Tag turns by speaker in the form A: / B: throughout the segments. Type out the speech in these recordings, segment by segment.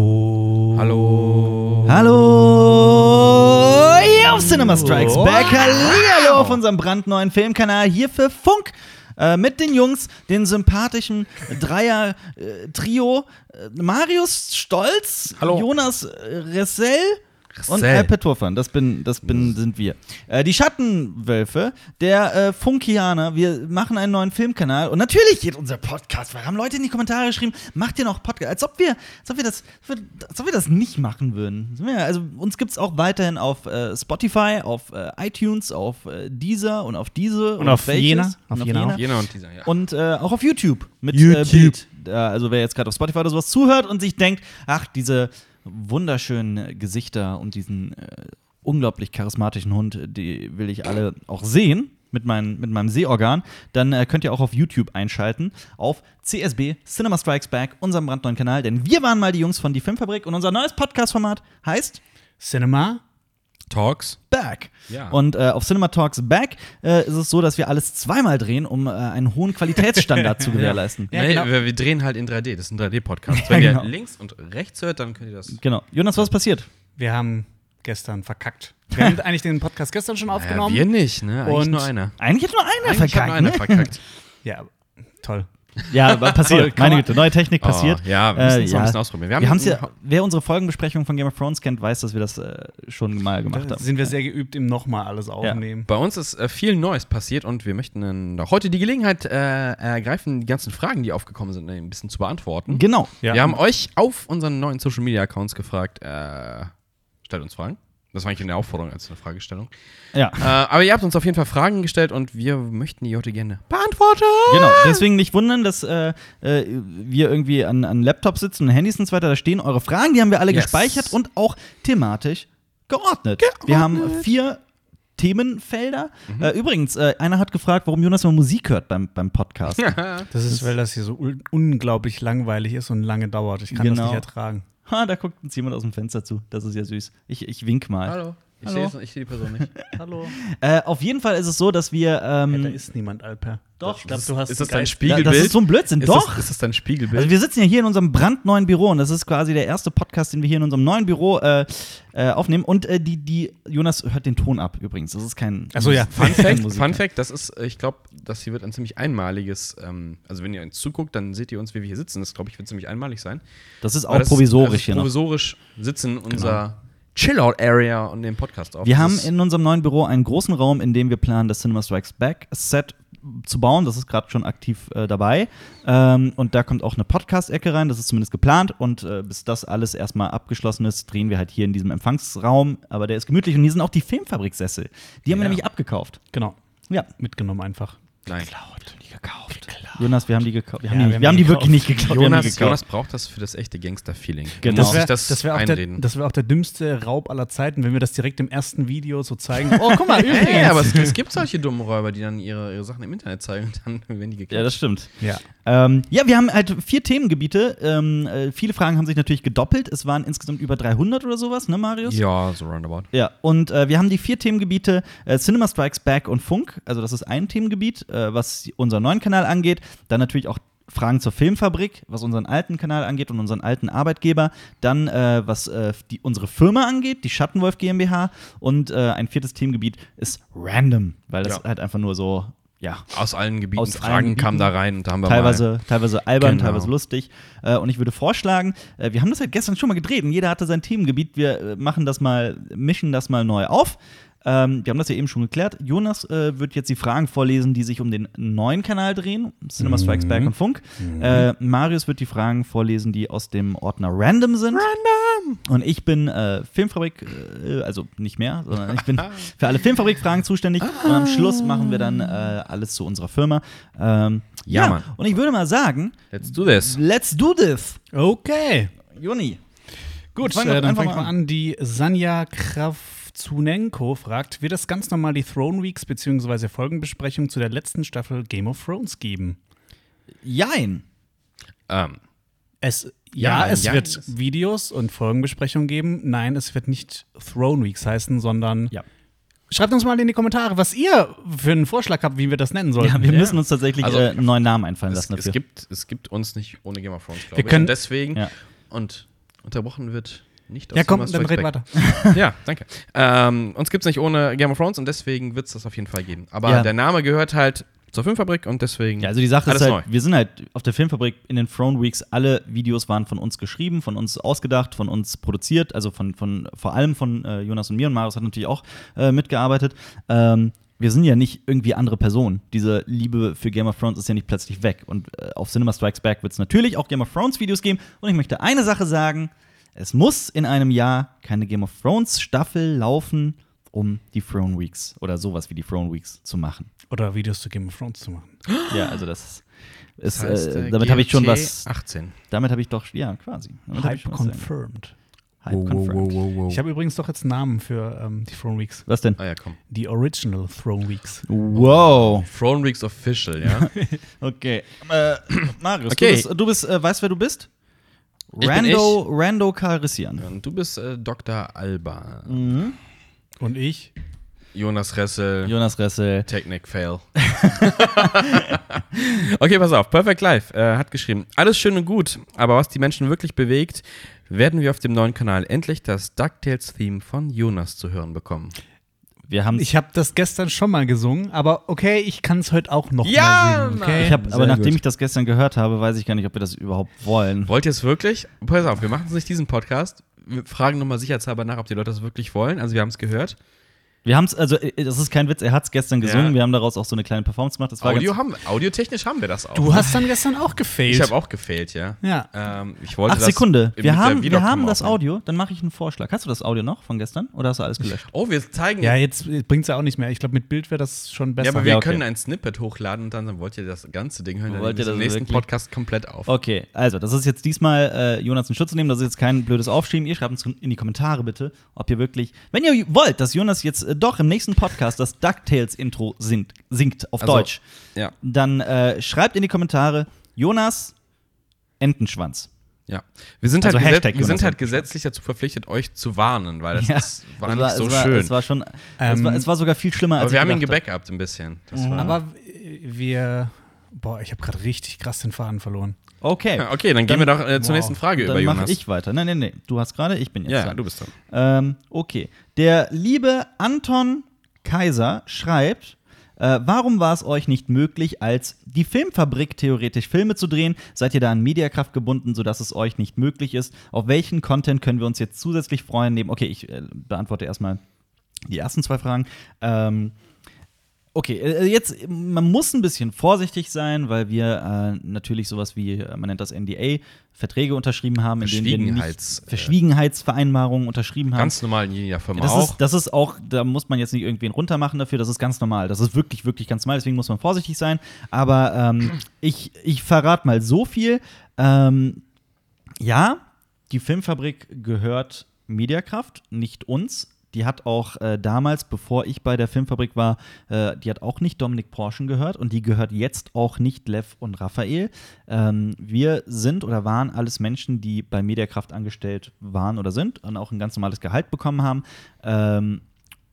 A: Hallo.
B: Hallo.
C: Hallo! Hier auf Cinema Strikes Back. Hallo auf unserem brandneuen Filmkanal hier für Funk. Äh, mit den Jungs, den sympathischen Dreier-Trio äh, Marius Stolz,
B: Hallo.
C: Jonas äh, Ressel und
B: Ressel.
C: Alpet Turfan. Das, bin, das bin, sind wir. Äh, die Schattenwölfe, der äh, Funkianer. Wir machen einen neuen Filmkanal. Und natürlich geht unser Podcast. Weil haben Leute in die Kommentare geschrieben, macht ihr noch Podcast? Als ob wir, als ob wir, das, als ob wir das nicht machen würden. Sind wir- Also uns gibt es auch weiterhin auf äh, Spotify, auf äh, iTunes, auf äh, Deezer und auf diese. Und,
A: auf Jena.
C: Und
A: Auf
C: auf
A: Jena
C: Jena.
A: auch.
B: Jena und dieser, ja.
C: Und äh, auch auf YouTube mit Äh,
A: YouTube.
C: Bild. Äh, also wer jetzt gerade auf Spotify oder sowas zuhört und sich denkt, ach, diese wunderschönen äh, Gesichter und diesen äh, unglaublich charismatischen Hund, äh, die will ich alle auch sehen mit, mein, mit meinem Sehorgan, dann äh, könnt ihr auch auf YouTube einschalten auf CSB Cinema Strikes Back, unserem brandneuen Kanal, denn wir waren mal die Jungs von Die Filmfabrik und unser neues Podcast-Format heißt
A: Cinema.
B: Talks.
C: Back.
B: Ja.
C: Und äh, auf Cinema Talks Back äh, ist es so, dass wir alles zweimal drehen, um äh, einen hohen Qualitätsstandard zu gewährleisten.
A: Ja,
B: nee,
A: genau.
B: wir, wir drehen halt in 3D. Das ist ein 3D-Podcast. Wenn
C: genau.
B: ihr links und rechts hört, dann könnt ihr das.
C: Genau. Jonas, was ist passiert?
A: Wir haben gestern verkackt. Wir haben eigentlich den Podcast gestern schon aufgenommen.
B: wir nicht, ne? Eigentlich
A: Und-
B: nur einer.
C: Eigentlich hat nur einer
B: Eigentlich hat
C: verkackt.
B: nur einer
C: ne?
B: verkackt.
A: Ja, toll.
C: Ja, aber
A: Toll,
C: passiert.
A: kann
C: Meine
A: man-
C: Güte, neue Technik passiert. Äh,
B: Oh, ja, wir müssen es noch ein bisschen ausprobieren. Wir
C: Wir
B: haben-
C: haben's ja, wer unsere Folgenbesprechung von Game of Thrones kennt, weiß, dass wir das äh, schon mal gemacht
A: Da
C: haben.
A: sind wir sehr geübt im nochmal alles aufnehmen.
B: Bei uns ist äh, viel Neues passiert und wir möchten dann noch heute die Gelegenheit äh, ergreifen, die ganzen Fragen, die aufgekommen sind, äh, ein bisschen zu beantworten.
C: Genau.
A: Ja.
B: Wir haben euch auf unseren neuen Social Media Accounts gefragt, äh, stellt uns Fragen. Das war eigentlich eine Aufforderung als eine Fragestellung.
C: Ja.
B: Äh, aber ihr habt uns auf jeden Fall Fragen gestellt und wir möchten die heute gerne beantworten.
C: Genau, deswegen nicht wundern, dass äh, äh, wir irgendwie an, an Laptops sitzen und Handys und so weiter. Da stehen eure Fragen, die haben wir alle
B: Yes.
C: gespeichert und auch thematisch geordnet. Wir haben vier Themenfelder.
B: Mhm.
C: Äh, übrigens, äh, einer hat gefragt, warum Jonas immer Musik hört beim, beim Podcast.
A: Das ist, weil das hier so un- unglaublich langweilig ist und lange dauert. Ich kann das
C: Genau.
A: nicht ertragen.
C: Ha, da guckt uns jemand aus dem Fenster zu. Das ist ja süß. Ich, ich wink mal.
B: Hallo. Ich
C: Hallo.
B: sehe die Person nicht. Hallo.
C: Äh, auf jeden Fall ist es so, dass wir.
A: da
C: Ähm,
A: ist niemand, Alper.
C: Doch,
A: ich glaube, du hast
B: Ist das
A: einen
B: dein
A: Geist.
B: Spiegelbild?
C: das ist so ein Blödsinn.
B: Ist
C: Doch.
B: Das, ist das dein Spiegelbild?
C: also wir sitzen ja hier in unserem brandneuen Büro und das ist quasi der erste Podcast, den wir hier in unserem neuen Büro äh, äh, aufnehmen. Und äh, die, die Jonas hört den Ton ab übrigens. Das ist kein.
A: Ach so, ja.
B: Fun,
C: kein
B: Fact,
C: Musik.
B: Fun Fact, das ist, äh, ich glaube, das hier wird ein ziemlich einmaliges, ähm, also wenn ihr uns zuguckt, dann seht ihr uns, wie wir hier sitzen. Das, glaube ich, wird ziemlich einmalig sein.
C: Das ist
B: Weil
C: auch
B: das ist-
C: provisorisch
B: also
C: hier noch.
B: Provisorisch sitzen unser Chill-Out-Area und den Podcast auf.
C: Wir
B: Das
C: haben
B: ist-
C: in unserem neuen Büro einen großen Raum, in dem wir planen, das Cinema Strikes Back Set zu bauen. Das ist gerade schon aktiv äh, dabei. Ähm, und da kommt auch eine Podcast-Ecke rein. Das ist zumindest geplant. Und äh, bis das alles erstmal abgeschlossen ist, drehen wir halt hier in diesem Empfangsraum. Aber der ist gemütlich. Und hier sind auch die Filmfabriksessel. Die haben wir
B: Ja.
C: nämlich abgekauft.
A: Genau,
C: Ja.
A: mitgenommen einfach.
B: Nein.
C: Die gekauft.
A: Genau.
C: Jonas, wir haben die gekauft. Wir haben
A: Ja,
C: die,
A: wir
C: nicht- wir haben die
A: gekauft.
C: wirklich nicht gekauft. Wir haben die
B: Jonas, Jonas
C: gekauft.
B: braucht das für das echte Gangster-Feeling.
C: Genau.
B: Muss
C: Das
B: sich
C: wär-
B: das,
A: wär auch, der,
B: einreden.
A: das wär auch der dümmste Raub aller Zeiten, wenn wir das direkt im ersten Video so zeigen. Oh, guck mal, übrigens.
B: Ey, aber es, es gibt solche dummen Räuber, die dann ihre, ihre Sachen im Internet zeigen und dann werden die geklaut.
C: Ja, das stimmt.
A: ja.
C: Ähm, ja, wir haben halt vier Themengebiete. Ähm, äh, viele Fragen haben sich natürlich gedoppelt. Es waren insgesamt über 300 oder sowas, ne, Marius?
B: ja, so roundabout.
C: Ja, und äh, wir haben die vier Themengebiete äh, Cinema Strikes Back und Funk. Also das ist ein Themengebiet, äh, was unseren neuen Kanal angeht. Dann natürlich auch Fragen zur Filmfabrik, was unseren alten Kanal angeht und unseren alten Arbeitgeber. Dann äh, was äh, die, unsere Firma angeht, die Schattenwolf GmbH. Und äh, ein viertes Themengebiet ist Random, weil das
B: Ja.
C: halt einfach nur so, ja,
B: Aus allen Gebieten.
C: Aus allen
B: Fragen
C: Gebieten.
B: kamen da rein und da haben wir
C: teilweise, teilweise albern,
B: Genau.
C: teilweise lustig. Äh, und ich würde vorschlagen, äh, wir haben das halt gestern schon mal gedreht und jeder hatte sein Themengebiet. Wir äh, machen das mal, mischen das mal neu auf. Ähm, wir haben das ja eben schon geklärt. Jonas äh, wird jetzt die Fragen vorlesen, die sich um den neuen Kanal drehen, Cinema
B: Mhm.
C: Strikes Back und Funk. Äh, Marius wird die Fragen vorlesen, die aus dem Ordner Random sind. Random! Und ich bin äh, Filmfabrik, äh, also nicht mehr, sondern ich bin für alle Filmfabrik-Fragen zuständig. Und am Schluss machen wir dann äh, alles zu unserer Firma. Ähm,
B: Ja, Mann.
C: und ich würde mal sagen,
B: mal. Let's do this.
C: let's do this.
A: Okay.
C: Juni.
A: Gut,
C: Fang doch
A: äh, dann
C: einfach
A: fange ich
C: mal
A: mal an. Die Sanja Kravzunenko fragt, wird es ganz normal die Throne Weeks bzw. Folgenbesprechung zu der letzten Staffel Game of Thrones geben?
C: Jein.
B: Ähm,
A: Es,
B: Ja,
A: ja, es
B: ja.
A: wird Videos und Folgenbesprechungen geben. Nein, es wird nicht Throne Weeks heißen, sondern
C: Ja.
A: Schreibt uns mal in die Kommentare, was ihr für einen Vorschlag habt, wie wir das nennen sollten.
C: Ja, wir müssen uns tatsächlich
B: Also,
C: äh, einen neuen Namen einfallen
B: es,
C: lassen
B: es,
C: dafür.
B: gibt, es gibt uns nicht ohne Game of Thrones, glaube
A: Wir können-
B: ich. Und deswegen.
C: Ja.
B: Und Unterbrochen wird nicht
A: Ja,
B: dem
A: komm,
B: Mass
A: dann
B: Effect
A: red
B: Back.
A: weiter.
B: Ja, danke. Ähm, uns gibt's nicht ohne Game of Thrones und deswegen wird's das auf jeden Fall geben. Aber
C: Ja.
B: der Name gehört halt zur Filmfabrik und deswegen.
C: Ja, also die Sache
B: Alles
C: ist halt,
B: neu.
C: wir sind halt auf der Filmfabrik in den Throne Weeks, alle Videos waren von uns geschrieben, von uns ausgedacht, von uns produziert, also von, von vor allem von äh, Jonas und mir und Marius hat natürlich auch äh, mitgearbeitet. Ähm, wir sind ja nicht irgendwie andere Personen. Diese Liebe für Game of Thrones ist ja nicht plötzlich weg. Und äh, auf Cinema Strikes Back wird es natürlich auch Game of Thrones Videos geben. Und ich möchte eine Sache sagen: Es muss in einem Jahr keine Game of Thrones Staffel laufen, um die Throne Weeks oder sowas wie die Throne Weeks zu machen.
A: Oder Videos zu Game of Thrones zu machen.
C: Ja, also das ist,
B: das heißt,
C: äh,
B: äh,
C: damit habe ich schon
B: GOT
C: was,
B: 18.
C: damit habe ich doch, ja, quasi. Damit hab ich
A: Hype
C: schon was sagen.
A: confirmed.
C: Hype confirmed.
A: Ich habe übrigens doch jetzt Namen für ähm, die Throne Weeks.
C: Was denn?
B: Ah ja, komm.
A: Die Original Throne Weeks.
B: Oh.
C: Wow.
B: Throne Weeks Official, ja.
C: Okay. Äh, Marius,
B: Okay.
C: du bist, du bist äh, weißt wer du bist?
B: bin
C: Rando, Rando Calrissian.
B: und du bist äh, Dr. Alba.
C: Mm.
A: Und ich?
B: Jonas Ressel.
C: Jonas Ressel.
B: Technik fail. okay, pass auf. Perfect Life äh, hat geschrieben: Alles schön und gut, aber was die Menschen wirklich bewegt, werden wir auf dem neuen Kanal endlich das DuckTales-Theme von Jonas zu hören bekommen.
C: Wir haben
A: Ich habe das gestern schon mal gesungen, aber okay, ich kann es heute auch noch
B: Ja,
A: mal singen.
B: Mann.
A: Okay?
C: ich hab, aber
B: Sehr
C: nachdem
B: gut.
C: ich das gestern gehört habe, weiß ich gar nicht, ob wir das überhaupt wollen.
B: Wollt ihr es wirklich? Pass auf, wir machen es nicht diesen Podcast. Wir fragen nochmal sicherheitshalber nach, ob die Leute das wirklich wollen. Also, wir haben es gehört.
C: Wir haben es, also äh, das ist kein Witz, er hat es gestern gesungen,
B: Ja.
C: wir haben daraus auch so eine kleine Performance gemacht. Das war
B: Audio
C: ganz,
B: haben, audiotechnisch haben wir das auch.
A: du hast dann gestern auch gefailt.
B: ich habe auch gefehlt, ja.
A: Ja.
B: Ähm, ich wollte
C: Ach,
B: das
C: Sekunde,
B: mit
C: wir
B: der
C: haben, wir
B: Videocam
C: haben das
B: aufnehmen.
C: Audio, dann mache ich einen Vorschlag. Hast du das Audio noch von gestern oder hast du alles gelöscht?
B: Oh, wir zeigen
A: ja, jetzt bringt es ja auch nicht mehr. Ich glaube, mit Bild wäre das schon besser.
B: Ja, aber wir
C: Ja, okay.
B: können ein Snippet hochladen und dann, sagen, wollt ihr das ganze Ding hören, dann
C: Wollt
B: nehmen
C: ihr
B: wir es im
C: das
B: nächsten
C: wirklich?
B: Podcast komplett auf.
C: Okay, also das ist jetzt diesmal äh, Jonas in Schutz zu nehmen, das ist jetzt kein blödes Aufschieben. Ihr schreibt uns in die Kommentare bitte, ob ihr wirklich, wenn ihr wollt, dass Jonas jetzt äh, doch im nächsten Podcast das DuckTales-Intro singt, singt auf
B: Also-
C: Deutsch,
B: Ja,
C: dann äh, schreibt in die Kommentare Jonas Entenschwanz.
B: ja. Wir sind
C: Also
B: halt,
C: Hashtag
B: gesetz, wir sind
C: Jonas
B: halt gesetzlich dazu verpflichtet, euch zu warnen, weil das ist, war
C: es
B: nicht so
C: es war,
B: schön.
C: Es war schon, es,
A: Ähm,
C: war, es war sogar viel schlimmer als
B: aber wir
C: ich
B: haben ihn
C: gedacht
B: gebackupt ein bisschen. Das war
A: Aber äh, wir. Boah, ich habe gerade richtig krass den Faden verloren.
C: hab. Okay,
B: Ja, okay, dann, gehen wir doch äh, zur
A: wow.
B: nächsten Frage über
C: dann mache
B: Jonas.
C: ich weiter. Nein, nein, nein, du hast gerade, ich bin jetzt
B: ja,
C: dran.
B: du bist dran.
C: Ähm, okay. Der liebe Anton Kaiser schreibt. Äh, warum war es euch nicht möglich, als die Filmfabrik theoretisch Filme zu drehen? Seid ihr da an Mediakraft gebunden, sodass es euch nicht möglich ist? Auf welchen Content können wir uns jetzt zusätzlich freuen? Neben, okay, ich äh, beantworte erstmal die ersten zwei Fragen. Ähm, Okay, äh, jetzt, äh, man muss ein bisschen vorsichtig sein, weil wir äh, natürlich sowas wie, äh, man nennt das NDA, Verträge unterschrieben haben, in denen wir nicht
B: Verschwiegenheits- äh,
C: Verschwiegenheitsvereinbarungen unterschrieben haben.
B: Ganz normal in jeder Firma
C: das
B: auch.
C: Ist, das ist auch, da muss man jetzt nicht irgendwen runtermachen dafür, das ist ganz normal. Das ist wirklich, wirklich ganz normal, deswegen muss man vorsichtig sein. Aber ähm, ich, ich verrate mal so viel. Ähm, ja, die Filmfabrik gehört Mediakraft, nicht uns. Die hat auch äh, damals, bevor ich bei der Filmfabrik war, äh, die hat auch nicht Dominik Porschen gehört und die gehört jetzt auch nicht Lev und Raphael. Ähm, wir sind oder waren alles Menschen, die bei Mediakraft angestellt waren oder sind und auch ein ganz normales Gehalt bekommen haben. Ähm,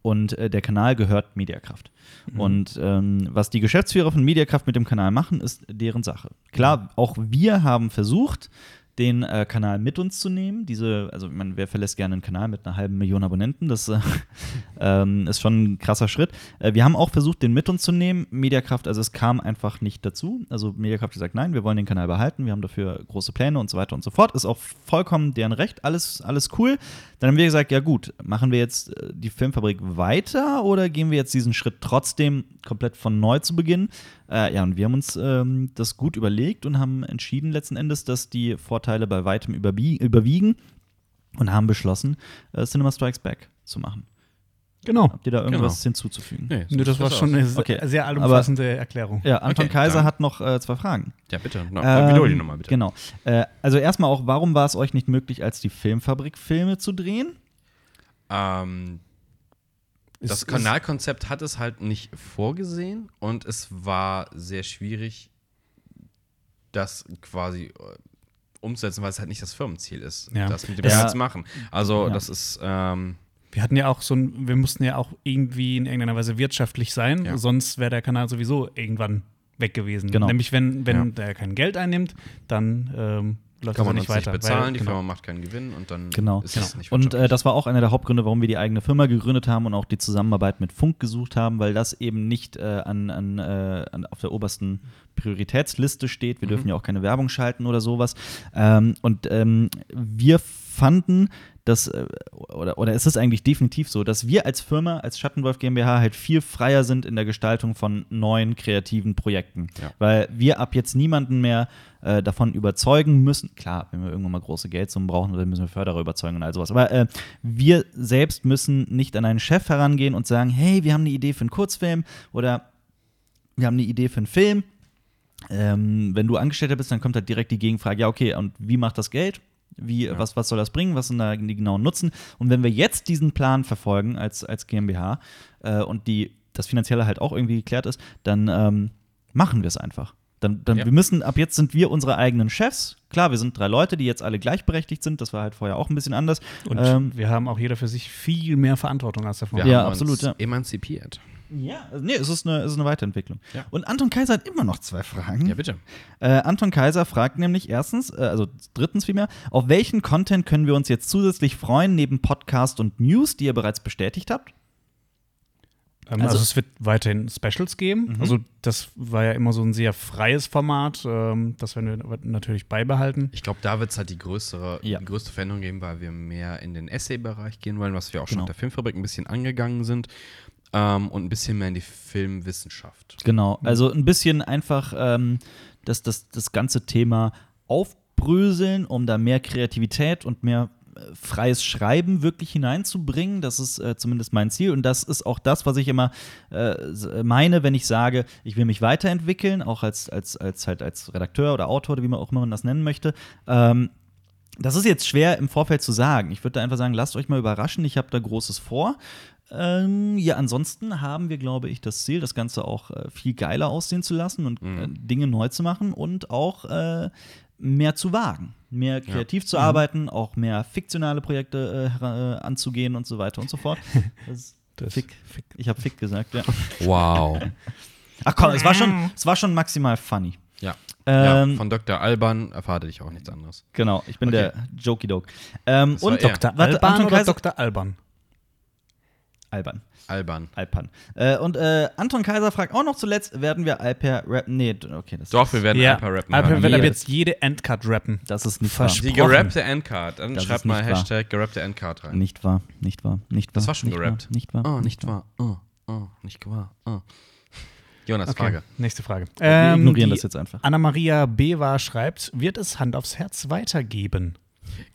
C: und äh, der Kanal gehört Mediakraft. Und ähm, was die Geschäftsführer von Mediakraft mit dem Kanal machen, ist deren Sache. Klar, auch wir haben versucht, den äh, Kanal mit uns zu nehmen. Diese, also man, wer verlässt gerne einen Kanal mit einer halben Million Abonnenten? Das äh, ähm, ist schon ein krasser Schritt. Äh, wir haben auch versucht, den mit uns zu nehmen. Mediakraft, also es kam einfach nicht dazu. Also Mediakraft hat gesagt, nein, wir wollen den Kanal behalten, wir haben dafür große Pläne und so weiter und so fort. Ist auch vollkommen deren Recht, alles, alles cool. Dann haben wir gesagt, ja gut, machen wir jetzt äh, die Filmfabrik weiter oder gehen wir jetzt diesen Schritt trotzdem komplett von neu zu beginnen? Äh, ja, und wir haben uns ähm, das gut überlegt und haben entschieden letzten Endes, dass die Vorteile bei weitem überbie- überwiegen und haben beschlossen, äh, Cinema Strikes Back zu machen.
A: Genau.
C: Habt ihr da irgendwas hinzuzufügen?
B: Nee, so
A: Nö, das
B: sieht
A: war schon eine se-
C: Okay,
A: sehr allumfassende Erklärung.
C: Ja, Anton
B: Okay,
C: Kaiser
B: dann-
C: hat noch äh, zwei Fragen.
B: aus. Ja, bitte. No, ähm, wiederhol die
C: Ähm,
B: nochmal, bitte.
C: Genau. Äh, also erstmal auch, warum war es euch nicht möglich, als die Filmfabrik Filme zu drehen?
B: Ähm, das
A: Es-
B: Kanalkonzept hat es halt nicht vorgesehen und es war sehr schwierig, das quasi äh, umzusetzen, weil es halt nicht das Firmenziel ist,
A: Ja.
B: das mit dem
C: Das-
B: Kanal zu machen. Also
C: Ja.
B: das ist ähm,
A: Wir hatten ja auch so ein, wir mussten ja auch irgendwie in irgendeiner Weise wirtschaftlich sein,
B: Ja.
A: sonst wäre der Kanal sowieso irgendwann weg gewesen.
C: Genau.
A: Nämlich wenn, wenn
B: Ja.
A: der kein Geld einnimmt, dann ähm, läuft
C: also
B: kann
A: das
B: man
A: nicht
B: uns
A: weiter.
B: nicht bezahlen,
A: weil,
B: die
A: genau.
B: Firma macht keinen Gewinn und dann
C: Genau.
B: ist es nicht
C: Und äh,
B: wirtschaftlich.
C: das war auch einer der Hauptgründe, warum wir die eigene Firma gegründet haben und auch die Zusammenarbeit mit Funk gesucht haben, weil das eben nicht äh, an, an, äh, an, auf der obersten Prioritätsliste steht. Wir dürfen ja auch keine Werbung schalten oder sowas. Ähm, und ähm, wir fanden, dass, äh, oder, oder ist es eigentlich definitiv so, dass wir als Firma, als Schattenwolf GmbH halt viel freier sind in der Gestaltung von neuen kreativen Projekten.
B: Ja.
C: Weil wir ab jetzt niemanden mehr äh, davon überzeugen müssen. Klar, wenn wir irgendwann mal große Geldsummen brauchen, dann müssen wir Förderer überzeugen und all sowas. Aber äh, wir selbst müssen nicht an einen Chef herangehen und sagen, hey, wir haben eine Idee für einen Kurzfilm oder wir haben eine Idee für einen Film. Ähm, wenn du Angestellter bist, dann kommt halt direkt die Gegenfrage, ja, okay, und wie macht das Geld? Wie, was, was soll das bringen? Was sind da die genauen Nutzen? Und wenn wir jetzt diesen Plan verfolgen als, als GmbH äh, und die, das Finanzielle halt auch irgendwie geklärt ist, dann ähm, machen wir es einfach. Dann, dann
B: Ja.
C: wir müssen, ab jetzt sind wir unsere eigenen Chefs. Klar, wir sind drei Leute, die jetzt alle gleichberechtigt sind. Das war halt vorher auch ein bisschen anders.
A: Und
C: ähm,
A: wir haben auch jeder für sich viel mehr Verantwortung als davor. Ähm,
B: wir
C: Ja,
B: haben
C: absolut,
B: uns
C: ja.
B: emanzipiert.
C: ja, also, nee, es ist eine, es ist eine Weiterentwicklung.
B: Ja.
C: Und Anton Kaiser hat immer noch zwei Fragen.
B: Ja, bitte.
C: Äh, Anton Kaiser fragt nämlich erstens, äh, also drittens vielmehr, auf welchen Content können wir uns jetzt zusätzlich freuen, neben Podcast und News, die ihr bereits bestätigt habt?
A: Ähm,
C: Also-
A: also, es wird weiterhin Specials geben.
B: Mhm.
A: Also das war ja immer so ein sehr freies Format. Ähm, das werden wir natürlich beibehalten.
B: Ich glaube, da wird es halt die größere,
C: Ja.
B: die größte Veränderung geben, weil wir mehr in den Essay-Bereich gehen wollen, was wir auch schon
C: Genau.
B: auf der Filmfabrik ein bisschen angegangen sind ähm, und ein bisschen mehr in die Filmwissenschaft.
C: Genau, also ein bisschen einfach ähm, das, das, das ganze Thema aufbröseln, um da mehr Kreativität und mehr äh, freies Schreiben wirklich hineinzubringen. Das ist äh, zumindest mein Ziel und das ist auch das, was ich immer äh, s- meine, wenn ich sage, ich will mich weiterentwickeln, auch als, als, als, halt als Redakteur oder Autor oder wie man auch immer man das nennen möchte. Ähm, das ist jetzt schwer im Vorfeld zu sagen. Ich würde da einfach sagen, lasst euch mal überraschen. Ich habe da Großes vor. Ähm, ja, ansonsten haben wir, glaube ich, das Ziel, das Ganze auch äh, viel geiler aussehen zu lassen und äh,
B: Mhm.
C: Dinge neu zu machen und auch äh, mehr zu wagen, mehr kreativ
B: Mhm.
C: zu arbeiten, auch mehr fiktionale Projekte äh, hera- äh, anzugehen und so weiter und so fort. Das,
A: Das-
C: fick, fick. Ich habe Fick gesagt, ja.
B: Wow.
C: Ach komm, es war schon, es war schon maximal funny.
B: ja.
C: Ähm,
B: ja. Von Dr. Alban erfahrt ich auch nichts anderes.
C: Genau, ich bin
B: Okay.
C: der Jokey Dog. Ähm,
B: war
C: und
B: er.
C: Dr. Warte, Anton
A: oder
C: Kaiser.
A: Dr. Alban?
C: Alban.
B: Alban.
C: Alpan. Äh, und äh, Anton Kaiser fragt auch noch zuletzt, werden wir Alper Rap. Nee, d- okay, das,
B: Doch, wir werden
A: Ja,
B: Alper rappen.
A: Alper
B: hören.
A: wird ab
C: Nee.
A: jetzt jede Endcard rappen.
C: das ist nicht wahr.
B: Die
A: Versprochen.
B: gerappte Endcard. Dann
C: Das ist
B: schreibt mal
C: nicht wahr.
B: Hashtag gerappte Endcard rein.
C: Nicht wahr, nicht wahr, nicht wahr.
B: Das war schon
C: nicht
B: gerappt.
C: Wahr, nicht wahr.
B: Oh, nicht wahr. Oh, oh, nicht wahr. Oh. Jonas, Frage.
A: nächste Frage.
C: Wir
A: Ähm,
C: ignorieren
A: die
C: das jetzt einfach.
B: Ah,
A: Anna-Maria Bewa schreibt, wird es Hand aufs Herz weitergeben?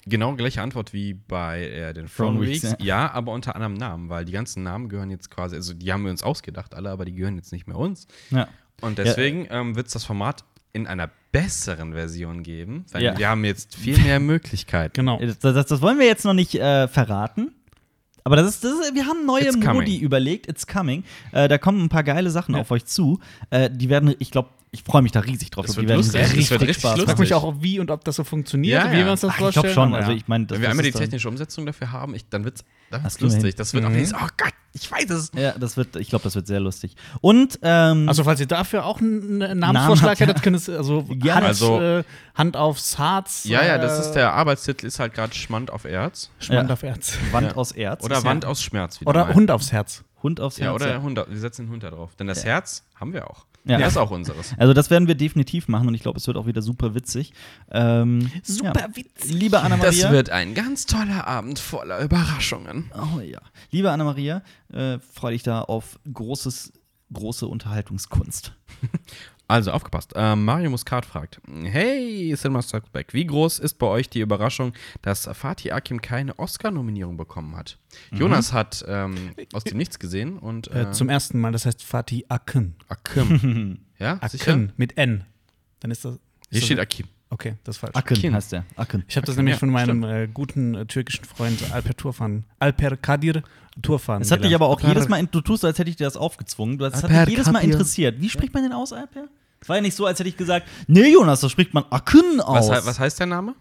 B: Genau gleiche Antwort wie bei äh, den Throne
C: Throne Weeks,
B: Weeks. Ja. aber unter anderem Namen, weil die ganzen Namen gehören jetzt quasi, also die haben wir uns ausgedacht alle, aber die gehören jetzt nicht mehr uns.
C: Ja.
B: Und deswegen ähm, wird es das Format in einer besseren Version geben. Weil
C: Ja.
B: Wir haben jetzt viel mehr Möglichkeiten.
A: Genau.
C: Das, das, das wollen wir jetzt noch nicht äh, verraten. Aber das ist, das ist, wir haben neue
B: It's coming.
C: Modi überlegt. It's coming. Äh, da kommen ein paar geile Sachen auf euch zu. Äh, die werden, ich glaube, ich freue mich da riesig drauf.
B: Das
C: die
B: wird
C: werden
B: lustig. Das wird richtig
A: Ich frag
B: lustig.
C: machen.
A: mich auch, wie und ob das so funktioniert,
B: Ja,
A: wie
B: ja.
A: wir uns das
C: Ach, ich
A: vorstellen.
C: glaube schon.
A: aber
C: Also
A: ja.
C: ich meine, das
B: Wenn wir
C: das
B: einmal die
C: ist dann-
B: technische Umsetzung dafür haben, ich, dann wird es dann wird's
C: kriegen wir
B: lustig.
C: hin. Mhm.
B: Das wird auch nichts. Oh Gott, ich weiß es nicht.
C: Ja, das wird, ich glaube, das wird sehr lustig. Und ähm,
A: Also, falls ihr dafür auch einen äh,
C: Namen
A: Namensvorschlag
C: hat,
A: hättet, könnt ihr also,
C: Gerne.
A: Hand,
B: Also-
A: äh, Hand aufs Harz.
B: Ja, ja, das
A: äh,
B: ist der Arbeitstitel, ist halt gerade Schmand auf Erz.
A: Schmand
C: Ja.
A: auf Herz.
C: Wand
B: Ja.
C: aus Erz.
B: Oder
C: Ist
B: Wand aus Schmerz wieder.
A: Oder
B: mal.
A: Hund aufs Herz.
C: ja Hund aufs
B: Ja,
C: Herz.
B: oder der Hund. da- Wir setzen den Hund da drauf. Denn das Herz haben wir auch.
C: Ja.
B: Der ist auch unseres.
C: Also das werden wir definitiv machen und ich glaube, es wird auch wieder super witzig. Ähm, ja.
A: witzig.
C: Liebe Anna-Maria.
B: ein ganz toller Abend voller Überraschungen.
C: Oh ja. Liebe Anna-Maria, äh, freue dich da auf großes, große Unterhaltungskunst.
B: Also aufgepasst. Ähm, Mario Muscat fragt: Hey, Cinema Strikes Back, wie groß ist bei euch die Überraschung, dass Fatih Akim keine Oscar-Nominierung bekommen hat?
C: Mhm.
B: Jonas hat ähm, aus dem Nichts gesehen und äh,
A: Äh, zum ersten Mal, das heißt Fatih Akin.
B: Akim. ja, sicher?
A: Akin mit N. Dann ist das.
B: Hier
A: ist
B: steht
A: das,
B: Akim.
A: Okay, das ist falsch.
C: Akken
B: Akin.
C: heißt der. Akken.
A: Ich habe das
B: Akin,
A: nämlich
B: ja,
A: von meinem äh, guten äh, türkischen Freund Alper Turfan, Alper Kadir Turfan.
C: Das hat dich
A: gelernt.
C: aber auch jedes Mal, in- du tust so, als hätte ich dir das aufgezwungen. Du- Das hat
B: Alper
C: dich jedes Mal
B: Kapir.
C: interessiert. Wie spricht man den aus, Alper? Es war ja nicht so, als hätte ich gesagt, nee, Jonas, das spricht man Akken aus.
B: Was, he- was heißt der Name?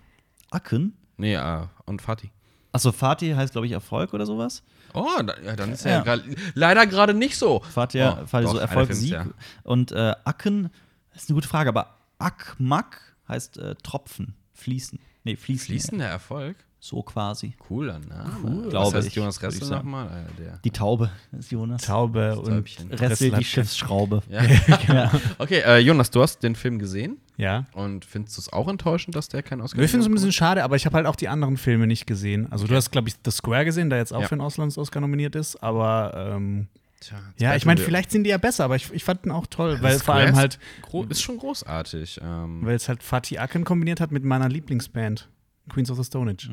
C: Akken?
B: Nee, äh, und Fatih.
C: Achso, Fatih heißt, glaube ich, Erfolg oder sowas.
B: Oh, da, ja, dann ist
C: Ja.
B: er ja. grad- leider gerade nicht so.
C: Fatih, ja,
B: oh,
C: Fatih so
B: doch, einer
C: Erfolg,
B: find's,
C: Sieg.
B: ja.
C: Und äh, Akken, das ist eine gute Frage, aber Akmak heißt äh, Tropfen. Fließen. Nee, fließen.
B: Fließender Erfolg?
C: So quasi.
B: Cooler Name.
C: Cool.
B: Was
C: Glaube
B: heißt
C: ich,
B: Jonas
C: würde ich
B: Ressel
C: sagen.
B: nochmal? Äh, der.
C: Die Taube ist Jonas.
A: Taube und
B: Stäubchen.
C: Ressel,
A: Ressel hat-
C: die Schiffsschraube.
B: Ja. Okay, äh, Jonas, du hast den Film gesehen
A: Ja.
B: und findest du es auch enttäuschend, dass der keinen Oscar
A: Ich finde es ein
B: bekommen
A: bisschen schade, aber ich habe halt auch die anderen Filme nicht gesehen. Also du hast, glaube ich, The Square gesehen, der jetzt auch
B: Ja.
A: für einen Auslands-Oscar nominiert ist, aber ähm,
B: hat? Tja,
A: ja,
B: jetzt
A: ich meine,
B: werden wir-
A: vielleicht sind die ja besser, aber ich, ich fand ihn auch toll,
B: Das
A: weil vor allem
B: Square
A: halt,
B: ist gro- Ist schon großartig. Ähm,
A: weil es halt Fatih Akin kombiniert hat mit meiner Lieblingsband, Queens of the Stone Age.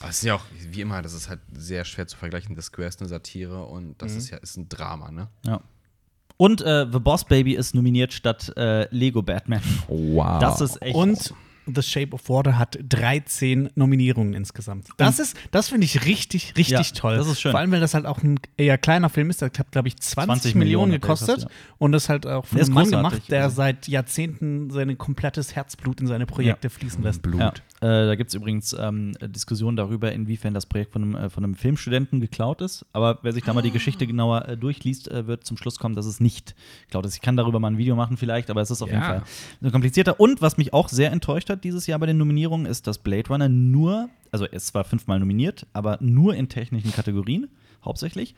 B: aber es ist ja auch, wie immer, das ist halt sehr schwer zu vergleichen. The Square ist eine Satire und
C: Mhm.
B: das ist ja ist ein Drama, ne?
C: Ja. Und äh, The Boss Baby ist nominiert statt äh, Lego Batman.
B: Wow.
C: Das ist echt.
A: Und The Shape of Water hat 13 Nominierungen insgesamt. Das ist, das finde ich richtig, richtig
C: Ja,
A: toll.
C: das ist schön.
A: Vor allem, weil das halt auch ein eher kleiner Film ist. Der hat, glaube ich, 20,
C: 20
A: Millionen
C: Millionen
A: gekostet.
C: hat der
A: Und das halt auch von
C: Der
A: einem
C: ist
A: Mann
C: großartig. also.
A: gemacht, der seit Jahrzehnten sein komplettes Herzblut in seine Projekte fließen lässt.
B: Blut.
C: Ja, äh, da gibt es übrigens ähm, Diskussionen darüber, inwiefern das Projekt von einem, äh, von einem Filmstudenten geklaut ist. Aber wer sich da mal die Geschichte genauer äh, durchliest, äh, wird zum Schluss kommen, dass es nicht geklaut ist. Ich kann darüber mal ein Video machen vielleicht, aber es ist auf
B: Ja.
C: jeden Fall so komplizierter. Und was mich auch sehr enttäuscht hat dieses Jahr bei den Nominierungen, ist, dass Blade Runner nur, also es war fünfmal nominiert, aber nur in technischen Kategorien hauptsächlich.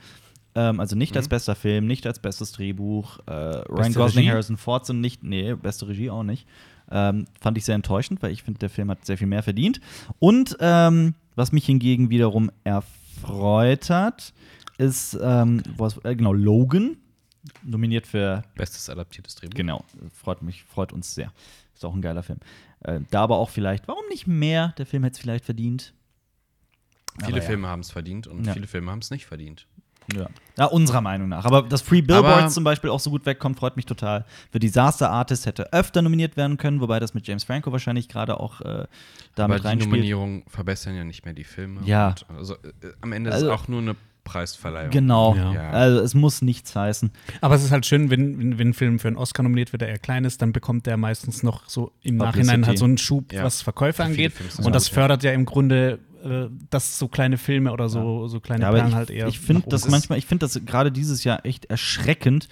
C: Ähm, also nicht als bester Film, nicht als bestes Drehbuch. Äh, Ryan Gosling,
A: Regie?
C: Harrison Ford sind nicht, nee, beste Regie auch nicht. Ähm, fand ich sehr enttäuschend, weil ich finde, der Film hat sehr viel mehr verdient. Und ähm, was mich hingegen wiederum erfreut hat, ist, ähm, was, äh, genau, Logan, nominiert für,
B: Bestes adaptiertes Drehbuch.
C: genau, freut mich, freut uns sehr. Ist auch ein geiler Film. Äh, da aber auch vielleicht, warum nicht mehr? Der Film hätte es vielleicht verdient.
B: Viele
C: Aber ja.
B: Filme haben es verdient und
C: Ja.
B: viele Filme haben es nicht verdient.
C: Ja. ja, unserer Meinung nach. Aber dass Free Billboards
B: Aber-
C: zum Beispiel auch so gut wegkommt, freut mich total. Für Disaster Artist hätte öfter nominiert werden können, wobei das mit James Franco wahrscheinlich gerade auch äh,
B: Aber
C: damit
B: die
C: reinspielt.
B: Nominierungen verbessern ja nicht mehr die Filme.
C: Ja.
B: Und also, äh, am Ende ist
C: Also-
B: es auch nur eine Preisverleihung.
C: Genau.
A: Ja.
B: Ja.
C: Also es muss nichts heißen.
A: Aber es ist halt schön, wenn, wenn, wenn ein Film für einen Oscar nominiert wird, der eher klein ist, dann bekommt der meistens noch so im
C: Publicity.
A: Nachhinein halt so einen Schub,
B: Ja.
A: was Verkäufe
B: Für viele
A: angeht.
B: Filme ist das
A: Und das
B: gut,
A: fördert ja im Grunde, äh, dass so kleine Filme oder so, so kleine
C: Ja, aber
A: Perlen
C: ich,
A: halt eher.
C: ich
A: nach
C: finde
A: oben
C: das
A: kommen.
C: manchmal, ich finde das gerade dieses Jahr echt erschreckend,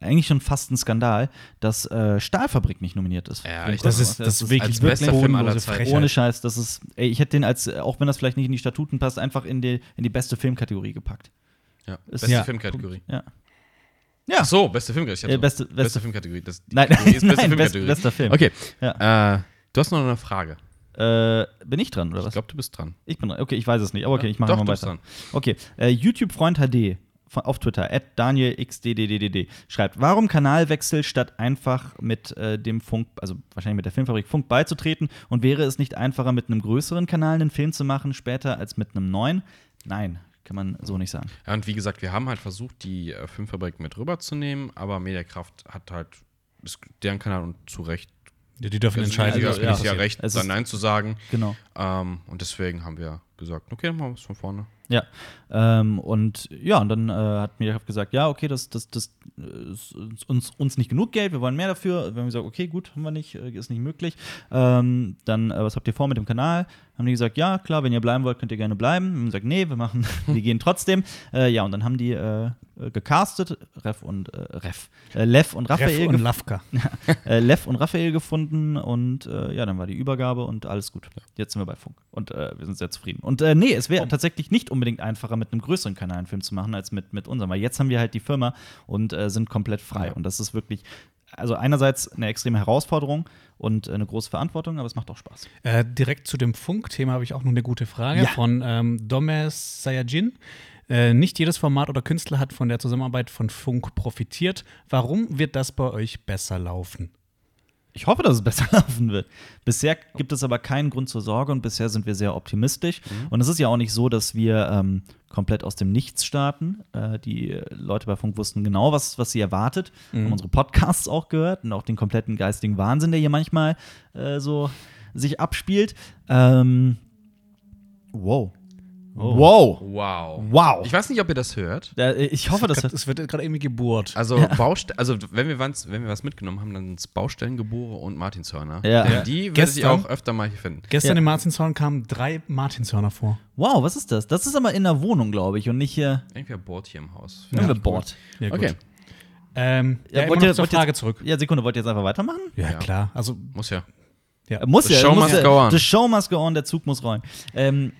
C: eigentlich schon fast ein Skandal, dass äh, Stahlfabrik nicht nominiert ist.
B: Ja,
C: Für den
B: ich-
A: Das
C: Oscar.
A: ist, das ist wirklich
B: als bester
A: bodenlose
B: Film aller Zeiten.
A: Frechheit.
C: ohne Scheiß, das ist, ey, ich hätte den als, auch wenn das vielleicht nicht in die Statuten passt, einfach in die, in die beste Filmkategorie gepackt.
B: Ja.
C: Ist-
B: Beste
A: Ja.
B: Filmkategorie.
C: Ja.
B: Ja. Ach so, beste Filmkategorie. Ich
C: Äh,
B: hab
C: beste-
B: so-
C: beste-
B: Filmkategorie. Das, die
C: Nein,
B: Kategorie ist beste
C: nein, best-
B: Filmkategorie.
C: bester Film.
B: Okay.
C: Ja.
B: Äh, du hast noch eine Frage.
C: Äh, bin ich dran, oder
B: Ich
C: was?
B: glaube, du bist dran.
C: Ich bin dran. Okay, ich weiß es nicht. Aber okay,
B: Ja,
C: ich mache
B: doch,
C: mal
B: du bist
C: weiter.
B: dran.
C: Okay, äh, YouTube-Freund HD von- auf Twitter, at DanielXDDDDD, schreibt, warum Kanalwechsel statt einfach mit äh, dem Funk, also wahrscheinlich mit der Filmfabrik Funk beizutreten und wäre es nicht einfacher, mit einem größeren Kanal einen Film zu machen später als mit einem neuen? Nein, kann man so nicht sagen.
B: Ja, und wie gesagt, wir haben halt versucht, die äh, Filmfabrik mit rüberzunehmen, aber Mediakraft hat halt ist deren Kanal und zu Recht.
A: Ja, die dürfen
B: Also,
A: entscheiden.
B: ja,
A: was
B: ja,
A: passiert.
B: recht,
C: Es
B: dann
C: ist-
B: Nein zu sagen.
C: Genau.
B: Ähm, und deswegen haben wir gesagt, okay, dann machen wir es von vorne.
C: Ja, ähm, und ja, und dann äh, hat mir gesagt, ja, okay, das, das, das äh, ist uns- uns, uns nicht genug Geld, wir wollen mehr dafür. Wir haben gesagt, okay, gut, haben wir nicht, äh, ist nicht möglich. Ähm, dann, äh, was habt ihr vor mit dem Kanal? Haben die gesagt, ja, klar, wenn ihr bleiben wollt, könnt ihr gerne bleiben. Wir haben gesagt, nee, wir machen, wir gehen trotzdem. Äh, ja, und dann haben die äh, äh, gecastet, Ref und äh, Ref, äh, Lev und Raphael,
A: Reff und Lafka.
C: gef- äh, Lev und Raphael gefunden und äh, ja, dann war die Übergabe und alles gut. Jetzt sind wir bei Funk und äh, wir sind sehr zufrieden. Und äh, nee, es wäre tatsächlich nicht unbedingt einfacher, mit einem größeren Kanal einen Film zu machen, als mit, mit unserem. Weil jetzt haben wir halt die Firma und äh, sind komplett frei. Und das ist wirklich, also einerseits eine extreme Herausforderung und äh, eine große Verantwortung, aber es macht auch Spaß.
A: Äh, direkt zu dem Funk-Thema habe ich auch noch eine gute Frage
C: Ja.
A: von ähm, Domes Sayajin. Äh, nicht jedes Format oder Künstler hat von der Zusammenarbeit von Funk profitiert. Warum wird das bei euch besser laufen?
C: Ich hoffe, dass es besser laufen wird. Bisher gibt es aber keinen Grund zur Sorge und bisher sind wir sehr optimistisch. Und es ist ja auch nicht so, dass wir ähm, komplett aus dem Nichts starten. Äh, die Leute bei Funk wussten genau, was, was sie erwartet. Haben unsere Podcasts auch gehört und auch den kompletten geistigen Wahnsinn, der hier manchmal äh, so sich abspielt. Ähm, wow. Oh. Wow.
B: Wow.
C: Wow.
B: Ich weiß nicht, ob ihr das hört.
C: Äh, ich hoffe, dass.
A: Grad- es wird gerade irgendwie gebohrt.
B: Also, Baust also wenn, wir was, wenn wir was mitgenommen haben, dann sind es Baustellengebore und Martinshörner.
C: Ja.
B: Denn
C: Ja.
B: die werdet
A: Gestern-
B: ihr auch öfter mal hier finden.
A: Gestern
C: ja.
A: im Martinshorn kamen drei Martinshörner vor.
C: Wow, was ist das? Das ist aber in der Wohnung, glaube ich, und nicht hier
B: Irgendwer bohrt hier im Haus.
C: ja, Board.
A: Ja, gut.
B: Okay,
A: Ähm, ja, immer
C: wollt
A: noch
C: ihr-
A: zur
C: wollt ihr-
A: Frage zurück.
C: Ja, Sekunde, wollt ihr jetzt einfach weitermachen?
A: Ja,
B: Ja.
A: klar. Also
B: muss ja.
A: Ja.
C: Äh, Muss
B: The
C: ja.
B: show
C: muss
B: must
C: ja,
B: go on.
C: The show must go on, der Zug muss rollen. Ähm,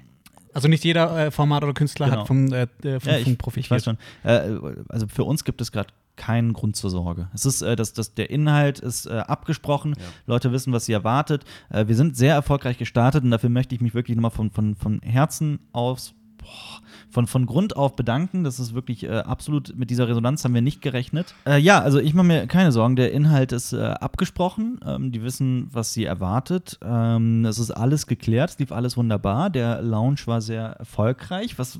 A: Also nicht jeder äh, Format oder Künstler
C: Genau.
A: hat vom, äh, äh, vom
C: ja, ich,
A: Funk
C: ich
A: profitiert.
C: weiß schon. Äh, also für uns gibt es gerade keinen Grund zur Sorge. Es ist, äh, das, das, der Inhalt ist äh, abgesprochen. Leute wissen, was sie erwartet. Äh, wir sind sehr erfolgreich gestartet und dafür möchte ich mich wirklich nochmal von, von, von Herzen aus, boah, von, von Grund auf bedanken. Das ist wirklich äh, absolut, mit dieser Resonanz haben wir nicht gerechnet. Äh, ja, also ich mache mir keine Sorgen. Der Inhalt ist äh, abgesprochen. Ähm, die wissen, was sie erwartet. Ähm, es ist alles geklärt. Es lief alles wunderbar. Der Launch war sehr erfolgreich. Was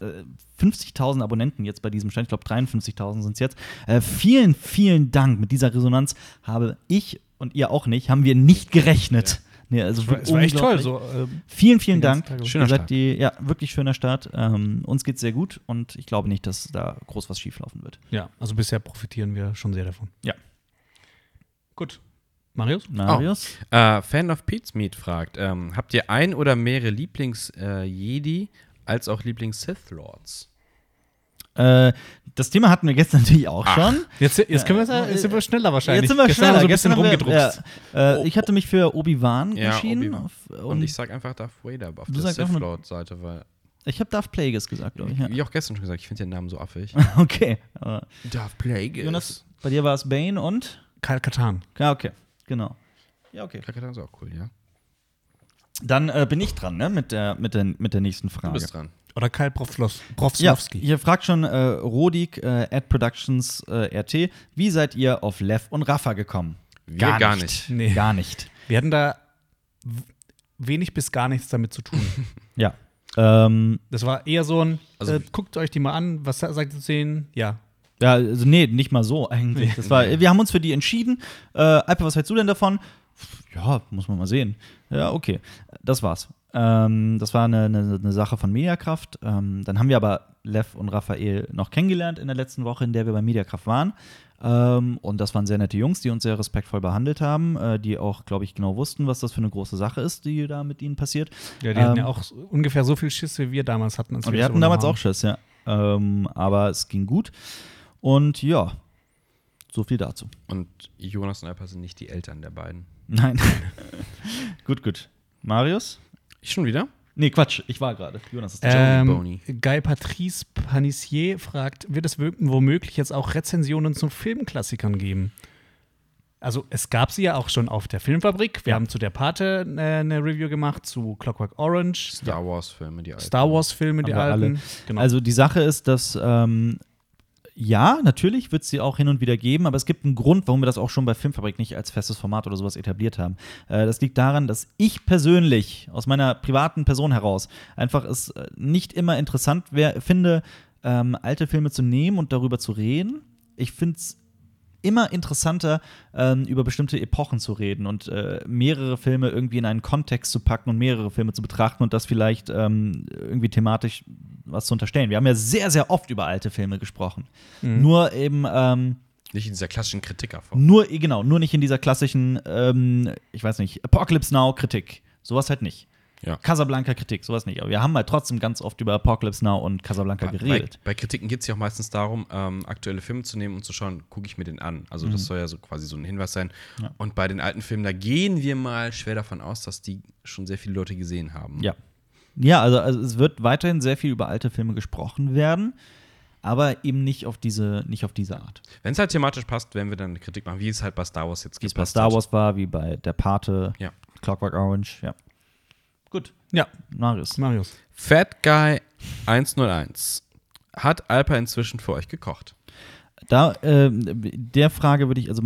C: äh, 50.000 Abonnenten jetzt bei diesem Stand. Ich glaube, 53.000 sind es jetzt. Äh, vielen, vielen Dank. Mit dieser Resonanz habe ich und ihr auch nicht, haben wir nicht gerechnet. Nee, also
A: Es war echt toll.
C: unglaublich.
A: So, ähm,
C: Vielen,
A: Den
C: vielen
A: ganzen
C: Dank.
A: Tag.
B: Schöner
C: Ihr seid
B: Start.
C: Die, ja, wirklich schöner Start. Ähm, uns geht's sehr gut und ich glaube nicht, dass da groß was schieflaufen wird.
A: ja, also bisher profitieren wir schon sehr davon.
C: Ja.
A: Gut. Marius?
C: Marius?
B: Äh, Fan of Pete's Meat fragt: ähm, Habt ihr ein oder mehrere Lieblings-Jedi als auch Lieblings-Sith-Lords?
C: Äh, das Thema hatten wir gestern natürlich auch
B: Oh. Ach,
C: schon.
A: Jetzt, jetzt können wir,
C: Äh,
A: jetzt sind wir schneller wahrscheinlich.
C: Jetzt sind wir
A: Gestern
C: schneller.
A: haben wir so ein bisschen
C: Gestern haben wir-
A: rumgedruckst.
C: Ja, äh, ich hatte mich für Obi-Wan
B: Ja,
C: entschieden.
B: Obi-Wan.
C: auf- Und,
B: Und ich
C: ich
B: sag einfach Darth Vader aber auf
C: Du
B: der
C: sagst einfach nur-
B: Sith-Lord-Seite, weil,
C: habe Darth Plagueis gesagt, glaube ich. Ja.
B: wie auch gestern schon gesagt, ich finde den Namen so affig.
C: Okay. Aber
B: Darth Plagueis.
C: Jonas, bei dir war es Bane und?
A: Karl Katan.
C: Ja, okay. Genau. Ja, okay.
B: Kakatan ist auch cool, ja?
C: Dann äh, bin ich dran, ne? Mit der, mit der, mit der nächsten Frage.
B: Du bist dran.
A: Oder Karl
C: Ja,
A: Profslowski.
C: hier fragt schon äh, Rodik, äh, at Productions äh, RT, wie seid ihr auf Lev und Rafa gekommen?
B: Wir gar nicht.
A: Nee.
C: Gar nicht.
A: Wir hatten da w- wenig bis gar nichts damit zu tun.
C: Ja. Ähm,
A: Das war eher so ein,
B: Also-
A: äh, guckt euch die mal an, was sa- sagt ihr zu denen? Ja.
C: ja, also nee, nicht mal so eigentlich. Das war, wir haben uns für die entschieden. Äh, Alper, was hältst du denn davon? Ja, muss man mal sehen. Ja, okay. Das war's. Ähm, das war eine, eine, eine Sache von Mediakraft. Ähm, dann haben wir aber Lev und Raphael noch kennengelernt in der letzten Woche, in der wir bei Mediakraft waren. Ähm, und das waren sehr nette Jungs, die uns sehr respektvoll behandelt haben, äh, die auch, glaube ich, genau wussten, was das für eine große Sache ist, die da mit ihnen passiert.
A: Ja, die
C: Ähm,
A: hatten ja auch so- ungefähr so viel Schiss, wie wir damals hatten. als
C: Und wir
A: das
C: hatten damals auch
A: übernommen
C: Schiss, ja. Ähm, aber es ging gut. Und ja, so viel dazu.
B: Und Jonas und Alper sind nicht die Eltern der beiden.
C: Nein. gut, gut. Marius?
B: Ich schon wieder?
C: Nee, Quatsch, ich war gerade. Jonas ist
B: Joey
A: haben.
B: Boney.
A: Ähm, Guy Patrice Panissier fragt, wird es wö- womöglich jetzt auch Rezensionen zu Filmklassikern geben? Also es gab sie ja auch schon auf der Filmfabrik. Wir haben zu der Pate äh, eine Review gemacht, zu Clockwork Orange,
B: Star Wars-Filme, die alten.
A: Star Wars-Filme, die
C: Haben wir alle.
A: alten. Genau.
C: Also die Sache ist, dass ähm, ja, natürlich wird es sie auch hin und wieder geben, aber es gibt einen Grund, warum wir das auch schon bei Filmfabrik nicht als festes Format oder sowas etabliert haben. Äh, das liegt daran, dass ich persönlich, aus meiner privaten Person heraus, einfach es äh, nicht immer interessant wär, finde, ähm, alte Filme zu nehmen und darüber zu reden. Ich finde es immer interessanter, ähm, über bestimmte Epochen zu reden und äh, mehrere Filme irgendwie in einen Kontext zu packen und mehrere Filme zu betrachten und das vielleicht ähm, irgendwie thematisch was zu unterstellen. Wir haben ja sehr, sehr oft über alte Filme gesprochen.
B: Mhm.
C: Nur eben, ähm,
B: Nicht in dieser klassischen Kritikerform.
C: nur, genau, nur nicht in dieser klassischen, ähm, ich weiß nicht, Apocalypse Now-Kritik. Sowas halt nicht.
B: Ja.
C: Casablanca-Kritik, sowas nicht. Aber wir haben halt trotzdem ganz oft über Apocalypse Now und Casablanca
B: Bei,
C: geredet.
B: bei Kritiken geht es ja auch meistens darum, ähm, aktuelle Filme zu nehmen und zu schauen, gucke ich mir den an. Also
C: Mhm.
B: das soll ja so quasi so ein Hinweis sein. Und bei den alten Filmen, da gehen wir mal schwer davon aus, dass die schon sehr viele Leute gesehen haben.
C: Ja. Ja, also, also es wird weiterhin sehr viel über alte Filme gesprochen werden, aber eben nicht auf diese, nicht auf diese Art.
B: Wenn es halt thematisch passt, werden wir dann eine Kritik machen, wie es halt bei Star Wars jetzt
C: Wie es bei
B: gepasst
C: Star
B: hat.
C: Wars war, wie bei Der Pate,
B: Ja.
C: Clockwork Orange, ja. Gut,
A: ja,
C: Marius.
A: Marius.
B: Fat Guy 101. Hat Alper inzwischen für euch gekocht?
C: Da, ähm, der Frage würde ich, also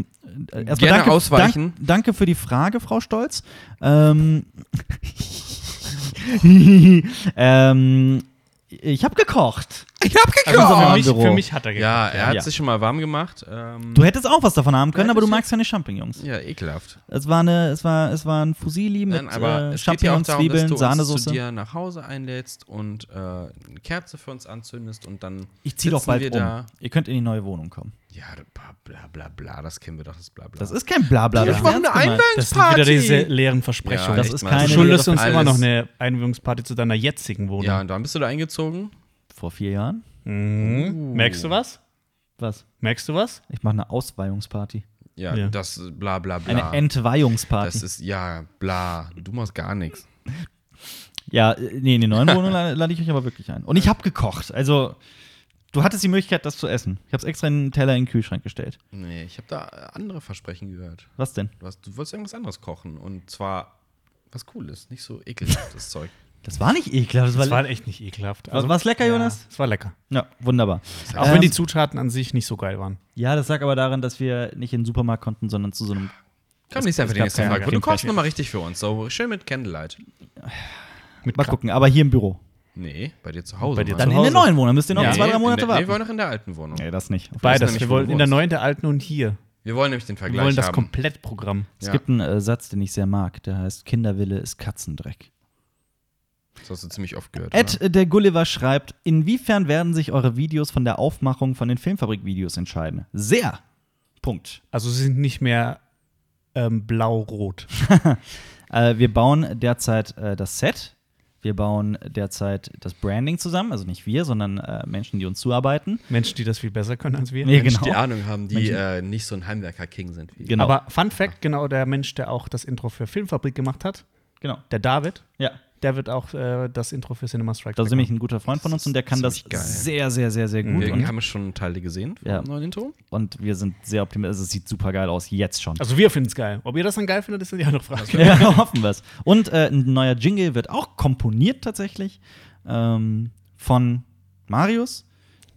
C: äh, erstmal
B: Gerne
C: danke,
B: ausweichen.
C: Dank, danke für die Frage, Frau Stolz. Ähm, ähm, ich habe gekocht.
B: Ich hab gekocht!
C: Also
A: für,
C: Ah,
A: mich,
C: Büro.
A: für mich hat er gekocht.
B: ja, er hat
C: Ja.
B: sich schon mal warm gemacht. Ähm,
C: Du hättest auch was davon haben können,
B: Ja,
C: aber du
B: das-
C: magst keine Champignons.
B: ja, ekelhaft.
C: Es war eine, es war, es war ein Fusili mit
B: Nein, aber
C: äh,
B: es geht ja auch
C: Champignons,
B: darum, dass
C: Zwiebeln,
B: du uns zu
C: Sahnesoße.
B: dir nach Hause einlädst und äh, eine Kerze für uns anzündest und dann
C: Ich ziehe doch
B: sitzen
C: bald
B: wir
C: um.
B: da.
C: Ihr könnt in die neue Wohnung kommen.
B: Ja, bla bla bla bla, das kennen wir doch, das bla bla.
C: Das ist kein Blabla.
B: Ich
C: das ist
B: mache eine
C: ernst gemeint.
A: Das sind wieder diese
B: Einweihungsparty!
A: leeren Versprechungen.
B: Ja,
C: Das
B: echt
C: ist
B: mal.
A: du
C: keine
A: schuldest
C: leere
A: uns immer
B: Alles-
A: noch eine Einwilligungsparty zu deiner jetzigen Wohnung.
B: Ja, und dann bist du da eingezogen.
C: Vor vier Jahren?
A: Mhm. Merkst du was?
C: Was?
A: Merkst du was?
C: Ich mache eine Ausweihungsparty.
B: Ja,
A: Ja.
B: das ist bla bla bla.
C: Eine Entweihungsparty.
B: das ist ja bla. Du machst gar nichts.
C: Ja, äh, nee, in die neuen Wohnungen la- lade ich euch aber wirklich ein. Und ich habe gekocht. Also, du hattest die Möglichkeit, das zu essen. Ich habe es extra in einen Teller in den Kühlschrank gestellt.
B: Nee, ich habe da andere Versprechen gehört.
C: Was denn?
B: Du, hast, du wolltest irgendwas anderes kochen und zwar was Cooles, nicht so ekelhaftes Zeug.
C: Das war nicht ekelhaft. Das
A: Das
C: war,
A: war echt nicht ekelhaft. Also,
C: war's lecker,
A: ja,
C: Jonas?
A: Es war lecker.
C: ja, wunderbar.
A: Auch
C: Ähm,
A: wenn die Zutaten an sich nicht so geil waren.
C: Ja, das lag aber daran, dass wir nicht in den Supermarkt konnten, sondern zu so einem.
B: Komm, nächstes Jahr für die
C: gab
B: nächste
C: keine
B: Frage. Du
C: Creme
B: kochst
C: Fraiche.
B: nochmal richtig für uns. So schön mit Candlelight.
A: Mit
C: Mal
A: Kra-
C: gucken, aber hier im Büro.
B: Nee, bei dir zu Hause.
A: Bei dir zu
B: Mann.
C: Dann in
A: Hause.
C: der neuen Wohnung. Müsst ihr noch
B: Nee,
C: zwei, drei
B: in
C: Monate
B: der, Nee, wir
C: warten.
B: wollen noch in der alten Wohnung.
C: Nee, das nicht.
B: weiß
A: Beides.
B: nämlich,
A: Wir
B: wo
A: wollen
B: du
A: in der
B: wohnst.
A: neuen, der alten und hier.
B: Wir wollen nämlich den
A: Wir
B: Vergleich
A: wollen das
B: haben.
A: Komplettprogramm.
C: Es
B: Ja.
C: gibt einen äh, Satz, den ich sehr mag, der heißt: Kinderwille ist Katzendreck.
B: Das hast du ziemlich oft gehört. ne?
C: Ed
B: oder?
C: äh, der Gulliver schreibt: Inwiefern werden sich eure Videos von der Aufmachung von den Filmfabrik-Videos entscheiden? Sehr. Punkt.
A: Also sie sind nicht mehr ähm, blau-rot.
C: Äh, wir bauen derzeit äh, das Set. Wir bauen derzeit das Branding zusammen. Also nicht wir, sondern äh, Menschen, die uns zuarbeiten.
A: Menschen, die das viel besser können als wir.
C: Nee,
B: Menschen, die
C: genau.
B: Ahnung haben, die äh, nicht so ein Heimwerker-King sind. Wie
C: Genau.
A: Aber Fun Fact, genau der Mensch, der auch das Intro für Filmfabrik gemacht hat,
C: genau.
A: der David,
C: Ja.
A: der wird auch äh, das Intro für Cinema Strike.
C: Da ist
A: machen.
C: nämlich ein guter Freund von uns und der kann das
B: Ziemlich geil. Mhm.
C: sehr, sehr, sehr, sehr gut.
B: Wir
C: Und,
B: haben schon Teile gesehen vom
C: Ja.
B: neuen Intro.
C: und wir sind sehr optimistisch. Also, es sieht super geil aus, jetzt schon.
A: Also wir finden es geil. Ob ihr das dann geil findet, ist dann die andere Frage.
C: ja, hoffen wir es. Und äh, ein neuer Jingle wird auch komponiert tatsächlich ähm, von Marius.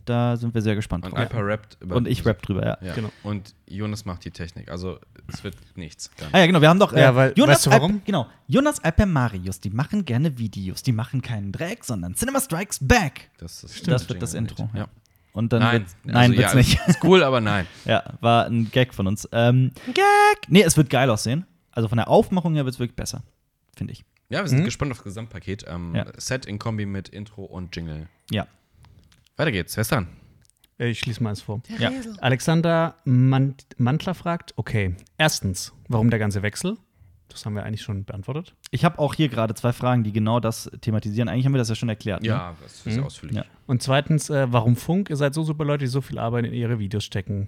C: Da sind wir sehr gespannt
B: Und
C: drauf.
B: Alper rappt über
C: Und ich rap drüber, ja.
B: Ja.
A: Genau.
B: Und Jonas macht die Technik. Also es wird nichts. Gar nicht.
C: Ah ja, genau, wir haben doch
A: Ja, weil-
C: Jonas
A: weißt du
C: Alp-
A: warum?
C: genau, Jonas Alper Marius, die machen gerne Videos, die machen keinen Dreck, sondern Cinema Strikes Back.
B: Das, ist
C: das wird das
B: Jingle
C: Intro,
B: nicht.
C: ja.
B: Ja.
C: Und dann
B: Nein, also
C: wird's, nein, wird's
B: ja,
C: nicht.
B: Ist cool, aber nein.
C: Ja, war ein Gag von uns. Ähm, Gag. Nee, es wird geil aussehen. Also von der Aufmachung her wird es wirklich besser, finde ich.
B: Ja, wir sind gespannt auf das Gesamtpaket. Ähm,
C: Hm? Ja.
B: Set in Kombi mit Intro und Jingle.
C: Ja.
B: Weiter geht's. Wer ist dran?
A: Äh, Ich schließe mal eins vor.
C: Ja.
A: Alexander Mant Mantler fragt, okay, erstens, warum der ganze Wechsel? Das haben wir eigentlich schon beantwortet.
C: Ich habe auch hier gerade zwei Fragen, die genau das thematisieren. Eigentlich haben wir das ja schon erklärt. Ne?
B: Ja, das ist ja ausführlich.
C: Ja.
A: Und zweitens, äh, warum Funk? Ihr seid so super Leute, die so viel Arbeit in ihre Videos stecken.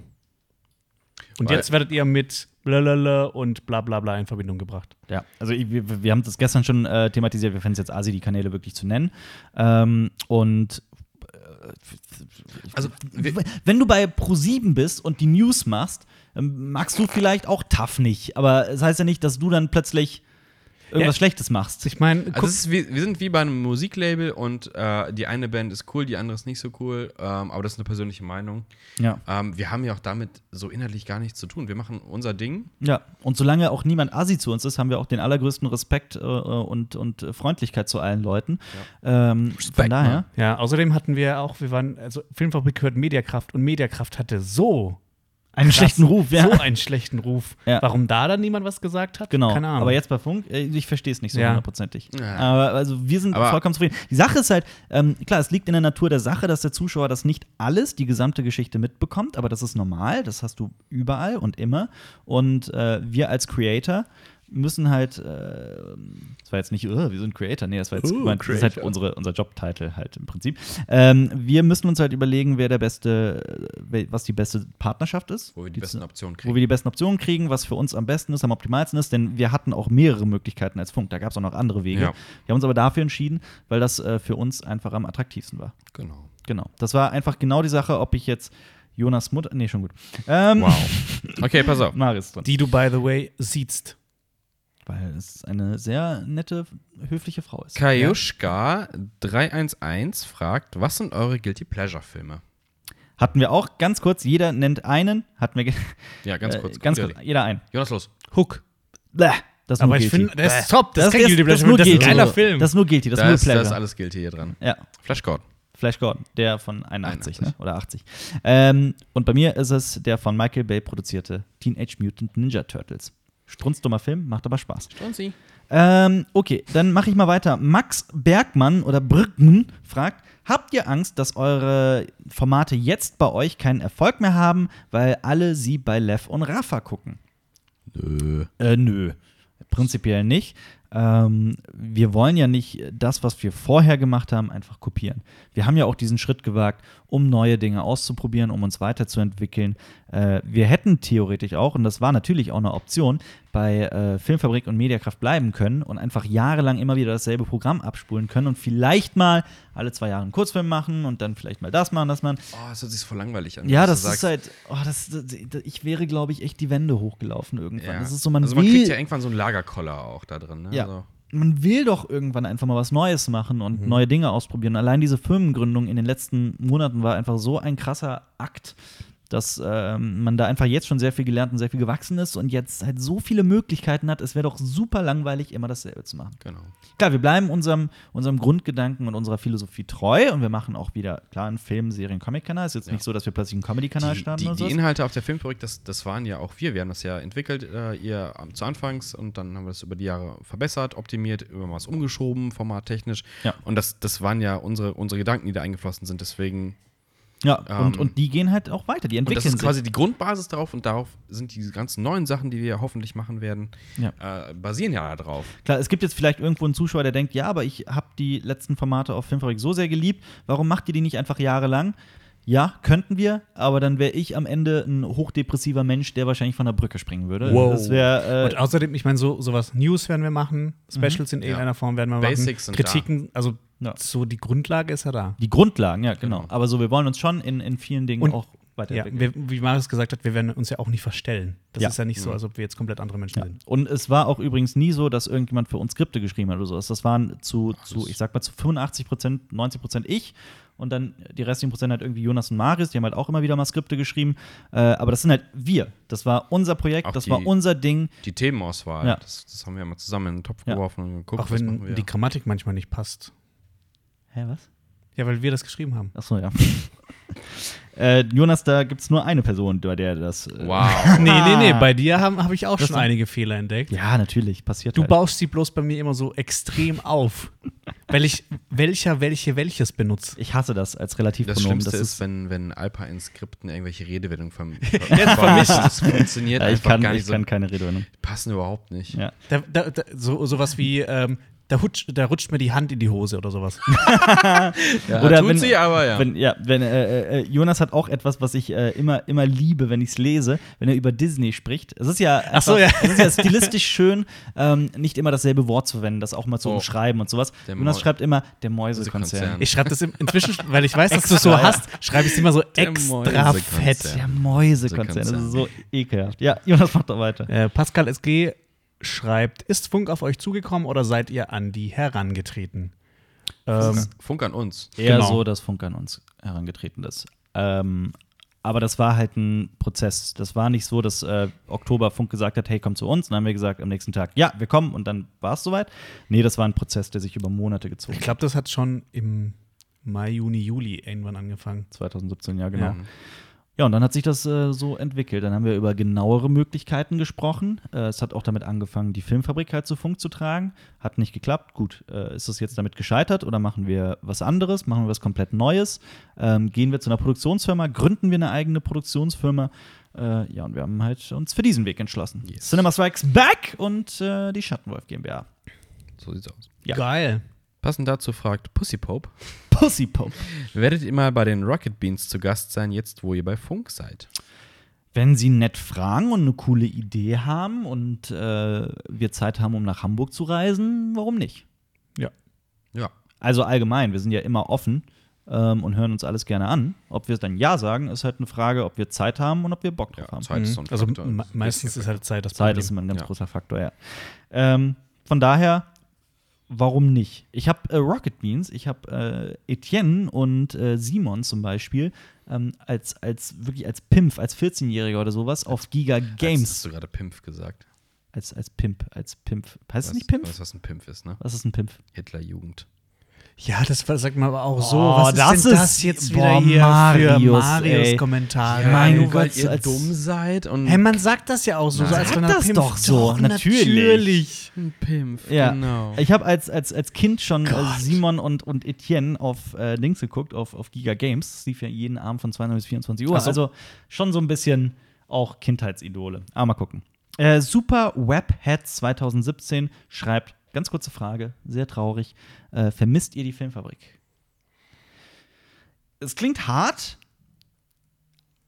A: Und
B: Weil-
A: jetzt werdet ihr mit blablabla und bla bla bla in Verbindung gebracht.
C: Ja, also ich, wir, wir haben das gestern schon äh, thematisiert. Wir fänden es jetzt asi, die Kanäle wirklich zu nennen. Ähm, und
B: Also, wir,
C: wenn du bei Pro7 bist und die News machst, ähm, magst du vielleicht auch TAF nicht. Aber es heißt ja nicht, dass du dann plötzlich irgendwas
A: Ja.
C: Schlechtes machst.
A: Ich meine,
B: also es ist wie, wir sind wie bei einem Musiklabel und äh, die eine Band ist cool, die andere ist nicht so cool. Ähm, aber das ist eine persönliche Meinung.
C: Ja.
B: Ähm, wir haben ja auch damit so inhaltlich gar nichts zu tun. Wir machen unser Ding.
C: Ja, und solange auch niemand Asi zu uns ist, haben wir auch den allergrößten Respekt äh, und, und Freundlichkeit zu allen Leuten. Ähm, von
B: Respekt,
C: daher.
B: ne?
A: ja, außerdem hatten wir auch, wir waren, also Filmfabrik gehört Mediakraft und Mediakraft hatte so
C: Einen
A: krassen-
C: schlechten Ruf, ja.
A: So einen schlechten Ruf.
C: Ja.
A: Warum da dann niemand was gesagt hat?
C: Genau.
A: Keine Ahnung.
C: Aber jetzt bei Funk, äh, ich verstehe es nicht so
A: Ja.
C: hundertprozentig.
B: Ja.
C: Aber also wir sind
B: Aber-
C: vollkommen zufrieden. Die Sache ist halt, ähm, klar, es liegt in der Natur der Sache, dass der Zuschauer das nicht alles, die gesamte Geschichte mitbekommt, aber das ist normal, das hast du überall und immer. Und äh, wir als Creator müssen halt, äh, das war jetzt nicht, oh, wir sind Creator, nee, das war jetzt,
B: Oh,
C: gemeint, das ist halt
B: Creator.
C: unsere, unser Jobtitel halt im Prinzip. Ähm, wir müssen uns halt überlegen, wer der beste, äh, wel- was die beste Partnerschaft ist.
B: Wo wir die besten Optionen
C: ne- Wo
B: kriegen.
C: wir die besten Optionen kriegen, was für uns am besten ist, am optimalsten ist, denn wir hatten auch mehrere Möglichkeiten als Funk. Da gab es auch noch andere Wege.
B: Ja.
C: Wir haben uns aber dafür entschieden, weil das äh, für uns einfach am attraktivsten war.
B: Genau.
C: Genau. Das war einfach genau die Sache, ob ich jetzt Jonas Mutter. Nee, schon gut. Ähm,
B: Wow. Okay, pass auf.
C: Maris dran.
A: die du, by the way, siehst.
C: Weil es eine sehr nette, höfliche Frau ist.
B: Kajuschka311 fragt, was sind eure Guilty Pleasure-Filme?
C: Hatten wir auch ganz kurz, jeder nennt einen. Hatten wir ge-
B: Ja, ganz kurz.
C: äh, ganz kurz
B: Guilty.
C: jeder einen.
B: Jonas, los.
A: Hook.
C: Bleh, das ist
A: Aber
C: nur
A: ich
C: guilty.
A: finde, das ist top. Das,
C: das,
A: ist kein Guilty
C: das ist
A: Pleasure,
C: nur
A: das ist ein
C: guilty.
A: geiler Film.
C: Das ist nur guilty, das ist
B: Da
C: nur
B: ist, da
C: Pleasure.
B: ist alles Guilty hier dran.
C: ja.
B: Flash Gordon.
C: Flash Gordon, der von 81,
B: 81.
C: Ne? oder 80. Ähm, und bei mir ist es der von Michael Bay produzierte Teenage Mutant Ninja Turtles. Strunzdummer Film, macht aber Spaß.
B: Stonzi.
C: Ähm, okay, dann mache ich mal weiter. Max Bergmann oder Brücken fragt, habt ihr Angst, dass eure Formate jetzt bei euch keinen Erfolg mehr haben, weil alle sie bei Lev und Rafa gucken?
B: Nö.
C: Äh, nö. Prinzipiell nicht. ähm, wir wollen ja nicht das, was wir vorher gemacht haben, einfach kopieren. Wir haben ja auch diesen Schritt gewagt, um neue Dinge auszuprobieren, um uns weiterzuentwickeln. Äh, wir hätten theoretisch auch, und das war natürlich auch eine Option, bei äh, Filmfabrik und Mediakraft bleiben können und einfach jahrelang immer wieder dasselbe Programm abspulen können und vielleicht mal alle zwei Jahre einen Kurzfilm machen und dann vielleicht mal das machen, das machen.
B: Oh, das hört sich voll langweilig an.
C: Ja,
B: was du
C: das ist
B: sagst.
C: halt, oh, das, das, ich wäre, glaube ich, echt die Wände hochgelaufen irgendwann.
B: Ja.
C: Das ist so, man,
B: also man
C: will,
B: kriegt ja irgendwann so einen Lagerkoller auch da drin. Ne?
C: ja,
B: Also, Mhm.
C: man will doch irgendwann einfach mal was Neues machen und neue Dinge ausprobieren. Allein diese Firmengründung in den letzten Monaten war einfach so ein krasser Akt, dass ähm, man da einfach jetzt schon sehr viel gelernt und sehr viel gewachsen ist und jetzt halt so viele Möglichkeiten hat. Es wäre doch super langweilig, immer dasselbe zu machen.
B: genau.
C: Klar, wir bleiben unserem, unserem Grundgedanken und unserer Philosophie treu und wir machen auch wieder, klar, einen Film, Serien, Comic-Kanal. Ist jetzt nicht so, dass wir plötzlich einen Comedy-Kanal
B: Die,
C: starten
B: die,
C: oder so.
B: die Inhalte auf der Filmfabrik, das, das waren ja auch wir. Wir haben das ja entwickelt, äh, ihr am- zu Anfangs und dann haben wir das über die Jahre verbessert, optimiert, immer was umgeschoben, formattechnisch.
C: Ja.
B: Und das, das waren ja unsere, unsere Gedanken, die da eingeflossen sind. Deswegen
C: Ja, und,
B: ähm,
C: und die gehen halt auch weiter, die
B: Und
C: entwickeln
B: das ist
C: sich.
B: quasi die Grundbasis darauf und darauf sind diese ganzen neuen Sachen, die wir ja hoffentlich machen werden, äh, basieren ja darauf.
C: Klar, es gibt jetzt vielleicht irgendwo einen Zuschauer, der denkt, ja, aber ich habe die letzten Formate auf Filmfabrik so sehr geliebt, warum macht ihr die nicht einfach jahrelang? Ja, könnten wir, aber dann wäre ich am Ende ein hochdepressiver Mensch, der wahrscheinlich von der Brücke springen würde.
A: Wow.
C: Das äh, wäre
A: Und äh, außerdem, ich meine, so, sowas News werden wir machen, Specials in
B: Ja.
A: irgendeiner Form werden wir
B: Basics
A: machen.
B: sind
A: Kritiken, also
C: Ja.
A: so die Grundlage ist ja da.
C: die Grundlagen, ja, genau.
B: Genau.
C: Aber so, wir wollen uns schon in, in vielen Dingen
A: Und-
C: auch
A: Ja,
C: weiterentwickeln.
A: wir, wie Marius gesagt hat, wir werden uns ja auch nicht verstellen. Das
C: Ja.
A: ist ja nicht so, als ob wir jetzt komplett andere Menschen sind.
C: Und es war auch übrigens nie so, dass irgendjemand für uns Skripte geschrieben hat oder sowas. Das waren zu, zu ich sag mal, zu 85 Prozent, 90 Prozent ich. Und dann die restlichen Prozent halt irgendwie Jonas und Marius, die haben halt auch immer wieder mal Skripte geschrieben. Äh, aber das sind halt wir. Das war unser Projekt,
B: Auch
C: das
B: die-
C: war unser Ding.
B: Die Themenauswahl,
C: Ja.
B: das, das haben wir immer zusammen in den Topf
C: Ja.
B: geworfen und geguckt,
A: Auch
B: was machen
A: wenn
B: wir.
A: die Grammatik manchmal nicht passt.
C: Hä, was?
A: Ja, weil wir das geschrieben haben.
C: Achso, ja. äh, Jonas, da gibt es nur eine Person, bei der das. Äh,
B: wow.
A: Nee, nee, nee, bei dir habe hab ich auch schon
C: sind-
A: einige Fehler entdeckt.
C: Ja, natürlich, passiert
A: Du
C: halt.
A: baust sie bloß bei mir immer so extrem auf, weil ich welcher, welche, welches benutze.
C: Ich hasse das als Relativpronomen.
B: Das Schlimmste
C: Das
B: ist, wenn, wenn Alpa in Skripten irgendwelche Redewendungen verm
A: Jetzt vermischt.
B: Das funktioniert
C: ja, ich
B: einfach
C: kann,
B: gar
C: ich
B: nicht so.
C: kann keine Redewendung.
B: Passen überhaupt nicht.
C: Ja.
A: Da, da, da, so sowas wie, ähm, da, hutsch, da rutscht mir die Hand in die Hose oder sowas.
B: Ja,
C: Oder
B: tut
C: wenn-
B: sie, aber ja.
C: Wenn, ja, wenn, äh, äh, Jonas hat auch etwas, was ich äh, immer, immer liebe, wenn ich es lese, wenn er über Disney spricht. Es ist ja, einfach,
A: so, ja.
C: Es ist ja stilistisch schön, ähm, nicht immer dasselbe Wort zu verwenden, das auch mal zu
B: Oh.
C: umschreiben und sowas.
B: Der
C: Jonas
B: Mäu-
C: schreibt immer der Mäusekonzern.
B: Mäusekonzern.
A: Ich schreibe das im, inzwischen, weil ich weiß, dass du es so
C: Extra, ja.
A: hast, schreibe ich es immer so
B: Der
A: extra
B: Mäusekonzern.
A: fett.
C: Der Mäusekonzern, das ist so ekelhaft. Ja, Jonas macht doch weiter.
A: Äh, Pascal SG schreibt, ist Funk auf euch zugekommen oder seid ihr an die herangetreten? Ähm,
B: Funk an uns.
C: Eher
A: Genau.
C: so, dass Funk an uns herangetreten ist. Ähm, aber das war halt ein Prozess. Das war nicht so, dass äh, Oktober Funk gesagt hat, hey, komm zu uns. Und dann haben wir gesagt am nächsten Tag, ja, wir kommen. Und dann war es soweit. Nee, das war ein Prozess, der sich über Monate gezogen
A: ich
C: hat.
A: glaube, das hat schon im Mai, Juni, Juli irgendwann angefangen.
C: 2017, ja, genau.
A: Ja.
C: Ja. und dann hat sich das äh, so entwickelt. Dann haben wir über genauere Möglichkeiten gesprochen. Äh, es hat auch damit angefangen, die Filmfabrik halt zu Funk zu tragen. Hat nicht geklappt. Gut, äh, ist es jetzt damit gescheitert oder machen wir was anderes? Machen wir was komplett Neues? Ähm, gehen wir zu einer Produktionsfirma? Gründen wir eine eigene Produktionsfirma? Äh, ja, und wir haben halt uns für diesen Weg entschlossen.
B: Yes.
C: Cinema Strikes Back und äh, die Schattenwolf GmbH.
B: So sieht's aus.
C: Ja.
A: Geil.
B: Passend dazu fragt Pussy Pope,
C: Pussy Pope.
B: werdet ihr mal bei den Rocket Beans zu Gast sein, jetzt wo ihr bei Funk seid?
C: Wenn Sie nett fragen und eine coole Idee haben und äh, wir Zeit haben, um nach Hamburg zu reisen, warum nicht?
A: Ja.
B: Ja.
C: Also allgemein, wir sind ja immer offen ähm, und hören uns alles gerne an. Ob wir dann Ja sagen, ist halt eine Frage, ob wir Zeit haben und ob wir Bock drauf
B: ja
C: haben.
B: Zeit ist so ein
A: Also
B: Faktor.
A: me- meistens ist halt Zeit das
C: Zeit
A: Problem.
C: ist immer ein ganz
B: Ja.
C: großer Faktor, ja. Ähm, von daher, warum nicht? Ich habe äh, Rocket Beans, ich habe äh, Etienne und äh, Simon zum Beispiel ähm, als, als wirklich als Pimpf, als 14-Jähriger oder sowas auf Giga
B: Hast
C: Games.
B: du gerade Pimpf gesagt?
C: Als, als Pimp, als Pimp. Heißt es
B: Weißt-
C: nicht Pimp?
B: Weißt du, was ein Pimpf ist, ne?
C: Was ist ein Pimp?
B: Hitlerjugend.
A: Ja, das war- sagt man aber auch so.
C: Oh,
A: was ist
C: das
A: denn das
C: ist-
A: jetzt
C: boah,
A: wieder hier für
C: Marius, ey.
A: Marius-Kommentare?
C: Ja, mein Gott,
B: weil ihr
C: als-
B: dumm seid und
A: Hey, man sagt das ja auch so, so
B: Nein.
A: als
C: Sag
A: wenn er
C: das
A: pimpft.
C: doch so, natürlich.
A: natürlich.
B: ein Pimpf,
C: Ja,
B: genau.
C: ich habe als, als, als Kind schon äh,
A: Gott.
C: Simon und, und Etienne auf äh, Dings geguckt, auf, auf Giga Games. Das lief ja jeden Abend von 22 bis 24 Uhr.
A: Ach so.
C: Also schon so ein bisschen auch Ah, Kindheitsidole. Aber mal gucken. Äh, Super Webhead 2017 schreibt Ganz kurze Frage, sehr traurig. Äh, vermisst ihr die Filmfabrik? Es klingt hart.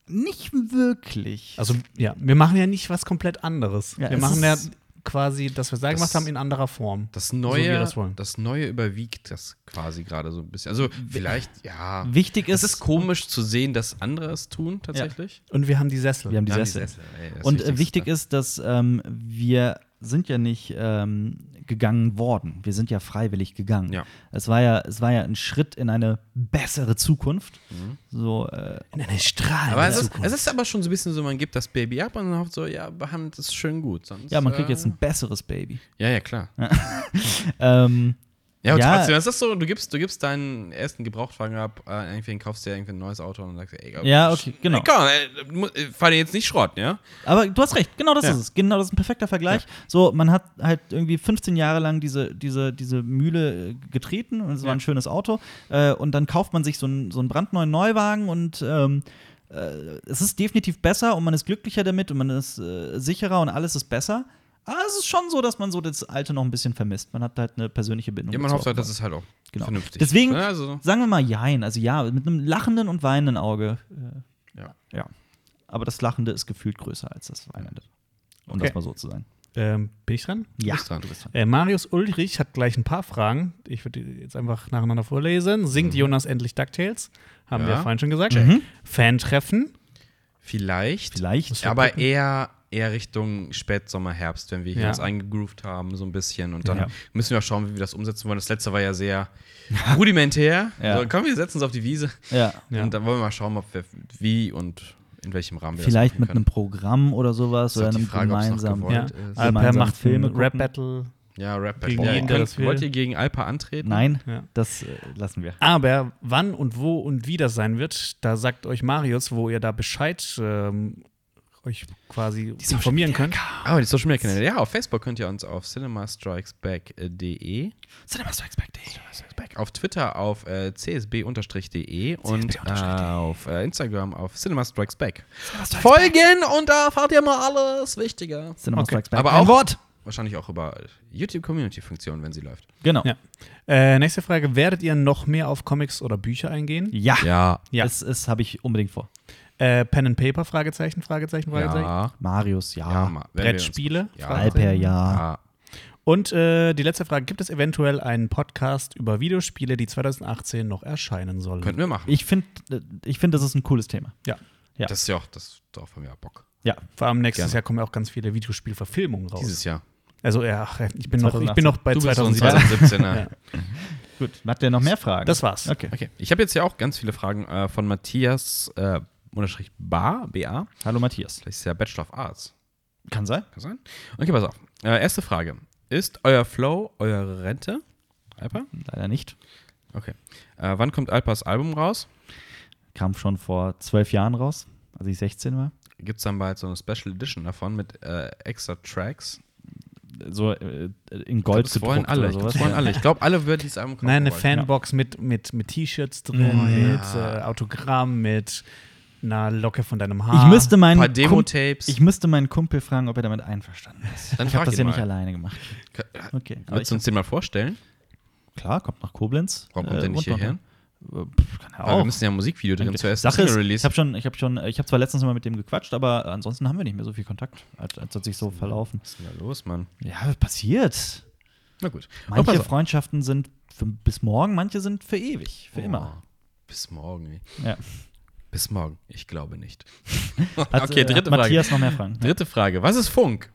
C: Nicht wirklich.
A: Also, ja, wir machen ja nicht was komplett anderes.
C: Ja,
A: wir
C: es
A: machen ja
C: ist-
A: quasi das, was wir da
B: Das-
A: gemacht haben, in anderer Form.
B: Das
A: So wie
B: Neue,
A: wir das
B: das,
A: wollen.
B: Neue überwiegt das quasi gerade so ein bisschen. Also vielleicht, ja.
C: Wichtig
B: Es
C: ist,
B: ist komisch zu sehen, dass andere es tun, tatsächlich.
A: Und wir haben die Sessel.
C: wir haben die
B: Ja, die
C: Sessel.
B: Sessel, ey, das
C: Und äh,
B: Wichtigste.
C: wichtig ist, dass ähm, wir sind ja nicht ähm, gegangen worden. Wir sind ja freiwillig gegangen.
B: Ja.
C: Es, war ja es war ja ein Schritt in eine bessere Zukunft. So, äh,
A: in eine strahlende
B: Aber es ist,
A: Zukunft.
B: es ist aber schon so ein bisschen so, man gibt das Baby ab und dann hofft so, ja, behandelt es schön gut. Sonst,
C: ja, man kriegt
B: äh,
C: jetzt ein besseres Baby.
B: Ja, ja, klar. Ja,
C: Ähm,
B: und
C: Ja.
B: trotzdem, das ist so, du gibst, du gibst deinen ersten Gebrauchtwagen ab, äh, irgendwen kaufst dir irgendwie ein neues Auto und sagst, ey, egal.
C: ja, okay, genau. Hm,
B: Ey, komm, ey, mu- äh, fahr dir jetzt nicht Schrott, ja?
C: Aber du hast recht, genau das
B: Ja.
C: ist es. Genau, das ist ein perfekter Vergleich. So, man hat halt irgendwie 15 Jahre lang diese, diese, diese Mühle äh, getreten und es war
B: Ja.
C: ein schönes Auto. Äh, und dann kauft man sich so einen, so einen brandneuen Neuwagen und ähm, äh, es ist definitiv besser und man ist glücklicher damit und man ist äh, sicherer und alles ist besser. Aber es ist schon so, dass man so das Alte noch ein bisschen vermisst. Man hat halt eine persönliche Bindung.
B: Ja, man
C: dazu
B: hofft halt,
C: aufgebaut.
B: das ist halt auch
C: Genau.
B: vernünftig.
C: Deswegen-
B: Ne, also,
C: Sagen wir mal Jein. Also ja, mit einem lachenden und weinenden Auge. Äh,
B: Ja.
C: ja. Aber das Lachende ist gefühlt größer als das Weinende. Um
A: Okay.
C: das mal so zu sagen.
A: ähm, bin ich dran?
B: du bist dran, du bist dran.
A: Äh, Marius Ulrich hat gleich ein paar Fragen. Ich würde die jetzt einfach nacheinander vorlesen.
C: Mhm.
A: Singt Jonas endlich DuckTales? Haben
B: Ja.
A: wir vorhin schon gesagt. Fan-Treffen.
B: Vielleicht,
C: Vielleicht.
A: wir
B: aber
A: gucken.
B: eher, eher Richtung Spätsommer, Herbst, wenn wir hier
A: Ja.
B: uns eingegroovt haben, so ein bisschen. Und dann
C: Ja.
B: müssen wir auch schauen, wie wir das umsetzen wollen. Das letzte war ja sehr rudimentär.
C: Ja.
B: So, komm, wir setzen uns auf die Wiese.
C: Ja.
A: Ja.
B: Und dann wollen wir mal schauen, ob wir wie und in welchem Rahmen wir
C: Vielleicht
B: das
C: mit einem
B: machen
C: Programm oder sowas
B: Ist
C: oder
B: auch die
C: einem
B: Frage, ob's noch
C: gemeinsamen.
B: gewollt
A: Ja.
B: Freund ist.
A: Alper
C: Gemeinsam
A: macht
C: Filme
A: einen
C: gucken.
A: Rap-Battle.
B: können. Ja, Rap
A: Gegen
B: Battle.
A: jeden, der das
B: könnt,
A: will.
B: Wollt ihr gegen Alpa antreten?
C: Nein,
A: Ja.
C: das äh, lassen wir.
A: Aber wann und wo und wie das sein wird, da sagt euch Marius, wo ihr da Bescheid ähm, euch quasi informieren könnt.
B: Aber Ah, die Social Media Kanäle. Ja, auf Facebook könnt ihr uns auf äh, cinemastrikesback.de, auf Twitter auf äh,
C: E.
B: csb-de und auf äh, Instagram auf cinemastrikesback. Folgen und da erfahrt ihr mal alles Wichtige.
C: Cinema
A: Okay.
C: Strikes Back.
B: Aber
C: Ein
B: auch
C: Wort.
B: wahrscheinlich auch über YouTube Community Funktion, wenn sie läuft.
C: Genau.
A: Ja. Äh, nächste Frage: Werdet ihr noch mehr auf Comics oder Bücher eingehen?
C: Ja.
B: Ja.
A: Ja.
C: Das, das habe ich unbedingt vor.
A: Äh, Pen and Paper? Fragezeichen, Fragezeichen, Fragezeichen.
B: Ja.
C: Marius,
B: ja
C: ja.
B: ma- wenn wir uns-
A: Brettspiele?
B: Ja.
A: Fragezeichen.
C: Alper, ja.
B: Ja.
A: Und äh, die letzte Frage: Gibt es eventuell einen Podcast über Videospiele, die 2018 noch erscheinen sollen?
B: Könnten wir machen.
C: Ich finde, ich find, das ist ein cooles Thema.
A: Ja.
C: Ja.
B: Das ist ja auch, das, darauf haben wir ja Bock.
C: Ja.
A: Vor allem nächstes
B: Gerne.
A: Jahr kommen ja auch ganz viele Videospielverfilmungen
C: Oh.
A: raus.
B: Dieses Jahr.
A: Also, ja, ach, ich bin, noch, ich bin
C: 2018.
A: noch bei
B: Du bist so ein
A: 2017.
B: 2017er.
A: Ja.
C: Gut. Habt ihr noch mehr Fragen?
A: Das war's.
C: Okay.
B: Okay. Ich habe jetzt ja auch ganz viele Fragen äh, von Matthias äh, unterstrich Bar, BA.
C: Hallo Matthias.
B: Vielleicht ist er Bachelor of Arts.
C: Kann sein.
B: Kann sein. Okay, pass auf. Äh, erste Frage. Ist euer Flow eure Rente? Alpa?
C: Leider nicht.
B: Okay. Äh, wann kommt Alpas Album raus?
C: Kam schon vor zwölf Jahren raus, als ich 16 war.
B: Gibt es dann bald so eine Special Edition davon mit äh, extra Tracks?
C: So äh, in
B: Ich glaub,
C: Gold
B: das wollen
C: gedruckt
B: alle.
C: oder
B: Ich glaube,
C: sowas.
B: das wollen alle. Ich glaube, alle würden dieses Album kaufen.
A: Nein, Ne, eine
B: wollen.
A: Fanbox mit, mit, mit T-Shirts drin,
C: Oh,
A: mit äh, Autogramm, mit einer Locke von deinem Haar.
C: Ich müsste
B: Ein paar
C: meinen Kump-
B: Demo-Tapes.
C: Ich müsste meinen Kumpel fragen, ob er damit einverstanden ist.
B: Dann
C: ich habe
B: frag
C: das ja
B: ihn
C: nicht
B: mal.
C: alleine gemacht. Okay. Aber ich,
B: Willst du uns den mal vorstellen?
C: klar, kommt nach Koblenz. Äh,
B: Warum kommt der
C: und
B: nicht
C: noch-
B: hierher?
C: Äh, pff, Kann er
B: Weil wir
C: auch.
B: müssen ja ein Musikvideo drin zuerst
C: Sache
B: Single
C: ist, ich habe schon, ich habe schon, äh, ich habe zwar letztens mal mit dem gequatscht, aber ansonsten haben wir nicht mehr so viel Kontakt, als, als hat sich
B: Mhm.
C: so verlaufen.
B: Was ist denn da los, Mann?
C: Ja, was passiert.
B: Na gut. Aber Oh, pass
C: Manche
B: auf.
C: Freundschaften sind für, bis morgen, manche sind für ewig, für immer.
B: Oh, bis morgen, ey.
C: Ja.
B: Bis morgen. Ich glaube nicht.
C: Hat,
B: okay,
C: äh,
B: dritte
C: hat
B: Frage.
C: Matthias noch mehr Fragen.
B: Dritte Frage. Was ist Funk?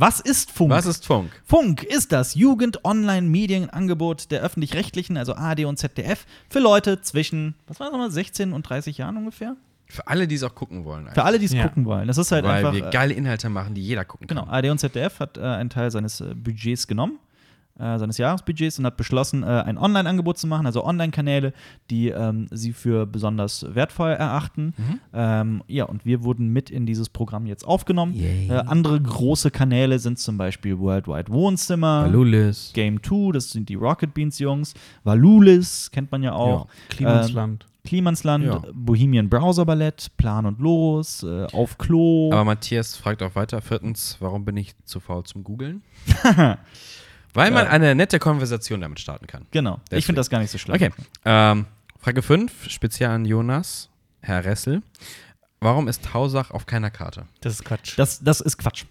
C: Was ist Funk?
B: Was ist Funk?
C: Funk ist das Jugend-Online-Medienangebot der öffentlich-rechtlichen, also AD und ZDF, für Leute zwischen, was war das nochmal, 16 und 30 Jahren ungefähr?
B: Für alle, die es auch gucken wollen.
C: Für alle, die es
A: Ja.
C: gucken wollen. Das ist halt
B: Weil
C: einfach.
B: wir
C: äh,
B: geile Inhalte machen, die jeder gucken
C: genau,
B: kann.
C: AD und ZDF hat äh, einen Teil seines äh, Budgets genommen, äh, seines Jahresbudgets und hat beschlossen, äh, ein Online-Angebot zu machen, also Online-Kanäle, die ähm, sie für besonders wertvoll erachten.
B: Mhm.
C: Ähm, ja, und wir wurden mit in dieses Programm jetzt aufgenommen.
B: Yay.
C: Äh, andere große Kanäle sind zum Beispiel Worldwide Wohnzimmer.
B: Lulis.
C: Game 2, das sind die Rocket Beans Jungs, Valulis kennt man ja auch,
A: Klimasland.
C: Ähm. Klimansland,
B: Ja.
C: Bohemian Browser Ballett, Plan und Loros, äh, Auf Klo.
B: Aber Matthias fragt auch weiter. Viertens, warum bin ich zu faul zum Googeln? Weil man eine nette Konversation damit starten kann.
C: Genau. Ich
B: Deswegen.
C: finde das gar nicht so schlimm.
B: Okay. Ähm, Frage 5, speziell an Jonas, Herr Ressel. Warum ist Hausach auf keiner Karte?
A: Das ist Quatsch.
C: Das, das ist Quatsch.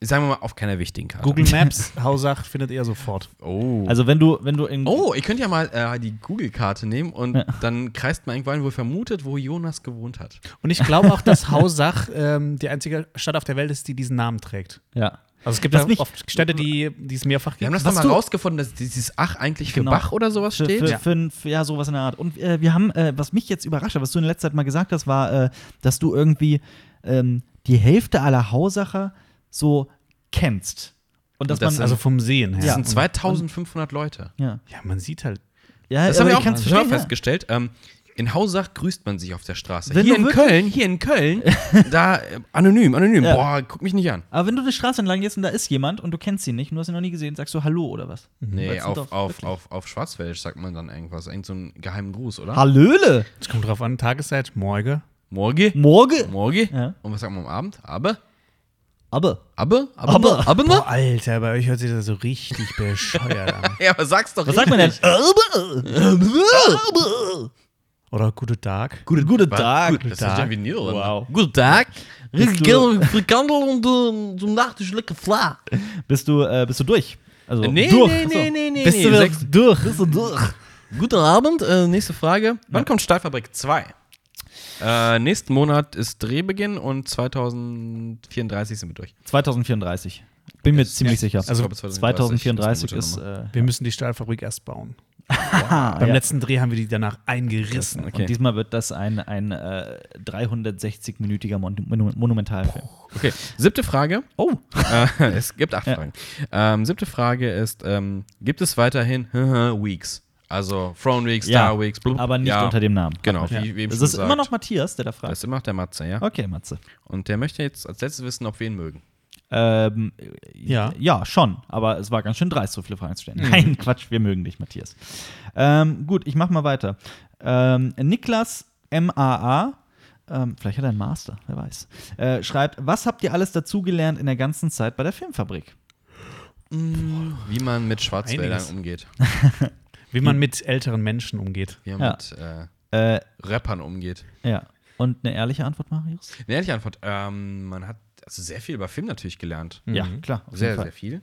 B: Sagen wir mal, auf keiner wichtigen Karte.
A: Google Maps, Hausach findet ihr sofort.
B: Oh.
C: Also wenn du, wenn du in
B: oh, ihr könnt ja mal äh, die Google-Karte nehmen und
C: Ja.
B: dann kreist man irgendwo ein, wo ihr vermutet, wo Jonas gewohnt hat.
A: Und ich glaube auch, dass Hausach ähm, die einzige Stadt auf der Welt ist, die diesen Namen trägt.
C: ja.
A: Also es gibt
C: Was
A: ja
C: mich-
A: oft Städte, die, die es mehrfach
B: Wir
A: gibt.
B: haben das
C: Was
B: dann mal
C: du-
B: rausgefunden, dass dieses Ach eigentlich für
C: Genau.
B: Bach oder sowas
C: Für,
B: steht.
C: für,
A: Ja.
C: ja. Für, für, ja, sowas in der Art. Und äh, wir haben, äh, was mich jetzt überrascht hat, was du in letzter Zeit mal gesagt hast, war, äh, dass du irgendwie ähm, die Hälfte aller Hausacher so kennst. Und dass
B: Und das
C: man.
A: also vom Sehen her.
B: Das
C: Ja.
B: sind 2500 Leute.
C: ja.
A: Ja, man sieht halt.
C: ja,
B: Das
C: aber
B: haben wir
C: ich
B: auch
C: kann's
B: schon mal
C: verstehen, ja.
B: festgestellt. Ähm, in Hausach grüßt man sich auf der Straße.
C: Wenn
B: hier
C: du
B: in
C: wirklich-
B: Köln, hier in Köln, da äh, anonym, anonym.
C: Ja.
B: Boah, guck mich nicht an.
C: Aber wenn du eine Straße entlang gehst und da ist jemand und du kennst ihn nicht und du hast ihn noch nie gesehen, sagst du Hallo oder was?
B: Nee,
C: Weil's ein
B: auf,
C: Dorf,
B: auf,
C: wirklich.
B: auf, auf Schwarzwäldisch sagt man dann irgendwas. Irgend so einen geheimen Gruß, oder?
C: Hallöle!
A: Es kommt drauf an, Tageszeit, Morgen.
B: Morgen.
C: Morgen!
B: Morgen.
C: Ja.
B: Und was sagt man am Abend? Aber?
C: Aber.
B: Aber?
C: Aber.
B: Aber?
A: Boah,
B: aber
A: Alter, bei euch hört sich das so richtig bescheuert an.
B: ja, aber sag's doch
C: Was sagt man denn? Aber.
A: Oder gute Tag.
C: Guten, guten Tag.
B: Gut, das ist ja wie Niederlande.
C: Wow.
B: Guten Tag.
C: Bist du-
B: Frikandel und äh, zum Nachtisch lecker Fla.
C: Bist du, äh, bist du durch? Also,
B: Nee,
C: durch.
B: nee, nee,
C: Achso.
B: nee, nee.
A: Bist du
B: nee.
A: das
B: Sechs-
A: durch?
C: Bist du durch?
B: Guten Abend, äh, nächste Frage. Wann kommt Stahlfabrik 2? Äh, nächsten Monat ist Drehbeginn und 2034 sind wir durch.
C: 2034. Bin mir ziemlich sicher.
B: Also,
C: Also
B: ich glaube,
C: 2034
B: ist
C: ist.
B: eine
C: Äh,
A: Wir müssen die Stahlfabrik erst bauen.
C: ah,
A: Beim
C: ja.
A: letzten Dreh haben wir die danach eingerissen.
B: Okay.
C: äh, Und diesmal wird das ein, ein äh, 360-minütiger Mon Monu- Monumentalfilm.
B: Okay, siebte Frage.
C: Oh,
B: äh, es gibt acht
C: Ja.
B: Fragen. Ähm, siebte Frage ist, ähm, gibt es weiterhin Weeks? Also Throne Week, Star
C: Ja,
B: Weeks, blub.
C: aber nicht
B: ja,
C: unter dem Namen.
B: Genau,
A: Ja.
B: wie, wie eben
C: Es
B: schon
C: ist
B: gesagt.
C: immer noch Matthias, der da fragt.
B: Das ist immer noch der Matze, ja.
C: Okay, Matze.
B: Und der möchte jetzt als letztes wissen, ob wir ihn mögen.
C: Ähm,
A: Ja.
C: ja, schon. Aber es war ganz schön dreist, so viele Fragen zu stellen.
B: Mhm.
C: Nein, Quatsch, wir mögen dich, Matthias. Ähm, gut, ich mach mal weiter. Ähm, Niklas MAA, ähm, vielleicht hat er einen Master, wer weiß, äh, schreibt: Was habt ihr alles dazugelernt in der ganzen Zeit bei der Filmfabrik?
B: Wie man mit Schwarzwäldern
A: Einiges.
B: umgeht.
A: Wie
C: Mhm.
A: man mit älteren Menschen umgeht.
B: Wie man
C: Ja.
B: mit äh,
C: Äh,
B: Rappern umgeht.
C: ja. Und eine ehrliche Antwort, Marius?
B: Eine ehrliche Antwort. Ähm, man hat also sehr viel über Film natürlich gelernt.
C: Ja,
A: Mhm.
C: klar. auf
B: Mhm. Sehr,
C: jeden Fall.
B: sehr viel.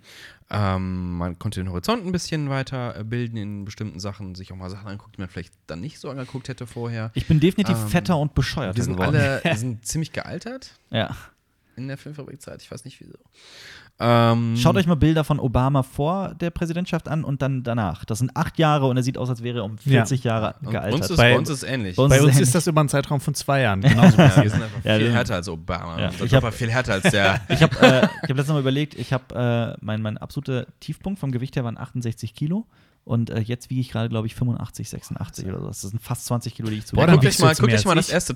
B: Ähm, man konnte den Horizont ein bisschen weiter äh, bilden in bestimmten Sachen, sich auch mal Sachen anguckt, die man vielleicht dann nicht so angeguckt hätte vorher.
C: Ich bin definitiv
B: Ähm,
C: fetter und bescheuerter
B: Wir sind
C: geworden.
B: alle wir sind ziemlich gealtert
C: ja.
B: in der Filmfabrikzeit. Ich weiß nicht wieso. Ähm,
C: Schaut euch mal Bilder von Obama vor der Präsidentschaft an und dann danach. Das sind acht Jahre und er sieht aus, als wäre er um 40 Jahre
B: und
C: gealtert.
B: Uns ist, bei,
A: Bei-
B: uns ist ähnlich.
C: bei uns-
A: Bei uns
C: ähnlich.
A: ist das über einen Zeitraum von zwei Jahren. Genauso.
B: ja, wir sind einfach
C: Ja,
B: viel
C: das-
B: härter als Obama.
C: Ja.
B: Unser
C: Ich hab-
B: Körper viel härter als der.
C: Ich habe äh, ich hab letztes Mal überlegt, ich habe äh, mein, mein absoluter Tiefpunkt vom Gewicht her waren 68 Kilo. Und äh, jetzt wiege ich gerade, glaube ich, 85, 86 oder so. Das sind fast 20 Kilo, die ich zu
A: Boah,
C: Boah,
A: dann
B: Guckt euch
A: wiegst du
B: mal,
A: jetzt
B: guckt
A: mehr
B: euch mal
A: als
B: das
A: ich.
B: erste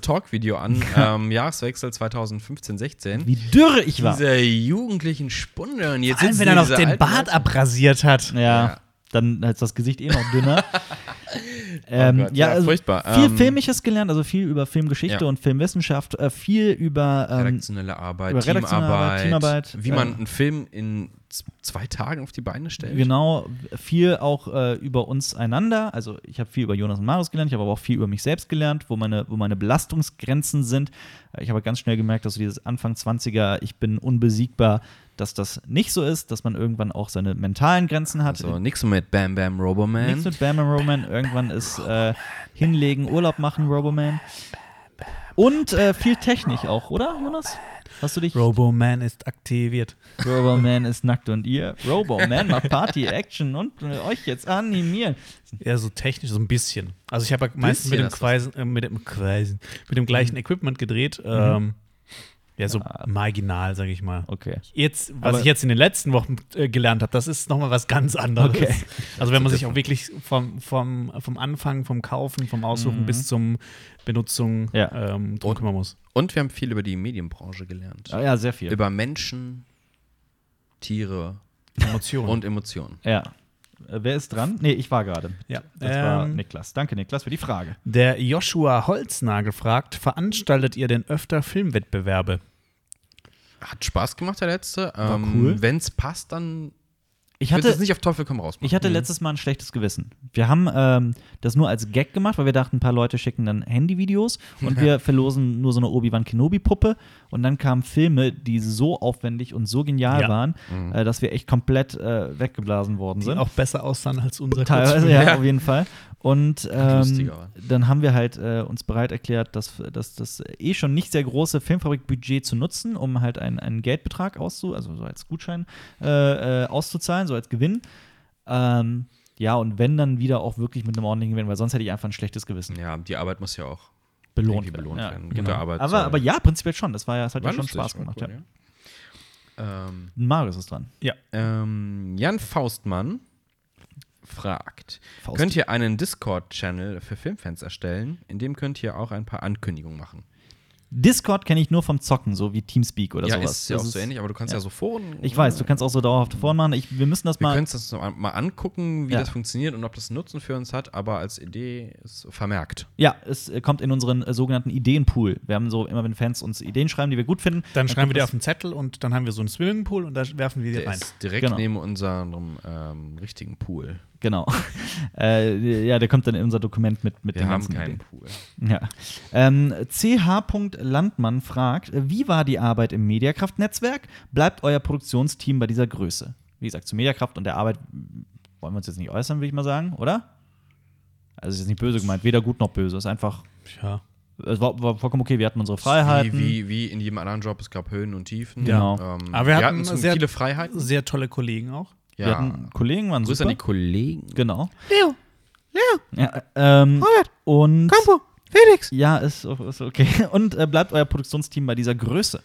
B: Talk-Video an. ähm, Jahreswechsel 2015-16.
C: Wie dürr ich war.
B: Diese jugendlichen Spunde und jetzt
A: Vor allem,
B: sitzen
A: wenn er noch
B: diese
A: den
B: alten
A: Bart
B: Leute-
A: abrasiert hat.
C: Ja,
B: Ja.
C: dann ist das Gesicht eh noch dünner. ähm,
B: Oh Gott,
C: ja,
B: ja,
C: also
B: furchtbar.
C: Viel
B: Ähm,
C: Filmisches gelernt, also viel über Filmgeschichte
B: ja.
C: und Filmwissenschaft, äh, viel über ähm,
B: Redaktionelle Arbeit,
C: über redaktionelle
B: Teamarbeit,
C: Arbeit, Teamarbeit,
B: wie man
C: äh,
B: einen Film in z- zwei Tagen auf die Beine stellt.
C: Genau, viel auch äh, über uns einander. Also ich habe viel über Jonas und Marius gelernt, ich habe aber auch viel über mich selbst gelernt, wo meine, wo meine Belastungsgrenzen sind. Äh, Ich habe ganz schnell gemerkt, dass so dieses Anfang 20er, ich bin unbesiegbar, dass das nicht so ist, dass man irgendwann auch seine mentalen Grenzen hat.
B: Also nichts mit Bam Bam Roboman.
C: Nichts mit Bam Bam Roman, irgendwann ist äh, hinlegen, Urlaub machen, Roboman. Und äh, viel Technik auch, oder, Jonas? Hast du dich?
A: Roboman ist aktiviert.
C: Roboman ist nackt und ihr. Roboman macht Party, Action und äh, euch jetzt animieren.
A: Ja, so technisch so ein bisschen. Also ich habe ja meistens mit dem,
B: Bisschen Mhm.
A: Quaisen, äh, mit, dem Quaisen, mit dem gleichen Equipment gedreht. Ähm, ja, so marginal, sage ich mal.
C: Okay.
A: Jetzt, was
C: Aber-
A: ich jetzt in den letzten Wochen äh, gelernt habe, das ist nochmal was ganz anderes.
C: Okay.
A: Also wenn man sich auch wirklich vom, vom, vom Anfang, vom Kaufen, vom Aussuchen bis zum Benutzung
C: Ja.
A: ähm, drum kümmern muss.
B: Mhm. Und wir haben viel über die Medienbranche gelernt.
C: Ah, Ja, ja, sehr viel.
B: Über Menschen, Tiere
A: Emotionen.
B: und Emotionen.
C: ja. Äh, Wer ist dran? Nee, ich war gerade.
A: ja.
C: Das war
A: Ähm,
C: Niklas. Danke, Niklas, für die Frage.
A: Der Joshua Holznagel fragt, veranstaltet ihr denn öfter Filmwettbewerbe?
B: Hat Spaß gemacht, der letzte.
C: War cool.
B: Wenn es passt, dann
C: Ich
B: Ich würde
C: hatte,
B: das nicht auf Teufel komm raus machen.
C: ich hatte
B: Mhm.
C: letztes Mal ein schlechtes Gewissen. Wir haben ähm, das nur als Gag gemacht, weil wir dachten, ein paar Leute schicken dann Handyvideos und wir verlosen nur so eine Obi-Wan Kenobi-Puppe. Und dann kamen Filme, die so aufwendig und so genial
A: Ja.
C: waren,
B: Mhm.
C: äh, dass wir echt komplett äh, weggeblasen worden
A: Die
C: sind.
A: auch besser aussahen als unser
C: Teilweise,
A: Kurzfilm.
C: ja,
B: Ja.
C: auf jeden Fall. Und ähm,
B: Lustiger.
C: dann haben wir halt äh, uns bereit erklärt, dass, dass das eh schon nicht sehr große Filmfabrikbudget zu nutzen, um halt einen, einen Geldbetrag auszu, also so als Gutschein äh, äh, auszuzahlen, so als Gewinn. Ähm, ja, und wenn dann wieder auch wirklich mit einem ordentlichen Gewinn, weil sonst hätte ich einfach ein schlechtes Gewissen.
B: Ja, die Arbeit muss ja auch
C: Belohnt,
B: irgendwie belohnt
C: ja,
B: werden.
C: Genau.
B: Gute Arbeit.
C: aber,
B: soll-
C: aber ja, prinzipiell schon. Das war ja, es hat
B: War
C: ja schon
B: lustig,
C: Spaß
B: war
C: gemacht.
B: cool,
C: ja.
B: ja. Ähm,
C: Marius ist dran.
B: Ähm, Jan Faustmann fragt:
C: Faust.
B: Könnt ihr einen Discord-Channel für Filmfans erstellen? In dem könnt ihr auch ein paar Ankündigungen machen.
C: Discord kenne ich nur vom Zocken, so wie Teamspeak oder
B: ja,
C: sowas.
B: ist ja
C: Das
B: auch so ähnlich, aber du kannst ja, so Foren.
C: Ich weiß, du kannst auch so dauerhafte Foren machen. Ich, wir müssen das
B: Wir
C: mal.
B: können uns das mal angucken, wie
C: Ja.
B: das funktioniert und ob das einen Nutzen für uns hat, aber als Idee ist vermerkt.
C: Ja, es äh, kommt in unseren äh, sogenannten Ideenpool. Wir haben so immer, wenn Fans uns Ideen schreiben, die wir gut finden,
A: Dann schreiben wir die
C: kommt
A: auf den Zettel und dann haben wir so einen Swimmingpool und da werfen wir die
B: Der
A: rein.
B: ist direkt
C: Genau.
B: neben unserem ähm, richtigen Pool.
C: das- Genau. äh, ja, der kommt dann in unser Dokument mit mit
B: Wir
C: den
B: haben
C: ganzen
B: keinen
C: Ideen.
B: Pool.
C: Ja. Ähm, CH. Landmann fragt, äh, wie war die Arbeit im Mediakraft-Netzwerk? Bleibt euer Produktionsteam bei dieser Größe? Wie gesagt, zu Mediakraft und der Arbeit mh, wollen wir uns jetzt nicht äußern, würde ich mal sagen, oder? Also ist jetzt nicht böse gemeint, weder gut noch böse. Ist einfach,
A: Ja.
C: es war, war vollkommen okay. Wir hatten unsere Freiheiten.
B: Wie, wie, wie in jedem anderen Job, es gab Höhen und Tiefen.
C: Genau.
B: Ähm,
A: Aber wir hatten,
B: zum-
A: sehr-
B: viele Freiheiten.
A: Sehr tolle Kollegen auch.
C: Wir hatten Kollegen, waren
B: Grüße
C: super.
B: an die Kollegen.
C: Genau.
A: Leo, Leo,
C: Ja, ähm,
A: Robert,
C: und
A: Campo, Felix.
C: ja, ist, ist okay. Und äh, bleibt euer Produktionsteam bei dieser Größe.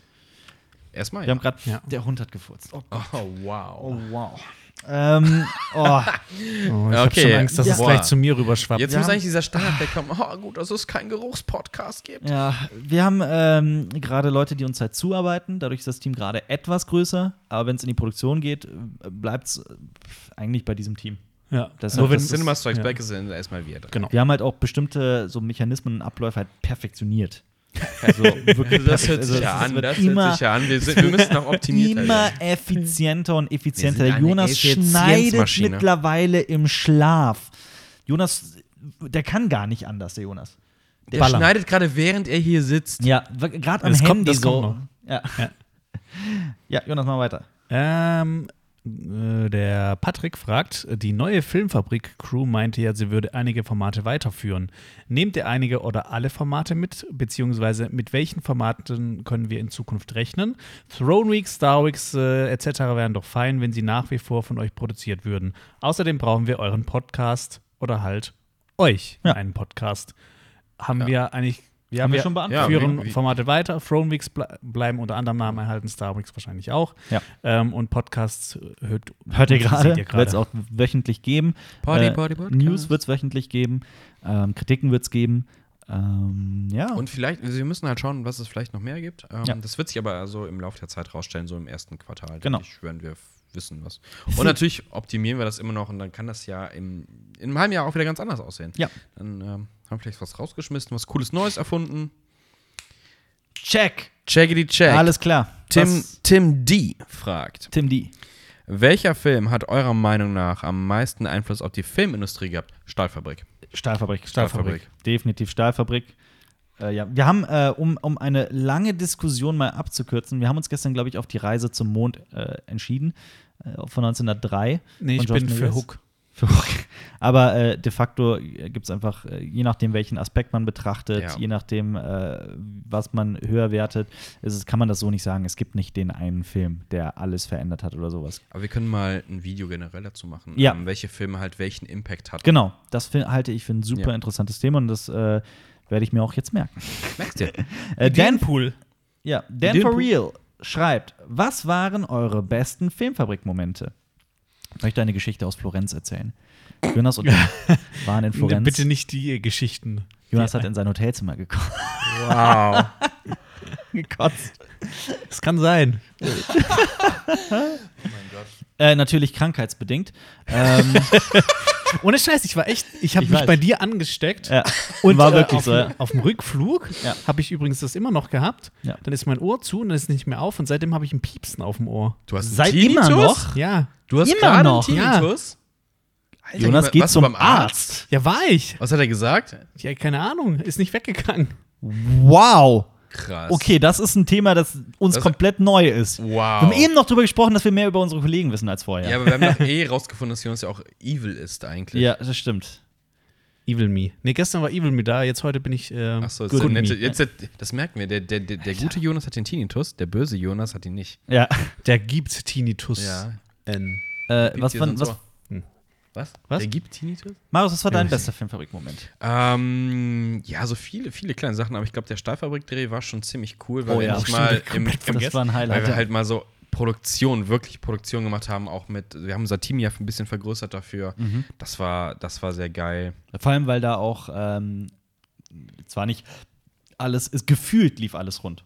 B: Erstmal.
C: Wir haben gerade
A: Ja.
C: der Hund hat gefurzt. Oh,
B: Oh, wow.
C: wow. Ähm, oh,
A: Oh, ich
B: Okay.
A: habe schon Angst, dass
B: Ja.
A: es gleich
B: Boah.
A: zu mir rüberschwappt.
B: Jetzt
C: Wir
B: muss
C: haben-
B: eigentlich dieser Standard kommen. Oh, gut, dass es keinen Geruchspodcast gibt.
C: ja, wir haben ähm, gerade Leute, die uns halt zuarbeiten. Dadurch ist das Team gerade etwas größer. Aber wenn es in die Produktion geht, äh, bleibt es eigentlich bei diesem Team.
A: Ja.
C: Das ist
A: Nur
C: halt
A: wenn,
C: das
B: Cinema Strikes
A: ja.
B: Back ist dann erstmal wir dran.
A: Genau.
C: Wir haben halt auch bestimmte so Mechanismen und Abläufe halt perfektioniert. Also wirklich
B: Das hört
C: perfekt.
B: sich
C: Also,
B: ja
C: es
B: an,
C: wird
B: das
C: immer
B: hört sich ja an. Wir, sind, wir müssen noch optimiert
C: immer
B: werden.
C: effizienter und effizienter.
B: Wir sind
C: Der
B: eine
C: Jonas schneidet
B: Effizienzmaschine.
C: mittlerweile im Schlaf. Jonas, der kann gar nicht anders, der Jonas.
B: Der
A: Ballern.
B: schneidet gerade, während er hier sitzt.
C: Ja, gerade am
A: Das
C: Handy
A: kommt- das
C: so.
A: kommt
C: Ja.
A: Ja.
C: ja, Jonas, mal weiter.
A: Ähm, äh, der Patrick fragt, die neue Filmfabrik-Crew meinte ja, sie würde einige Formate weiterführen. Nehmt ihr einige oder alle Formate mit, beziehungsweise mit welchen Formaten können wir in Zukunft rechnen? Throne Week, Star Weeks äh, etc. wären doch fein, wenn sie nach wie vor von euch produziert würden. Außerdem brauchen wir euren Podcast oder halt euch
C: Ja.
A: einen Podcast. Haben
B: Ja.
A: wir eigentlich wir
C: Haben
A: haben
C: wir
A: ja,
C: schon
B: beantwortet. Ja,
A: Führen
B: wie- wie-
A: Formate weiter. Throne Weeks ble bleiben unter anderem Namen erhalten, Star Weeks wahrscheinlich auch.
C: Ja.
A: Ähm, und Podcasts hört,
C: Hört ihr gerade?
A: seht ihr
C: Wird es auch wöchentlich geben.
B: Party,
C: Äh,
B: Party, Podcast.
C: News wird es wöchentlich geben. Ähm, Kritiken wird es geben. Ähm, ja.
B: Und vielleicht, also wir müssen halt schauen, was es vielleicht noch mehr gibt. Ähm,
C: Ja.
B: Das wird sich aber so im Laufe der Zeit rausstellen, so im ersten Quartal. denke
C: Genau.
B: Ich, werden wir f- wissen, was. Und natürlich optimieren wir das immer noch und dann kann das ja im, in einem halben Jahr auch wieder ganz anders aussehen.
C: Ja.
B: Dann ähm, haben wir vielleicht was rausgeschmissen, was Cooles Neues erfunden.
C: Check.
B: Checkity check.
C: Alles klar.
B: Tim,
C: Was-
B: Tim D. fragt:
C: Tim D.
B: Welcher Film hat eurer Meinung nach am meisten Einfluss auf die Filmindustrie gehabt? Stahlfabrik.
C: Stahlfabrik.
B: Stahlfabrik.
C: Definitiv Stahlfabrik. Äh, ja, wir haben, äh, um, um eine lange Diskussion mal abzukürzen, wir haben uns gestern, glaube ich, auf die Reise zum Mond äh, entschieden, äh, von 1903.
A: Nee,
C: von
A: ich
C: George
A: bin für
C: Méliès.
A: Hook.
C: Für Hook. Aber äh, de facto gibt es einfach, äh, je nachdem, welchen Aspekt man betrachtet,
B: Ja.
C: je nachdem, äh, was man höher wertet, ist es, kann man das so nicht sagen. Es gibt nicht den einen Film, der alles verändert hat oder sowas.
B: Aber wir können mal ein Video generell dazu machen,
C: Ja.
B: ähm, welche Filme halt welchen Impact hatten.
C: Genau, das fi- halte ich für ein super
B: Ja.
C: interessantes Thema und das äh, werde ich mir auch jetzt merken.
B: Merkst du?
C: Äh, Dan
A: Pool.
C: Ja, Dan
B: Den
C: for
B: Pu-
C: Real schreibt, was waren eure besten Filmfabrikmomente? Ich möchte eine Geschichte aus Florenz erzählen. Jonas und ich waren in Florenz.
A: Bitte nicht die äh, Geschichten.
C: Jonas hat in sein Hotelzimmer geko
B: Wow.
C: gekotzt.
A: Es kann sein.
C: Äh, natürlich krankheitsbedingt. Ähm,
A: Ohne Scheiß, ich war echt, ich habe
C: Ich
A: mich
C: weiß.
A: bei dir angesteckt. Äh,
C: Ja. War wirklich
A: auf,
C: so, ja.
A: Auf dem Rückflug
C: Ja.
A: habe ich übrigens das immer noch gehabt.
C: Ja.
A: Dann ist mein Ohr zu und dann ist nicht mehr auf und seitdem habe ich ein Piepsen auf dem Ohr.
B: Du hast
C: Seit
B: einen
C: immer
B: Tinnitus?
C: noch?
A: Ja.
B: Du hast
C: Immer
B: gerade einen
C: noch?
A: Ja.
B: Tinnitus? Alter,
C: Jonas
B: warst
C: geht
B: du
C: zum
B: beim
C: Arzt.
A: Ja, war ich.
B: Was hat er gesagt?
A: Ja, keine Ahnung. Ist nicht weggegangen.
C: Wow.
B: Krass.
C: Okay, das ist ein Thema, das uns
B: Das-
C: komplett neu ist.
B: Wow.
C: Wir haben eben noch drüber gesprochen, dass wir mehr über unsere Kollegen wissen als vorher.
B: Ja, aber wir haben doch eh rausgefunden, dass Jonas ja auch evil ist eigentlich.
C: Ja, das stimmt.
A: Evil Me. Nee, gestern war Evil Me da, jetzt heute bin ich. Ähm,
B: Achso,
A: Good
B: so nette-
A: Me.
B: jetzt, das merken wir. Der, der, der, der gute Jonas hat den Tinnitus, der böse Jonas hat ihn nicht.
C: Ja.
A: Der gibt Tinnitus.
B: Ja.
A: N.
C: Äh,
B: Gibt
C: was,
B: dir
C: war-
B: sonst
C: was,
B: so? was?
C: Was?
B: Der gibt Tinnitus?
C: Marius, was war dein bester Filmfabrik-Moment?
B: Ähm, ja, so viele, viele kleine Sachen, aber ich glaube, der Stahlfabrik-Dreh war schon ziemlich cool, weil
C: Oh
B: wir
C: ja,
B: nicht
C: stimmt,
B: mal
C: ich
B: im,
C: komplett
B: im
C: vergessen. Das war ein Highlight,
B: weil wir
C: ja.
B: halt mal so Produktion, wirklich Produktion gemacht haben, auch mit, wir haben unser Team ja ein bisschen vergrößert dafür.
C: Mhm.
B: Das war, das war sehr geil.
C: Vor allem, weil da auch ähm, zwar nicht alles, ist gefühlt lief alles rund.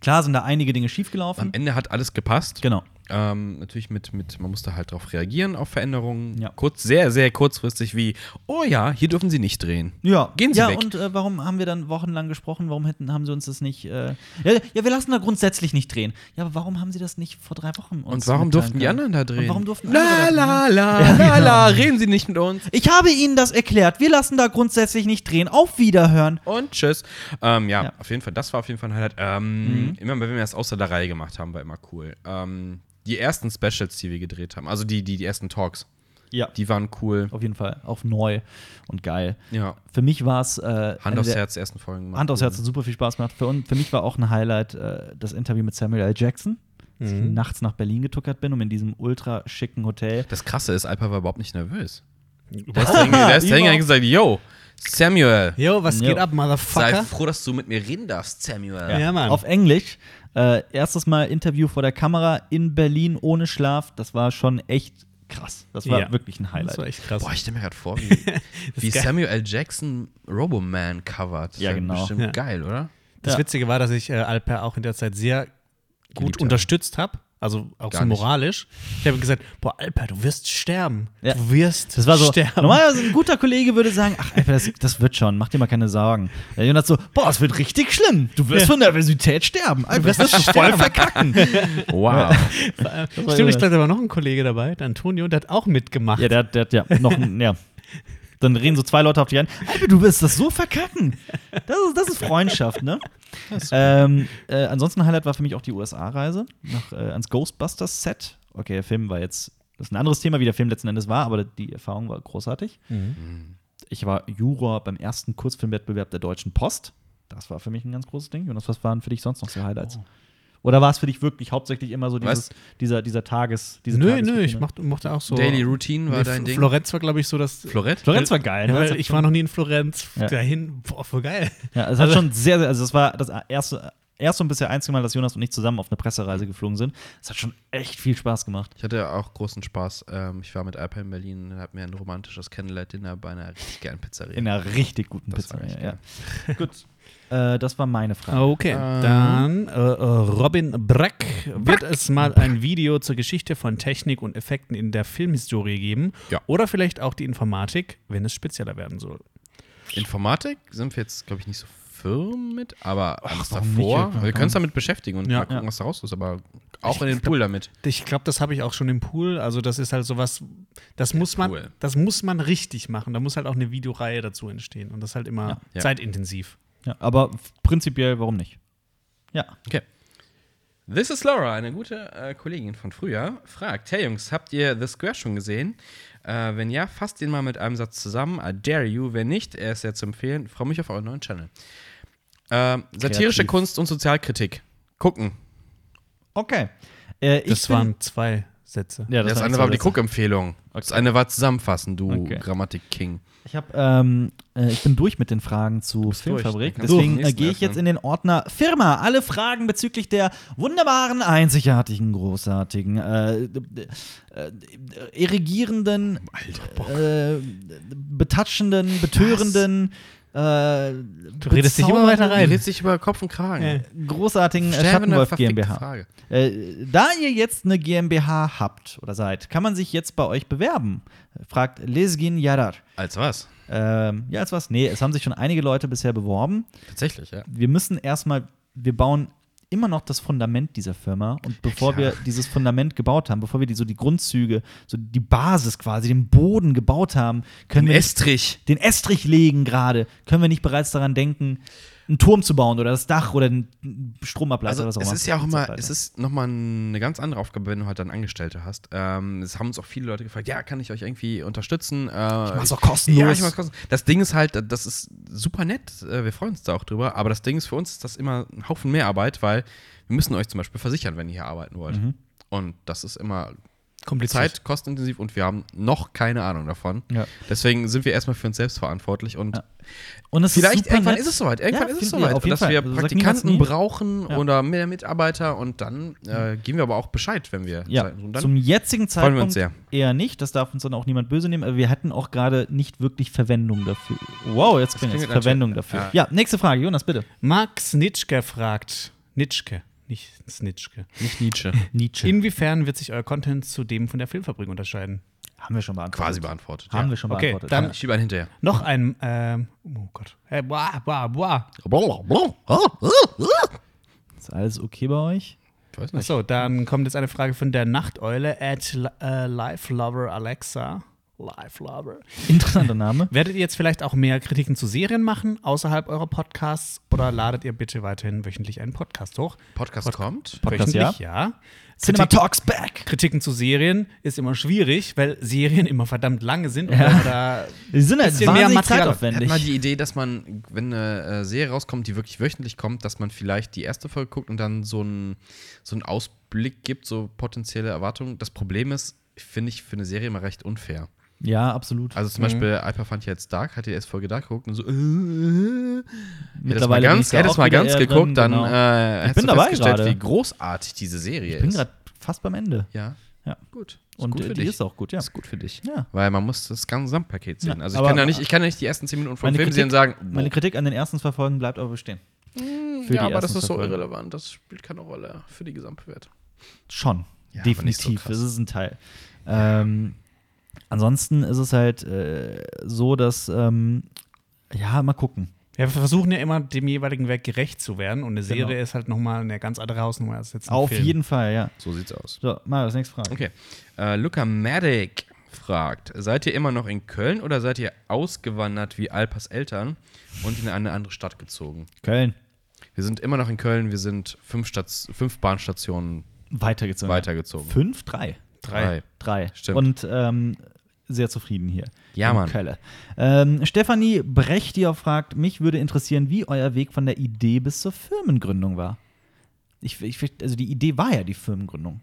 C: Klar sind da einige Dinge
B: Am
C: schiefgelaufen.
B: Ende hat alles gepasst.
C: Genau.
B: Ähm, natürlich mit, mit, man musste halt darauf reagieren, auf Veränderungen.
C: Ja.
B: Kurz, sehr, sehr kurzfristig wie, oh ja, hier dürfen sie nicht drehen.
C: Ja,
B: Gehen Sie
C: ja,
B: weg.
C: und äh, warum haben wir dann wochenlang gesprochen? Warum hätten, haben sie uns das nicht. Äh, ja, ja, wir lassen da grundsätzlich nicht drehen. Ja, aber warum haben sie das nicht vor drei Wochen uns
B: Und warum
C: mitteilen
B: durften die
C: können?
B: anderen da drehen?
C: Und warum durften
B: la,
C: andere da
B: la, la,
C: Ja,
B: la,
C: genau.
B: la, reden sie nicht mit uns.
C: Ich habe ihnen das erklärt. Wir lassen da grundsätzlich nicht drehen. Auf Wiederhören.
B: Und tschüss. Ähm, ja,
C: Ja. Mhm.
B: auf jeden Fall, das war auf jeden Fall ein Highlight. Ähm, Immer, wenn wir das außer der Reihe gemacht haben, war immer cool. Ähm, die ersten Specials, die wir gedreht haben, also die, die, die ersten Talks,
C: Ja.
B: die waren cool.
C: Auf jeden Fall. Auf neu und geil.
B: Ja.
C: Für mich war es. Äh,
B: Hand aufs
C: eine der-
B: Herz, ersten Folgen gemacht.
C: Hand aufs Herz hat super viel Spaß gemacht. Für, uns- für mich war auch ein Highlight äh, das Interview mit Samuel L. Jackson, dass
A: Mhm.
C: ich nachts nach Berlin getuckert bin, um in diesem ultra schicken Hotel.
B: Das Krasse ist, Alper war überhaupt nicht nervös.
A: Was?
B: Der ist
C: Überhaupt-
B: hingegangen und gesagt, yo, Samuel,
A: Yo, was
C: Jo.
A: geht ab,
B: sei
A: Motherfucker?
B: froh, dass du mit mir reden darfst, Samuel.
A: Ja, Mann.
C: Auf Englisch. Äh, erstes Mal Interview vor der Kamera in Berlin ohne Schlaf. Das war schon echt krass. Das war
A: Ja.
C: wirklich ein
A: Das
C: Highlight.
A: war echt krass.
B: Boah, ich stelle mir gerade vor, wie, wie Samuel L. Jackson Roboman covert. Das
C: Ja,
B: wär
C: genau.
B: Bestimmt
A: Ja.
B: geil, oder?
A: Das
C: Ja.
A: Witzige war, dass ich äh, Alper auch in der Zeit sehr gut
B: Geliebt habe.
A: unterstützt habe. Also auch
B: Gar
A: so
B: nicht.
A: moralisch. Ich habe gesagt, boah, Alper, du wirst sterben.
C: Ja.
A: Du wirst
C: Das war so.
A: sterben.
C: Normalerweise ein guter Kollege würde sagen: Ach, Alper, das, das wird schon, mach dir mal keine Sorgen. Der Jonas so: Boah, es wird richtig schlimm. Du wirst
A: Ja.
C: von Nervosität sterben. Alper, das ist voll verkacken.
B: Wow.
A: Stimmt, ich glaube, da war noch ein Kollege dabei, der Antonio, der hat auch mitgemacht.
C: Ja, der, hat- der hat ja noch ein, ja. Dann reden so zwei Leute auf dich ein. Alter, du wirst das so verkacken. Das ist, das ist Freundschaft, ne? Ähm, äh, ansonsten Highlight war für mich auch die USA-Reise nach, äh, ans Ghostbusters-Set. Okay, der Film war jetzt, das ist ein anderes Thema, wie der Film letzten Endes war, aber die Erfahrung war großartig.
A: Mhm.
C: Ich war Juror beim ersten Kurzfilmwettbewerb der Deutschen Post. Das war für mich ein ganz großes Ding. Jonas, was waren für dich sonst noch so Highlights?
A: Oh.
C: Oder war es für dich wirklich hauptsächlich immer so
B: Was?
C: dieses, dieser, dieser Tages... Diese
A: nö,
C: Tagesroutine?
A: nö, ich mochte, mochte auch so.
B: Daily Routine war dein
A: F-
B: Ding.
A: Florenz war, glaube ich, so das.
B: Florett?
C: Florenz war geil.
A: Ja,
C: Florenz
A: weil
C: hat
A: ich war noch nie in Florenz.
C: Ja.
A: Dahin, boah, voll geil.
C: Ja, es hat schon sehr, sehr, also das war das erste, erste und bisher einzige Mal, dass Jonas und ich zusammen auf eine Pressereise geflogen sind. Es hat schon echt viel Spaß gemacht.
B: Ich hatte auch großen Spaß. Ähm, ich war mit Alper in Berlin und habe mir ein romantisches Kennenlernen-Dinner bei einer richtig geilen Pizzeria.
C: In einer richtig guten
B: Das war
C: Pizzeria.
B: echt
C: Ja. Gut. Äh, das war meine Frage.
A: Ah, Okay, dann äh, äh, Robin Brack wird es mal ein Video zur Geschichte von Technik und Effekten in der Filmhistorie geben.
B: Ja.
A: Oder vielleicht auch die Informatik, wenn es spezieller werden soll.
B: Informatik sind wir jetzt, glaube ich, nicht so firm mit, aber alles
C: warum
B: davor.
C: nicht? Ja,
B: wir können uns damit beschäftigen und
A: Ja.
B: mal gucken,
C: Ja.
B: was da raus ist, aber auch in den Pool damit.
A: Ich glaube, das habe ich auch schon im Pool. Also das ist halt sowas, das muss man,
B: Pool.
A: das muss man richtig machen. Da muss halt auch eine Videoreihe dazu entstehen. Und das ist halt immer
B: Ja.
A: zeitintensiv.
C: Ja, aber f- prinzipiell, warum nicht? Ja.
B: Okay. This is Laura, eine gute äh, Kollegin von früher, fragt: Hey Jungs, habt ihr The Square schon gesehen? Äh, wenn ja, fasst ihn mal mit einem Satz zusammen. I dare you. Wenn nicht, er ist sehr zu empfehlen. Freue mich auf euren neuen Channel. Ähm, satirische
C: Kreativ.
B: Kunst und Sozialkritik. Gucken.
C: Okay. Äh, ich
A: Das
C: bin-
A: waren zwei Sätze.
C: Ja, das,
B: das
C: waren
B: andere war aber die
C: zwei Sätze.
B: Guckempfehlung. Das
C: Okay.
B: eine war zusammenfassen, du
C: Okay.
B: Grammatik-King.
C: Ich, hab, ähm, äh, ich bin durch mit den Fragen zu
B: durch,
C: Filmfabrik.
B: dann kannst du
C: Deswegen
B: den
C: äh,
B: nächsten
C: gehe ich jetzt
B: öffnen.
C: in den Ordner Firma. Alle Fragen bezüglich der wunderbaren, einzigartigen, großartigen, äh, äh, äh, irrigierenden, äh, betatschenden, betörenden, äh,
A: Du redest dich immer weiter
B: Du
A: rein.
B: redest dich über Kopf und Kragen.
A: Ja.
C: großartigen äh,
B: Stell mir eine
C: Schattenwolf
B: verfickte
C: GmbH.
B: Frage.
C: Äh, da ihr jetzt eine GmbH habt oder seid, kann man sich jetzt bei euch bewerben, fragt Lesgin Yadar.
B: Als was?
C: Ähm, ja, als was? Nee, es haben sich schon einige Leute bisher beworben.
B: Tatsächlich, ja.
C: Wir müssen erstmal, wir bauen immer noch das Fundament dieser Firma und bevor
B: klar.
C: wir dieses Fundament gebaut haben, bevor wir die, so die Grundzüge, so die Basis quasi, den Boden gebaut haben, können
B: Ein
C: wir nicht
B: Estrich.
C: den Estrich legen gerade, können wir nicht bereits daran denken, einen Turm zu bauen oder das Dach oder einen Stromableiter
B: Also
C: oder was auch
B: es
C: immer. halt
B: ist ja auch immer,
C: Ableiter.
B: es ist nochmal eine ganz andere Aufgabe, wenn du halt dann Angestellte hast. Ähm, es haben uns auch viele Leute gefragt, ja, kann ich euch irgendwie unterstützen? Äh, ich
C: mach's auch kostenlos.
B: Ja, ich mach's kostenlos. Das Ding ist halt, das ist super nett, äh, wir freuen uns da auch drüber, aber das Ding ist, für uns ist das immer ein Haufen mehr Arbeit, weil wir müssen euch zum Beispiel versichern, wenn ihr hier arbeiten wollt.
C: Mhm.
B: Und das ist immer
A: Kompliziert.
B: Zeit, kostenintensiv und wir haben noch keine Ahnung davon.
C: Ja.
B: Deswegen sind wir erstmal für uns selbst verantwortlich und
C: Und es ist
B: Vielleicht
C: super
B: irgendwann
C: nett.
B: ist es soweit. Irgendwann
C: Ja,
B: ist es
C: viel- ja,
B: soweit,
C: auf jeden
B: dass
C: Fall.
B: wir
C: Also sag niemals
B: Praktikanten
C: nie.
B: brauchen
C: Ja.
B: oder mehr Mitarbeiter und dann äh, geben wir aber auch Bescheid, wenn wir
C: Ja,
B: Seiten- und dann
C: zum jetzigen
B: freuen wir
C: Zeitpunkt
B: uns sehr.
C: eher nicht. Das darf uns dann auch niemand böse nehmen. Aber wir hatten auch gerade nicht wirklich Verwendung dafür. Wow, jetzt kriegen wir
B: klingelt
C: Verwendung
B: natürlich.
C: dafür. Ja, nächste Frage, Jonas, bitte.
A: Max Nitschke fragt, Nitschke, nicht Snitschke.
B: nicht Nietzsche
C: Nietzsche.
A: Inwiefern wird sich euer Content zu dem von der Filmfabrik unterscheiden?
C: haben wir schon beantwortet.
B: quasi beantwortet.
C: Haben
B: ja.
C: wir schon
A: Okay,
C: beantwortet.
A: dann-
C: Ja.
B: Ich schiebe einen hinterher.
A: Noch ein, ähm, oh Gott. Äh, boah, boah, boah.
C: Ist alles okay bei euch?
B: Ich weiß nicht.
A: Achso, dann kommt jetzt eine Frage von der Nachteule at äh, Lifelover Alexa. Lifelover.
C: Interessanter Name.
A: Werdet ihr jetzt vielleicht auch mehr Kritiken zu Serien machen, außerhalb eurer Podcasts? Oder ladet ihr bitte weiterhin wöchentlich einen Podcast hoch?
B: Podcast kommt.
C: Podcast,
A: wöchentlich, ja.
C: Cinema Talks Back.
A: Kritiken zu Serien ist immer schwierig, weil Serien immer verdammt lange sind.
C: Ja.
A: Oder
C: Wir sind halt
A: Bisschen mehr Material.
C: wahnsinnig
B: Wir hatten
C: zeitaufwendig.
B: mal die Idee, dass man, wenn eine äh, Serie rauskommt, die wirklich wöchentlich kommt, dass man vielleicht die erste Folge guckt und dann so einen so einen Ausblick gibt, so potenzielle Erwartungen. Das Problem ist, finde ich für eine Serie immer recht unfair.
C: Ja, absolut.
B: Also zum Beispiel, Alper fand ja jetzt Dark, hat die erste Folge Dark geguckt und so, äh, hättest mal
C: Mittlerweile bin ich
B: ganz,
C: da
B: hättest
C: auch
B: mal
C: wieder
B: ganz
C: eher
B: geguckt,
C: drin,
B: dann
C: genau.
B: äh, hättest
C: bin
B: du
C: dabei
B: festgestellt,
C: gerade.
B: wie großartig diese Serie
C: ich bin
B: ist.
C: gerade fast beim Ende.
B: ja,
C: Ja.
B: gut. Ist
C: Und
B: gut
C: äh,
B: für
C: die
B: dich.
C: ist auch gut, ja.
B: Ist gut für dich.
C: Ja.
B: Weil man muss das ganze Gesamtpaket sehen.
C: Ja,
B: also ich
C: aber-
B: kann, ja nicht, ich kann ja nicht die ersten 10 Minuten vom
C: Meine
B: Film
C: Kritik-
B: sehen und sagen, "Mm,
C: Meine Kritik an den ersten zwei Folgen bleibt aber bestehen. Für
B: ja, aber
C: ersten
B: das ist
C: zwei
B: so
C: Folgen.
B: irrelevant. Das spielt keine Rolle für die Gesamtbewertung.
C: Schon,
B: Ja, aber nicht so
C: definitiv.
B: krass.
C: es ist ein Teil. Ähm, ansonsten ist es halt äh, so, dass, ähm, ja, mal gucken.
A: ja, wir versuchen ja immer, dem jeweiligen Werk gerecht zu werden. Und eine Serie
C: Genau.
A: ist halt nochmal eine ganz andere Hausnummer als jetzt ein
C: Auf
A: Film.
C: jeden Fall, ja.
B: So sieht's aus.
C: So, Marius, nächste Frage.
B: Okay. Äh, Luca Maddick fragt: Seid ihr immer noch in Köln oder seid ihr ausgewandert wie Alpas Eltern und in eine andere Stadt gezogen?
C: Köln,
B: Wir sind immer noch in Köln, wir sind fünf, Stats fünf Bahnstationen
C: weitergezogen.
B: weitergezogen.
C: Fünf, drei.
A: Drei.
C: Drei.
B: Stimmt.
C: Und ähm, sehr zufrieden hier.
B: Ja,
C: In
B: Mann.
C: Kölle. Ähm, Stefanie Brechtier fragt, mich würde interessieren, wie euer Weg von der Idee bis zur Firmengründung war. Ich, ich, also die Idee war ja die Firmengründung.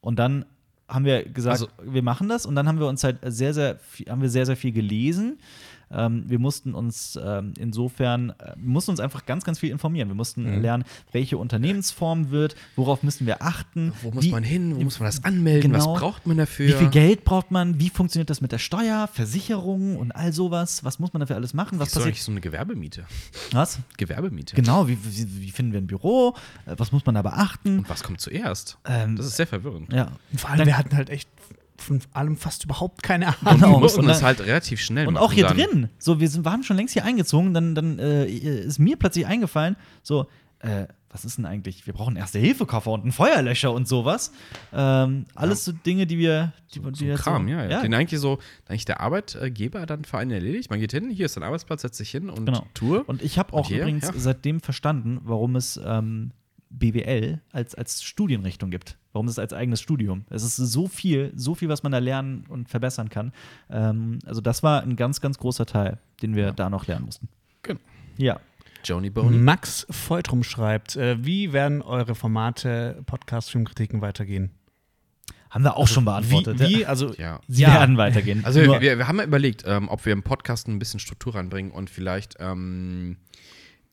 C: Und dann haben wir gesagt,
B: Also-
C: wir machen das. Und dann haben wir uns halt sehr, sehr, viel, haben wir sehr, sehr viel gelesen. Ähm, wir mussten uns ähm, insofern, äh, wir mussten uns einfach ganz, ganz viel informieren. Wir mussten
B: Mhm.
C: lernen, welche Unternehmensform wird, worauf müssen wir achten.
B: Wo muss
C: wie-
B: man hin? Wo muss man das anmelden?
C: Genau.
B: Was braucht man dafür?
C: wie viel Geld braucht man? Wie funktioniert das mit der Steuer, Versicherung und all sowas? Was muss man dafür alles machen? Was
B: Was ist
C: passiert?
B: eigentlich so eine Gewerbemiete?
C: Was?
B: Gewerbemiete.
C: Genau, wie, wie, wie finden wir ein Büro? Äh, Was muss man da beachten?
B: Und was kommt zuerst?
C: Ähm,
B: das ist sehr verwirrend.
C: Ja.
A: Und vor allem, wir hatten halt echt von allem fast überhaupt keine Ahnung.
C: Genau.
B: Wir mussten
C: Und
B: das
C: dann-
B: halt relativ schnell
C: Und
B: machen
C: auch hier
B: dann.
C: drin, so wir sind, waren schon längst hier eingezogen, dann, dann äh, ist mir plötzlich eingefallen, so, äh, was ist denn eigentlich? Wir brauchen einen Erste-Hilfe-Koffer und einen Feuerlöscher und sowas. Ähm, alles so Dinge, die wir. Die, die
B: So ein
C: jetzt
B: Kram,
C: so,
B: ja, ja. Den eigentlich so, eigentlich der Arbeitgeber dann für einen erledigt. Man geht hin, hier ist dein Arbeitsplatz, setzt dich hin und
C: Genau.
B: tue.
C: Und ich habe auch
B: Und hier,
C: übrigens
B: ja.
C: seitdem verstanden, warum es ähm, BWL als, als Studienrichtung gibt. Warum es als eigenes Studium. Es ist so viel, so viel, was man da lernen und verbessern kann. Ähm, also das war ein ganz, ganz großer Teil, den wir da noch lernen mussten.
B: Genau.
C: Ja.
B: Joni Bone.
A: Max Feutrum schreibt, äh, wie werden eure Formate, Podcast, Filmkritiken weitergehen?
C: Haben wir auch schon
A: Wie,
C: beantwortet.
A: wie also,
B: Ja.
C: Sie
A: Ja.
C: werden weitergehen.
B: Also
C: Nur-
B: wir, wir haben ja überlegt, ähm, ob wir im Podcast ein bisschen Struktur reinbringen und vielleicht ähm,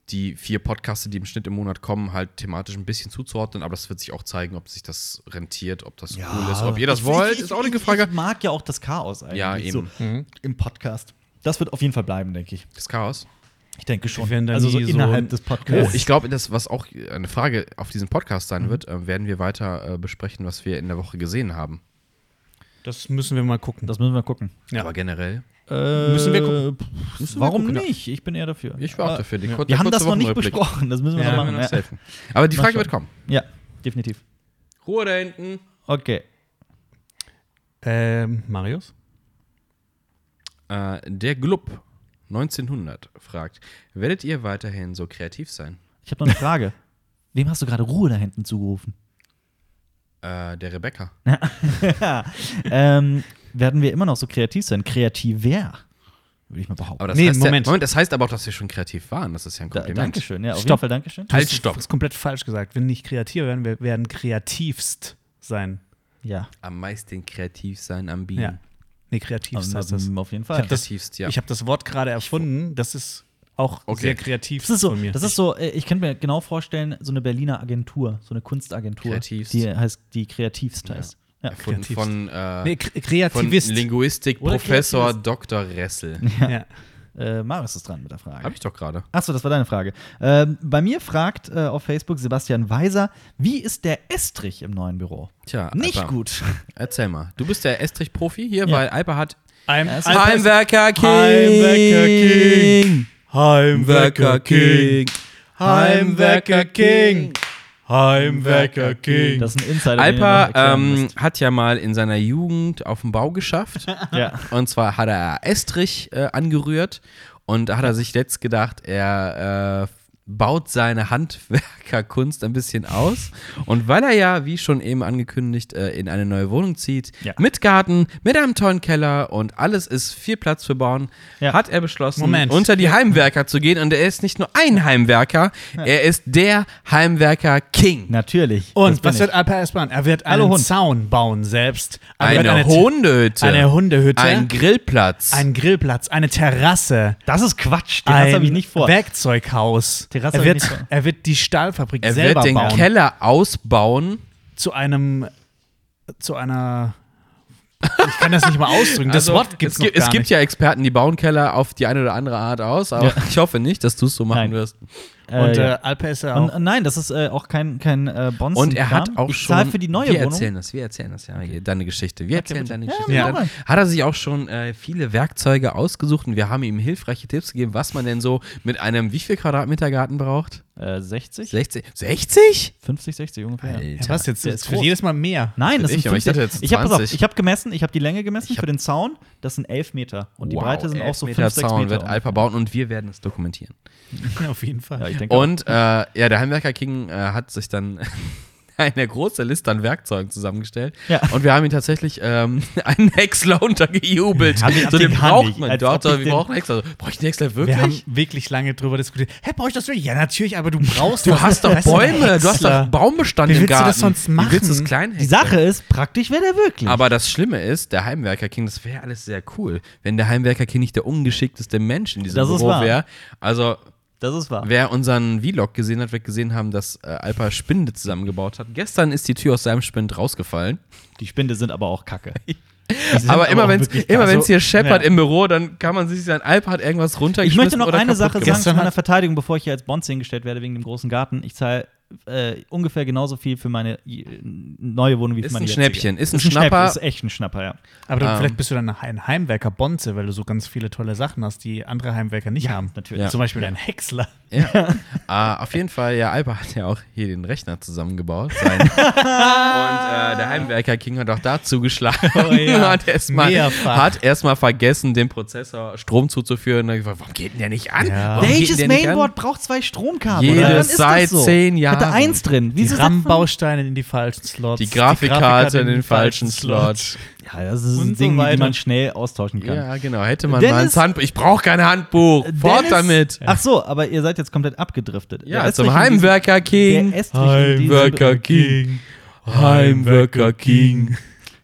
B: die vier Podcaste, die im Schnitt im Monat kommen, halt thematisch ein bisschen zuzuordnen. Aber das wird sich auch zeigen, ob sich das rentiert, ob das cool ist, ob ihr das
C: Ich-
B: wollt.
C: ich-
B: ist auch eine
C: ich-
B: Frage.
C: Ich mag ja auch das Chaos eigentlich.
A: Mhm.
B: Ja, eben.
C: So, Im Podcast. Das wird auf jeden Fall bleiben, denke ich.
B: Das Chaos.
C: Ich denke schon.
A: Wir werden da
C: also so
A: nie so
C: innerhalb
A: ein-
C: des
B: Oh,
C: Podcasts.
B: ich glaube, das, was auch eine Frage auf diesem Podcast
C: Mhm.
B: sein wird, äh, werden wir weiter äh, besprechen, was wir in der Woche gesehen haben.
A: Das müssen wir mal gucken.
C: das müssen wir gucken.
A: Ja.
B: Aber generell.
A: Müssen wir
C: gucken.
B: Müssen wir
C: Äh, warum
B: gucken, ja.
C: nicht? Ich bin eher dafür.
B: Ich war auch
C: Aber
B: dafür. Die
A: ja.
B: kur-
C: Wir
B: der
C: haben
B: kurze
C: das noch nicht
B: Wochenrückblick.
C: besprochen. Das müssen wir
A: Ja,
C: noch
B: Ja, wir
C: machen.
B: noch
C: Ja.
B: safen. Aber die
C: Mal
B: Frage
C: schauen.
B: wird kommen.
C: ja, definitiv.
B: Ruhe da hinten.
C: Okay.
A: Ähm, Marius?
B: Äh, der Glub 1900 fragt: Werdet ihr weiterhin so kreativ sein?
C: Ich habe noch eine Frage. Wem hast du gerade Ruhe da hinten zugerufen?
B: Äh, der Rebecca.
C: ähm, werden wir immer noch so kreativ sein? Kreativer, würde ich mal behaupten.
B: Aber das
A: Nee,
B: heißt
A: Moment.
B: Ja, Moment, das heißt aber auch, dass wir schon kreativ waren. Das ist ja ein
C: Da,
B: Kompliment.
C: Dankeschön, ja, auf
A: Stopp.
C: jeden Fall Dankeschön.
B: Halt,
A: hast
B: stopp.
A: Das komplett falsch gesagt. Wir werden nicht kreativ werden, wir werden kreativst sein.
C: Ja,
B: Am meisten kreativ sein am Bienen.
A: Ja. Nee, kreativst heißt das.
C: ähm, auf jeden
A: Ich
C: Fall.
A: habe das,
B: Hm. Also, Kreativst, ja.
A: ich hab das Wort gerade erfunden. Das ist auch
B: Okay.
A: sehr kreativ
C: Das ist so,
A: von mir.
C: das ist so äh, ich könnte mir genau vorstellen, so eine Berliner Agentur, so eine Kunstagentur,
B: Kreativst.
C: die heißt, die kreativst heißt. Ja.
B: Erfunden
A: kreativst.
B: von, äh,
A: nee, kre-
B: von
A: Kreativist.
C: Oder
B: Linguistik-Professor Dr. Ressel.
A: ja.
C: Äh, Marius ist dran mit der Frage.
B: Hab ich doch gerade.
C: Achso, das war deine Frage. Ähm, bei mir fragt äh, auf Facebook Sebastian Weiser, wie ist der Estrich im neuen Büro?
B: Tja,
C: Nicht
B: Alper,
C: gut.
B: Erzähl mal. Du bist der Estrich-Profi hier,
C: Ja.
B: weil Alper hat
A: Ein,
C: Es-
A: ein-
B: Heimwerker King.
A: Heimwerker King. Heimwerker
B: Heimwerker King.
A: King. Heimwerker King.
C: Das ist ein Insider. den ihr noch
B: Alper
C: erklären
B: ähm,
C: müsst.
B: hat ja mal in seiner Jugend auf dem Bau geschafft.
C: ja.
B: Und zwar hat er Estrich äh, angerührt und da hat er sich letzt gedacht, er äh, baut seine Handwerkerkunst ein bisschen aus. Und weil er ja, wie schon eben angekündigt, äh, in eine neue Wohnung zieht,
C: Ja.
B: mit Garten, mit einem tollen Keller und alles ist viel Platz für Bauen,
C: Ja.
B: hat er beschlossen,
A: Moment.
B: unter die Heimwerker zu gehen. Und er ist nicht nur ein Heimwerker, er ist der Heimwerker-King.
C: Natürlich. das
A: Und
C: bin
A: was
C: ich.
A: wird Alper erst bauen? Er wird
C: Hallo,
A: einen
C: Hund.
A: Zaun bauen selbst. Er wird
B: Eine,
A: T-
B: Hundehütte,
A: Eine Hundehütte.
B: ein Grillplatz.
A: einen Grillplatz, eine Terrasse.
C: Das ist Quatsch. Den Satz
A: ein
C: habe ich nicht vor.
A: Werkzeughaus.
C: Terrasse
A: er,
C: hab ich
A: wird,
C: nicht vor.
A: er wird die Stahlfabrik
B: er
A: selber
B: wird den
A: bauen.
B: Keller ausbauen.
A: zu einem zu einer ich kann das nicht mal ausdrücken. Das
B: Also,
A: Wort gibt's
B: es gibt
A: noch
B: Es
A: gar
B: gibt
A: nicht.
B: ja Experten, die bauen Keller auf die eine oder andere Art aus, aber ich hoffe nicht, dass du es so machen
C: Nein.
B: wirst.
A: und
C: Äh, ja.
A: äh, Alper ist ja
C: Und,
A: auch
C: äh, nein, das ist äh, auch kein, kein äh, Bonzen.
B: Und er hat auch
C: ich
B: schon.
C: zahl für die neue
B: wir
C: Wohnung.
B: erzählen das, wir erzählen das, ja, hier, deine Geschichte. Wir erzählen
C: bitte.
B: deine
C: Ja,
B: Geschichte.
A: ja,
B: Dann hat er sich auch schon äh, viele Werkzeuge ausgesucht und wir haben ihm hilfreiche Tipps gegeben, was man denn so mit einem wie viel Quadratmeter Garten braucht?
C: Äh, 60?
B: 60? 60?
C: 50, 60 ungefähr. Ja.
A: ja, was jetzt
C: Der
A: ist
C: ist
A: für
C: groß.
A: jedes Mal mehr.
C: Nein, das
B: Ich-
C: sind
B: aber ich
C: 50.
B: hatte jetzt
C: ich habe
B: 20.
C: ich hab gemessen, ich habe die Länge gemessen
B: Ich hab-
C: für den Zaun, das sind 11 Meter. Und die
B: Wow,
C: Breite sind auch so
B: 11 Meter
C: 5, 6
B: Zaun
C: Meter.
B: wird
C: ungefähr.
B: Alpha bauen und wir werden es dokumentieren.
A: Auf jeden Fall.
C: Ja, ich denke auch.
B: Und äh, ja, der Heimwerker King äh, hat sich dann eine große Liste an Werkzeugen zusammengestellt.
C: Ja.
B: Und wir haben ihn tatsächlich ähm, einen Häcksler untergejubelt.
C: Haben ihn
B: so, den
C: abgehandelt,
B: braucht man.
C: als
B: Dort,
C: ob
B: so,
C: ich
B: wir
C: den-
B: brauchen einen Häcksler. Brauche ich den Häcksler
A: wir haben
B: wirklich?
A: wirklich lange drüber diskutiert. Hä, brauche ich das wirklich? Ja, natürlich, aber du brauchst
B: Du hast doch
A: Weißt
B: Bäume, du hast
A: Häcksler.
B: doch Baumbestand
A: Wie
B: im
A: willst du
B: Garten.
A: das sonst machen?
B: Wie willst du das klein
C: die
B: häckseln?
C: Sache ist, praktisch wäre der wirklich.
B: Aber das Schlimme ist, der Heimwerker King, das wäre alles sehr cool, wenn der Heimwerker King nicht der ungeschickteste Mensch in diesem
C: Das ist
B: Büro
C: wahr.
B: wäre. Also
C: das ist wahr.
B: Wer unseren Vlog gesehen hat, wird gesehen haben, dass äh, Alpa Spinde zusammengebaut hat. Gestern ist die Tür aus seinem Spind rausgefallen.
C: Die Spinde sind aber auch kacke.
B: Aber immer wenn es immer wenn's hier scheppert
A: ja.
B: im Büro, dann kann man sich sein Alpa hat irgendwas
C: Ich
B: runtergeschmissen
C: möchte noch
B: oder
C: eine
B: kaputt
C: Sache
B: gemacht.
C: sagen zu
A: Gestern
C: meiner
A: hat-
C: Verteidigung, bevor ich hier als Bonze hingestellt werde wegen dem großen Garten. Ich zahle äh, ungefähr genauso viel für meine äh, neue Wohnung wie für
B: Ist
C: meine
B: ein
C: jetzige.
B: Schnäppchen, ist ein
C: Schnäpp-
B: Schnapper.
C: Ist echt ein Schnapper, ja.
A: Aber du,
B: Ähm.
A: vielleicht bist du dann ein Heimwerker Bonze, weil du so ganz viele tolle Sachen hast, die andere Heimwerker nicht haben.
C: natürlich.
B: Ja.
A: Zum Beispiel ein Häcksler.
B: Ah, auf jeden Fall, ja, Alpa hat ja auch hier den Rechner zusammengebaut. Sein. Und äh, der Heimwerker King hat auch da zugeschlagen.
A: Oh ja,
B: hat erstmal
A: mehrfach.
B: hat erstmal vergessen, dem Prozessor Strom zuzuführen. Dann gefragt, warum geht denn der nicht an?
A: Ja.
B: Warum geht
C: Welches
B: denn der nicht an?
C: Mainboard braucht zwei Stromkabel?
B: Jedes
C: Daran ist das
B: seit
C: so.
B: zehn
C: Ich Hatte
B: Jahren.
C: eins drin. Wie
A: Die
C: ist das denn?
A: RAM-Bausteine in die falschen Slots.
B: Die Grafikkarte in den falschen Slot.
C: Ja, das ist
A: Und
C: ein
A: so
C: Ding, die
A: weiter.
C: man schnell austauschen kann.
B: Ja, genau. Hätte man mal
C: Dennis-
B: ein Handbuch. Ich brauche kein Handbuch. Fort
C: Dennis-
B: damit.
C: Ach so, aber ihr seid jetzt komplett abgedriftet.
B: Ja,
C: Der Estrich in
B: zum
C: diesem-
B: Heimwerker King.
C: Der Estrich in diesem-
B: Heimwerker King. Heimwerker King.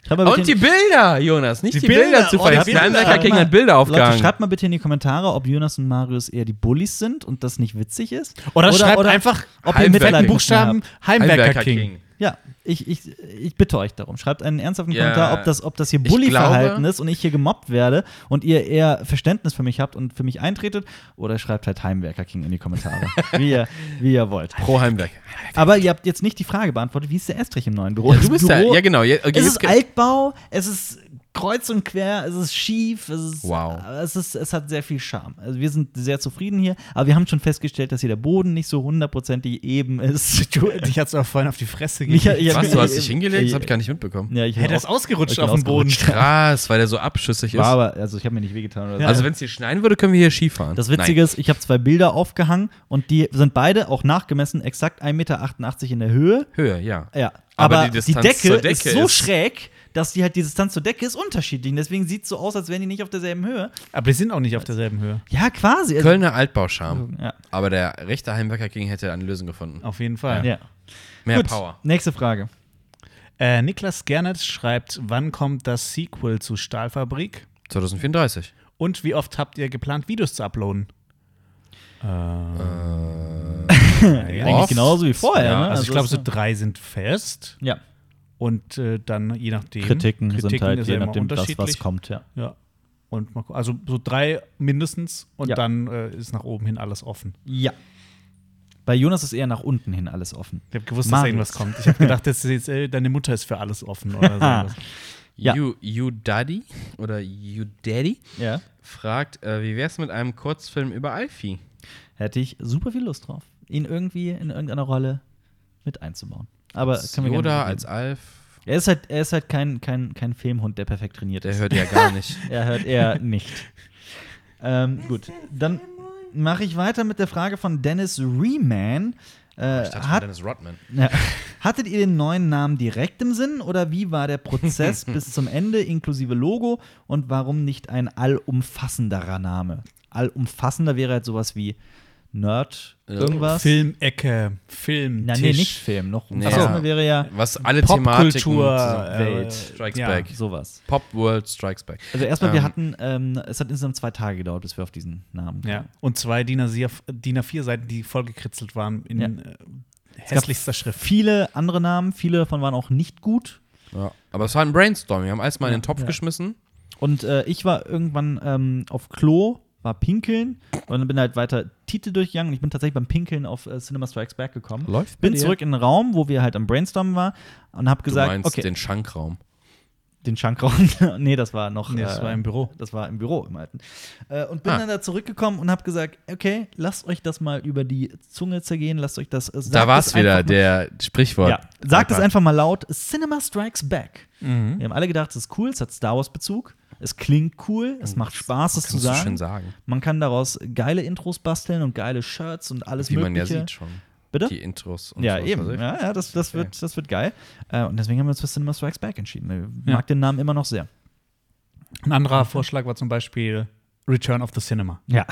C: Schreibt mal bitte
B: Und die Bilder, Jonas. Nicht die,
A: Die
B: Bilder,
A: Bilder,
B: zu
A: oh, die
B: vergessen.
A: Bilder.
B: Heimwerker King
C: Schreibt
B: hat
C: mal-
B: Bilder
C: Leute,
B: aufgehangen.
C: schreibt mal bitte in die Kommentare, ob Jonas und Marius eher die Bullies sind und das nicht witzig ist.
A: Oder, schreibt
C: oder
A: einfach
C: ob ihr
B: Heimwerker-
C: Mitleid mit mir
A: Buchstaben
C: habt.
A: Heimwerker King.
C: Ja, ich, ich, ich bitte euch darum. Schreibt einen ernsthaften
B: Ja,
C: Kommentar, ob das, ob das hier
B: ich
C: Bully-Verhalten
B: glaube-
C: ist und ich hier gemobbt werde und ihr eher Verständnis für mich habt und für mich eintretet. Oder schreibt halt Heimwerker King in die Kommentare. wie, ihr, wie ihr wollt.
B: Pro Heimwerk.
C: Aber ihr habt jetzt nicht die Frage beantwortet, wie ist der Estrich im neuen Büro?
B: Ja,
C: Das
B: du bist
C: Büro,
B: da. Ja, genau. Ja, okay,
C: Es
B: jetzt
C: ist
B: ge-
C: Altbau, es ist kreuz und quer, es ist schief, es ist,
B: Wow.
C: es ist, es hat sehr viel Charme. Also wir sind sehr zufrieden hier, aber wir haben schon festgestellt, dass hier der Boden nicht so hundertprozentig eben ist.
A: Du, dich hat's auch vorhin auf die Fresse
C: Mich hat-
A: gegeben.
C: ich hab-
B: Was, du hast dich hingelegt? Das
C: Ja.
B: habe ich gar nicht mitbekommen.
C: Ja, ich
A: Hey,
C: hab
A: der ist
C: auch-
A: ausgerutscht
C: ich bin
A: auf den Boden.
C: ausgerutscht.
B: Krass, weil der so abschüssig ist.
C: War aber, also ich habe mir nicht wehgetan oder so.
B: Also, wenn es hier schneien würde, können wir hier Skifahren.
C: Das Witzige ist, ich habe zwei Bilder aufgehangen und die sind beide auch nachgemessen exakt 1,88 Meter in der Höhe.
B: Nein. Höhe, ja.
C: Ja,
B: Aber
C: aber,
B: die
C: die,
B: Distanz zur
C: Decke,
B: Decke
C: ist so
B: ist-
C: schräg, dass die halt die Distanz zur Decke ist unterschiedlich. Und deswegen sieht es so aus, als wären die nicht auf derselben Höhe.
A: Aber die sind auch nicht auf derselben Höhe.
C: Ja, quasi. Also,
B: Kölner Altbauscham.
C: Ja.
B: Aber der rechte Heimwerker King hätte eine Lösung gefunden.
A: Auf jeden Fall.
C: ja.
B: Mehr
C: Gut,
B: Power.
C: Nächste Frage.
A: Äh, Niklas Gernert schreibt, wann kommt das Sequel zu Stahlfabrik?
B: 2034.
A: Und wie oft habt ihr geplant, Videos zu uploaden? Äh,
B: Ja.
C: Äh, Eigentlich genauso wie vorher.
B: Ja,
C: ne?
A: Also, ich glaube,
C: es-
A: so drei sind fest.
C: ja.
A: Und äh, dann je nachdem.
C: Kritiken, sind halt
A: ist
C: je
A: ja immer
C: nachdem, das, was
A: unterschiedlich.
C: kommt. Ja.
A: Ja. Und mal, gu- also so drei mindestens und
C: Ja.
A: dann äh, ist nach oben hin alles offen.
C: ja. Bei Jonas ist eher nach unten hin alles offen.
A: Ich habe gewusst, dass
C: Marius.
A: irgendwas kommt. Ich habe gedacht, das ist jetzt, äh, deine Mutter ist für alles offen oder so. was.
C: Ja.
B: You, you Daddy oder You Daddy
C: Ja.
B: fragt, äh, wie wär's mit einem Kurzfilm über Alfie?
C: Hätte ich super viel Lust drauf, ihn irgendwie in irgendeiner Rolle mit einzubauen. Aber Äh, können wir
B: Yoda
C: gerne
B: als Alf,
C: er ist halt, er ist halt kein, kein, kein Filmhund, der perfekt trainiert
B: der
C: ist.
B: hört ja gar nicht.
C: Er hört eher nicht. ähm, gut, dann mache ich weiter mit der Frage von Dennis Reman. Äh,
B: Ich dachte mal,
C: hat,
B: Dennis Rodman.
C: ja, hattet ihr den neuen Namen direkt im Sinn oder wie war der Prozess bis zum Ende inklusive Logo und warum nicht ein allumfassenderer Name? Allumfassender wäre halt sowas wie Nerd, irgendwas.
A: Filmecke, Film,
C: Na,
A: Tisch.
C: nee, nicht Film, noch
B: Nee.
C: umfassender
B: Ja.
C: wäre ja
B: Was alle Thematiken
A: Popkultur,
B: zusammen-
A: äh,
C: Welt,
B: Strikes
A: ja.
B: Back.
C: sowas.
B: Pop World Strikes Back.
C: Also erstmal, wir
B: Ähm,
C: hatten, ähm, es hat insgesamt zwei Tage gedauert, bis wir auf diesen Namen kamen.
A: Ja. Und zwei DIN A4 DIN A4 Seiten, die vollgekritzelt waren in
C: Ja.
A: äh, hässlichster Schrift.
C: Viele andere Namen, viele davon waren auch nicht gut.
B: Ja. Aber es war ein Brainstorm. Wir haben alles mal in den
C: Ja,
B: Topf
C: ja.
B: geschmissen.
C: Und äh, ich war irgendwann ähm, auf Klo, war pinkeln und dann bin halt weiter Titel durchgegangen. Und ich bin tatsächlich beim Pinkeln auf äh, Cinema Strikes Back gekommen.
B: Läuft
C: Bin zurück in den Raum, wo wir halt am Brainstormen waren und habe
B: Du
C: gesagt,
B: meinst
C: okay, den,
B: den Schankraum.
C: Schankraum. nee, das war noch. äh,
A: Nee, das war im Büro.
C: Das war im Büro im alten. Äh, und bin
B: Ah.
C: dann da zurückgekommen und habe gesagt, okay, lasst euch das mal über die Zunge zergehen, lasst euch das. äh, sagt
B: Da war es wieder,
C: einfach mal-
B: der Sprichwort.
C: Ja, sagt es
B: Alter.
C: einfach mal laut: Cinema Strikes Back.
B: Mhm.
C: Wir haben alle gedacht, es ist cool, es hat Star Wars-Bezug, es klingt cool,
B: Oh,
C: es macht Spaß, es zu
B: Kannst du schön
C: sagen.
B: sagen.
C: Man kann daraus geile Intros basteln und geile Shirts und alles
B: Wie man
C: Mögliche.
B: ja sieht schon.
C: Bitte?
B: Die Intros und
C: ja,
B: sowas.
C: eben.
B: Also ich-
C: Ja, ja, das, das,
B: Okay.
C: wird, das wird geil. Äh, Und deswegen haben wir uns für Cinema Strikes Back entschieden. Ich
A: Ja.
C: mag den Namen immer noch sehr.
A: Ein anderer Vorschlag war zum Beispiel Return of the Cinema.
C: Ja.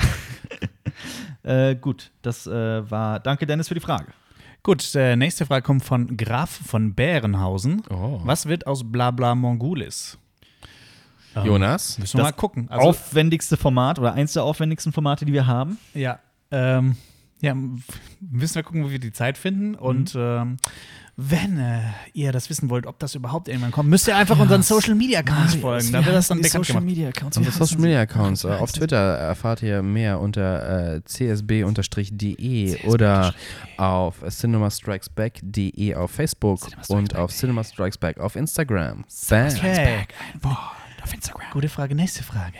C: äh, gut, das äh, war. Danke, Dennis, für die Frage.
A: Gut, äh, nächste Frage kommt von Graf von Bärenhausen.
B: Oh.
A: Was wird aus Blabla Mongulis? Ähm,
B: Jonas?
A: Müssen wir
C: Das
A: mal gucken. Also,
C: aufwendigste Format oder eins der aufwendigsten Formate, die wir haben.
A: Ja, ähm, ja, m- müssen wir gucken, wo wir die Zeit finden. Und ähm, wenn äh, ihr das wissen wollt, ob das überhaupt irgendwann kommt, müsst ihr einfach unseren Social Media Accounts
C: Ah,
A: folgen. Da wird das dann bekannt gemacht.
C: Media Accounts.
B: Unsere Social Media Accounts. äh, Auf Twitter erfahrt ihr mehr unter äh, csb-de oder auf cinemastrikesback.de auf Facebook und auf cinemastrikesback auf Instagram. Bam.
A: Okay. Auf Instagram. Gute Frage, nächste Frage.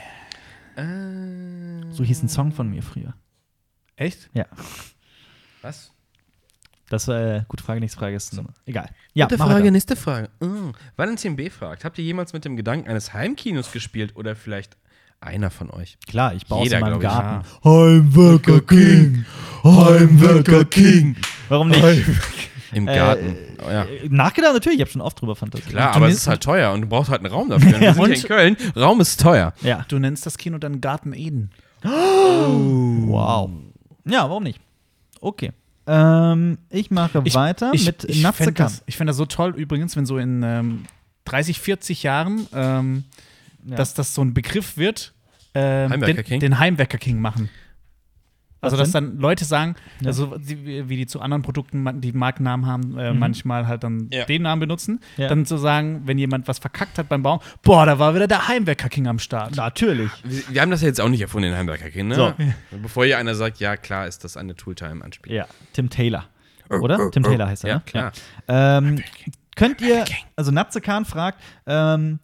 B: Äh,
C: So hieß ein Song von mir früher.
A: Echt?
C: Ja.
B: was?
C: Das war äh, gute Frage, nächste Frage ist. Egal. Ja,
B: Gute
C: mach
B: Frage,
C: weiter.
B: nächste Frage. Mm. Valentin B. fragt, habt ihr jemals mit dem Gedanken eines Heimkinos gespielt oder vielleicht einer von euch?
C: Klar, ich baue
B: Jeder,
C: es in meinem
B: glaub ich,
C: Garten.
D: Heimwerker King, Heimwerker King.
C: Warum nicht?
B: Im
C: Äh,
B: Garten. Oh, ja.
C: Äh, Nachgedacht natürlich, ich habe schon oft drüber fantasiert.
B: Klar, aber es ist halt teuer und du brauchst halt einen Raum dafür. Und Wir sind hier in Köln, Raum ist teuer.
C: Ja.
A: Du nennst das Kino dann Garten Eden.
C: Wow.
B: Mm.
C: Ja, warum nicht? Okay. Ähm, ich mache weiter mit
A: ich
C: Natze
A: fänd
C: Kahn.
A: das, ich fänd das so toll übrigens, wenn so in ähm, 30, 40 Jahren, ähm, dass das so ein Begriff wird, ähm,
B: Heimwerker
A: den,
B: King?
A: den Heimwerker King machen. Also,
C: Was
A: dass dann Leute sagen, also die, wie die zu anderen Produkten, man- die Markennamen haben, äh, manchmal halt dann
B: Ja.
A: den Namen benutzen.
C: Mhm. Ja.
A: Dann zu sagen, wenn jemand was verkackt hat beim Baum, boah, da war wieder der Heimwerker-King am Start.
C: Natürlich.
B: Wir, wir haben das ja jetzt auch nicht erfunden, den Heimwerker King, ne?
C: So.
B: Bevor hier einer sagt, ja, klar ist das eine Tooltime-Anspielung.
C: Ja, Tim Taylor. Oder? Tim Taylor heißt er,
B: Oh, ja,
C: ne?
B: klar.
C: Ja. Ähm, könnt ihr, also Natze Kahn fragt, ähm,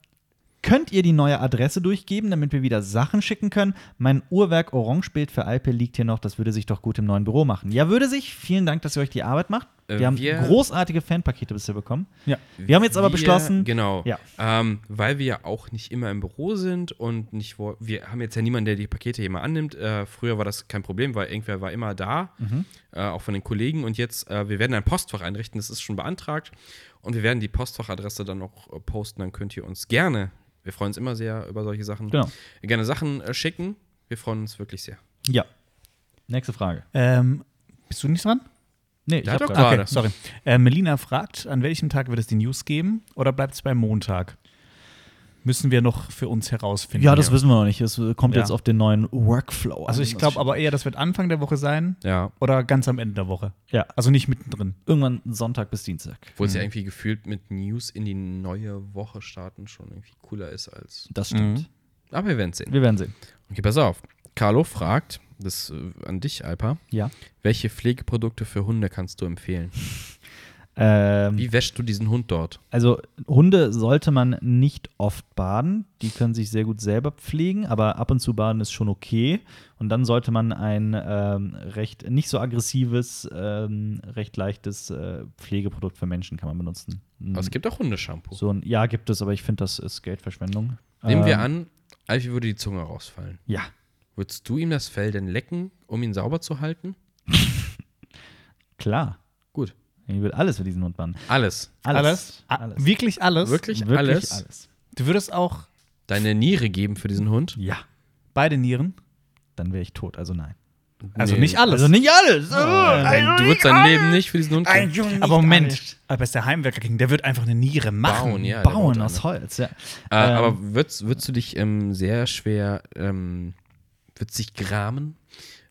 C: könnt ihr die neue Adresse durchgeben, damit wir wieder Sachen schicken können? Mein Uhrwerk Orangebild für Alpe liegt hier noch, das würde sich doch gut im neuen Büro machen. Ja, würde sich. Vielen Dank, dass ihr euch die Arbeit macht. Wir
B: Äh,
C: haben
B: wir-
C: großartige Fanpakete bisher bekommen.
A: Ja.
C: Wir haben jetzt aber
B: Wir-
C: beschlossen,
B: Genau.
C: Ja.
B: Ähm, weil wir ja auch nicht immer im Büro sind und nicht wo, wir haben jetzt ja niemanden, der die Pakete hier mal annimmt. Äh, früher war das kein Problem, weil irgendwer war immer da,
C: Mhm.
B: äh, auch von den Kollegen. Und jetzt, äh, wir werden ein Postfach einrichten, das ist schon beantragt. Und wir werden die Postfachadresse dann noch äh, posten. Dann könnt ihr uns gerne, wir freuen uns immer sehr über solche Sachen,
C: Genau.
B: gerne Sachen äh, schicken. Wir freuen uns wirklich sehr.
C: ja. Nächste Frage.
A: Ähm, bist du nicht dran?
C: Nee, ich
B: Ja,
C: hab
B: doch,
C: grad-
B: klar.
A: Okay,
B: Gerade.
A: sorry. Äh, Melina fragt, an welchem Tag wird es die News geben oder bleibt es beim Montag? Müssen wir noch für uns herausfinden.
C: Ja, das wissen wir noch nicht. Es äh, kommt
A: Ja.
C: jetzt auf den neuen Workflow an.
A: Also ich glaube aber eher, das wird Anfang der Woche sein
B: Ja.
A: oder ganz am Ende der Woche.
C: Ja,
A: Also nicht mittendrin.
C: irgendwann Sonntag bis Dienstag.
B: Obwohl es ja irgendwie gefühlt mit News in die neue Woche starten schon irgendwie cooler ist als.
C: Das stimmt.
B: Mhm. Aber wir werden sehen.
C: Wir werden sehen.
B: Okay, pass auf. Carlo fragt, das äh, an dich, Alpa,
C: Ja.
B: welche Pflegeprodukte für Hunde kannst du empfehlen?
C: Ähm,
B: Wie wäschst du diesen Hund dort?
C: also Hunde sollte man nicht oft baden. Die können sich sehr gut selber pflegen, aber ab und zu baden ist schon okay. Und dann sollte man ein ähm, recht nicht so aggressives, ähm, recht leichtes äh, Pflegeprodukt für Menschen kann man benutzen. Hm.
B: Aber es gibt auch Hundeshampoo.
C: so ein ja gibt es, aber ich finde, das ist Geldverschwendung.
B: Nehmen wir
C: Ähm,
B: an, Alfie würde die Zunge rausfallen.
C: Ja.
B: Würdest du ihm das Fell denn lecken, um ihn sauber zu halten?
C: Klar.
B: Gut.
C: Ich will alles für diesen Hund baden.
B: Alles. Ah,
C: Alles.
A: A- Wirklich alles?
B: Wirklich,
C: Wirklich
B: alles.
C: alles.
A: Du würdest auch
B: Deine Niere geben für diesen Hund?
C: Ja.
A: beide Nieren?
C: Dann wäre ich tot, also nein.
A: Also
B: Nee.
A: nicht alles.
C: Also nicht alles. Äh,
B: Oh, Nein, du würdest dein Leben nicht für diesen Hund geben.
A: aber Moment, aber ist der Heimwerker King, der wird einfach eine Niere machen.
B: Bauen, ja. der baut
C: Bauen
B: eine.
C: aus Holz, ja.
B: Äh, aber würdest, würdest du dich ähm, sehr schwer, ähm, würdest dich gramen,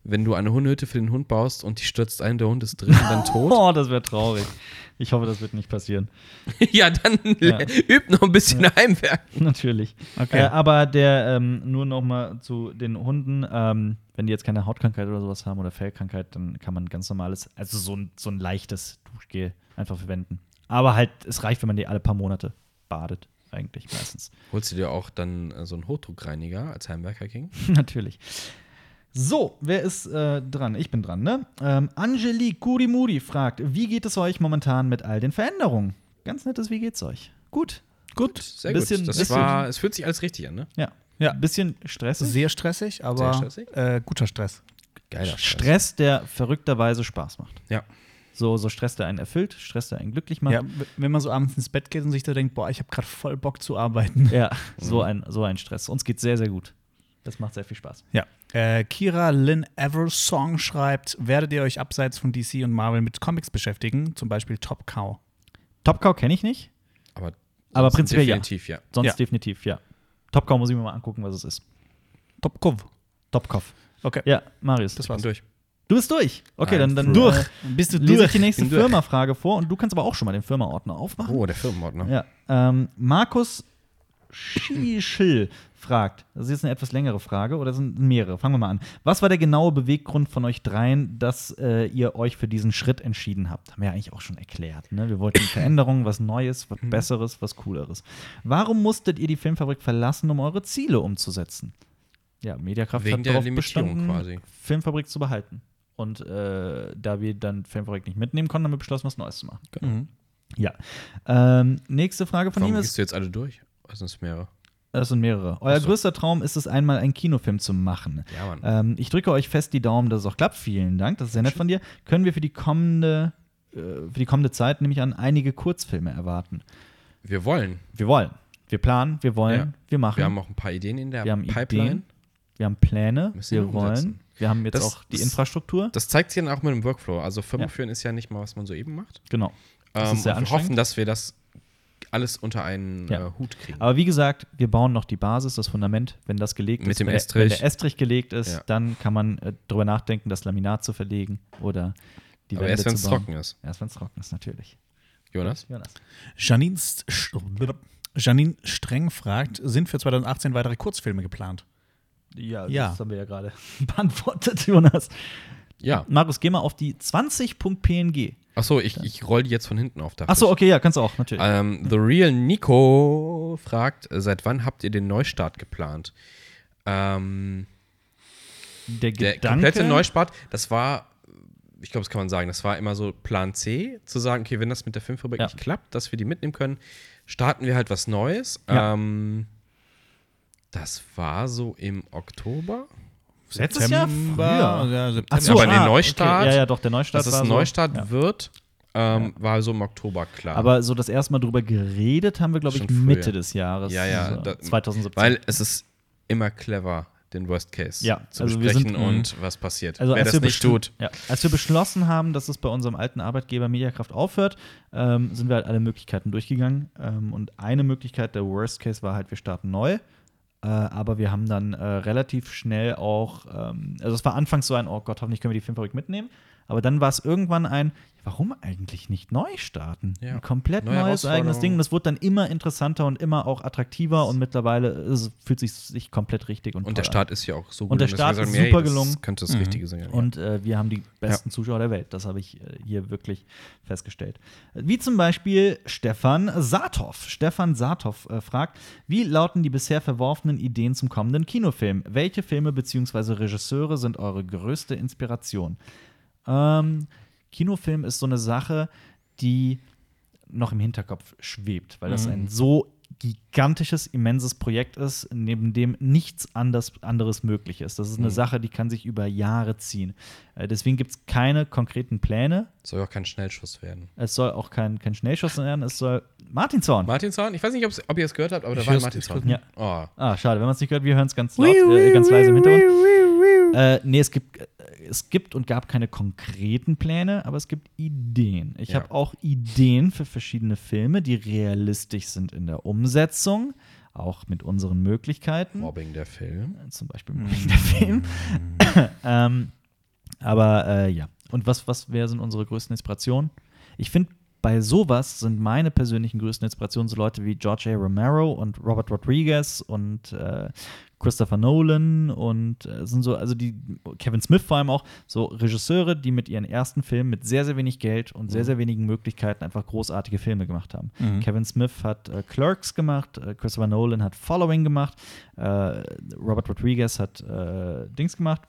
B: wenn du eine Hundehütte für den Hund baust und die stürzt ein, der Hund ist drin und dann tot?
C: Oh, das wäre traurig. Ich hoffe, das wird nicht passieren.
B: ja, dann übt noch ein bisschen Heimwerk.
C: Natürlich.
A: Okay.
C: Äh, aber der, ähm, nur nochmal zu den Hunden, ähm, wenn die jetzt keine Hautkrankheit oder sowas haben oder Fellkrankheit, dann kann man ganz normales, also so ein, so ein leichtes Duschgel einfach verwenden. Aber halt, es reicht, wenn man die alle paar Monate badet, eigentlich meistens.
B: Holst du dir auch dann äh, so einen Hochdruckreiniger als Heimwerker King?
C: Natürlich. So, wer ist äh, dran? Ich bin dran, ne? Ähm, Angelique Kurimuri fragt, wie geht es euch momentan mit all den Veränderungen? Ganz nettes, wie geht's euch? Gut. Gut,
B: Sehr
C: bisschen,
B: gut. Das
C: bisschen,
B: war, es fühlt sich alles richtig an, ne?
C: Ja.
A: Ja.
C: Ein bisschen Stress.
A: Sehr stressig, aber
B: Sehr stressig?
A: Äh, guter Stress.
B: Geiler Stress.
C: Stress, der verrückterweise Spaß macht.
B: Ja.
C: So, so Stress, der einen erfüllt, Stress, der einen glücklich macht.
A: Ja, w- wenn man so abends ins Bett geht und sich da denkt, boah, ich habe gerade voll Bock zu arbeiten.
C: Ja, so, ein, so ein Stress. Uns geht's sehr, sehr gut. Das macht sehr viel Spaß.
A: Ja. Äh, Kira Lynn Eversong schreibt, werdet ihr euch abseits von DC und Marvel mit Comics beschäftigen, zum Beispiel Top Cow.
C: Top Cow kenne ich nicht,
B: Aber,
C: aber prinzipiell ja.
B: definitiv, ja.
C: Sonst
A: Ja.
C: definitiv, ja. Top Cow muss ich mir mal angucken, was es ist.
A: Top Cow.
C: Top Cow.
A: Okay.
C: Ja, Marius.
A: Das
B: Bin
A: war's.
B: durch.
C: Du bist durch. Okay, dann, dann
B: I'm
C: durch.
A: Bist du
C: lese ich
A: durch?
C: die nächste
B: Bin durch.
C: Firmafrage vor und du kannst aber auch schon mal den Firmaordner aufmachen.
B: Oh, der Firmenordner.
C: Ah. Ja. Ähm, Markus Schischel fragt, das ist jetzt eine etwas längere Frage oder sind mehrere? Fangen wir mal an. Was war der genaue Beweggrund von euch dreien, dass äh, ihr euch für diesen Schritt entschieden habt? Haben wir ja eigentlich auch schon erklärt. Ne? Wir wollten Veränderungen, was Neues,
B: Mhm.
C: was Besseres, was Cooleres. Warum musstet ihr die Filmfabrik verlassen, um eure Ziele umzusetzen? Ja, Mediakraft
B: Wegen
C: hat
B: der
C: darauf
B: Limitierung
C: bestanden,
B: quasi.
C: Filmfabrik zu behalten. Und äh, da wir dann Filmfabrik nicht mitnehmen konnten, haben wir beschlossen, was Neues zu machen.
A: Mhm.
C: Ja. Ähm, nächste Frage von
B: Warum
C: ihm
B: gehst
C: ist:
B: du jetzt alle durch? Das sind mehrere.
C: Das sind mehrere. Euer größter Traum ist es, einmal einen Kinofilm zu machen.
B: Ja, Mann.
C: Ähm, ich drücke euch fest die Daumen, dass es auch klappt. Vielen Dank, das ist sehr nett von dir. Können wir für die kommende, äh, für die kommende Zeit, nehme ich an, einige Kurzfilme erwarten?
B: Wir wollen.
C: Wir wollen. Wir planen, wir wollen,
B: Ja.
C: wir machen.
B: Wir haben auch ein paar Ideen in der
C: Hm. Wir haben
B: Pipeline.
C: Ideen. Wir haben Pläne,
B: Müssen wir
C: wir wollen.
B: umsetzen.
C: Wir haben jetzt
B: Das-
C: auch die
B: das-
C: Infrastruktur.
B: Das zeigt sich dann auch mit dem Workflow. Also Firma
C: Ja.
B: führen ist ja nicht mal, was man so eben macht.
C: Genau. Das
B: Ähm,
C: ist sehr
B: und wir
C: anstrengend.
B: hoffen, dass wir das alles unter einen
C: Ja.
B: äh, Hut kriegen.
C: Aber wie gesagt, wir bauen noch die Basis, das Fundament. Wenn das gelegt
B: Mit
C: ist,
B: dem
C: wenn, der-
B: Estrich.
C: wenn der Estrich gelegt ist,
B: Ja.
C: dann kann man äh, drüber nachdenken, das Laminat zu verlegen oder die
B: Aber
C: Wände
B: erst wenn es
C: zu bauen.
B: trocken ist.
C: Erst wenn es trocken ist, natürlich.
B: Jonas?
C: Jonas.
A: Janine, St- Janine Streng fragt, sind für 2018 weitere Kurzfilme geplant?
C: Ja,
A: Ja.
C: das haben wir ja gerade beantwortet, Jonas.
B: Ja.
C: Markus, geh mal auf die 20.png.
B: Achso, ich, ich roll die jetzt von hinten auf. dachte
C: Achso,
B: ich.
C: okay, ja, kannst du auch, natürlich.
B: Ähm, The Real Nico fragt, seit wann habt ihr den Neustart geplant? Ähm,
C: Der,
B: der komplette Neustart, das war, ich glaube, das kann man sagen, das war immer so Plan C, zu sagen, okay, wenn das mit der Filmfabrik
C: Ja.
B: nicht klappt, dass wir die mitnehmen können, starten wir halt was Neues.
C: Ja.
B: Ähm, das war so im Oktober.
C: Letztes Jahr?
A: September,
C: Früher.
A: ja,
C: Ach
A: September.
C: so, ah,
B: aber den
C: okay.
B: Neustart-
C: Ja, ja, doch, der Neustart
B: dass es
C: war
B: ein Neustart
C: So, ja.
B: wird, ähm, war so im Oktober klar.
C: Aber so das erste Mal drüber geredet haben wir, glaube ich,
B: Schon früher.
C: Mitte des Jahres.
B: Ja, ja,
C: so
B: da-
C: 2017.
B: Weil es ist immer clever, den Worst Case
C: Ja,
B: zu
C: also wir
B: besprechen
C: sind,
B: und was passiert.
C: also
B: Wer
C: als
B: das
C: wir
B: nicht
C: beschl-
B: tut,
C: Ja, als wir beschlossen haben, dass es bei unserem alten Arbeitgeber Mediakraft aufhört, ähm, sind wir halt alle Möglichkeiten durchgegangen. Ähm, und eine Möglichkeit, der Worst Case, war halt, wir starten neu. Äh, aber wir haben dann äh, relativ schnell auch, ähm, also es war anfangs so ein, oh Gott, hoffentlich können wir die Filmfabrik mitnehmen. Aber dann war es irgendwann ein, warum eigentlich nicht neu starten?
B: Ja.
C: Ein komplett
B: Neue
C: neues eigenes
B: Herausforderung.
C: Ding. Das wurde dann immer interessanter und immer auch attraktiver und mittlerweile äh, es fühlt sich, sich komplett richtig und
B: Und der
C: toll an.
B: Start ist ja auch so gut.
C: Und der
B: deswegen
C: Start
B: sagen
C: ist
B: wir,
C: super
B: das
C: gelungen. Mhm.
B: Könnte das Richtige sein. ja.
C: Und äh, wir haben die besten Zuschauer der Welt. Das habe ich äh, hier wirklich festgestellt. Wie zum Beispiel Stefan Saathoff. Stefan Saathoff äh, fragt, wie lauten die bisher verworfenen Ideen zum kommenden Kinofilm? Welche Filme bzw. Regisseure sind eure größte Inspiration? Ähm, Kinofilm ist so eine Sache, die noch im Hinterkopf schwebt, weil das ein so gigantisches, immenses Projekt ist, neben dem nichts anders, anderes möglich ist. Das ist eine Sache, die kann sich über Jahre ziehen. Äh, deswegen gibt es keine konkreten Pläne.
B: Soll ja auch kein Schnellschuss werden.
C: Es soll auch kein, kein Schnellschuss werden, es soll Martin Zorn.
B: Martinshorn, ich weiß nicht, ob's- ob ihr es gehört habt, aber da
A: Ich
B: war ein
A: hör's-
B: Martinshorn.
C: ich-
B: Oh.
C: Ah, schade, wenn man es nicht hört, wir hören es ganz laut, äh, ganz leise im Hintergrund. Äh, nee, es gibt, äh, es gibt und gab keine konkreten Pläne, aber es gibt Ideen. Ich
B: Ja.
C: habe auch Ideen für verschiedene Filme, die realistisch sind in der Umsetzung, auch mit unseren Möglichkeiten.
B: Oh, Mobbing der Film.
C: Äh, Zum Beispiel Mobbing der Film. ähm, aber äh, ja. Und was, was wer sind unsere größten Inspirationen? Ich finde, bei sowas sind meine persönlichen größten Inspirationen so Leute wie George A. Romero und Robert Rodriguez und äh, Christopher Nolan und äh, sind so, also die Kevin Smith vor allem auch, so Regisseure, die mit ihren ersten Filmen mit sehr, sehr wenig Geld und sehr, sehr wenigen Möglichkeiten einfach großartige Filme gemacht haben.
B: Mhm.
A: Mhm.
C: Kevin Smith hat äh, Clerks gemacht, äh, Christopher Nolan hat Following gemacht, äh, Robert Rodriguez hat äh, Dings gemacht.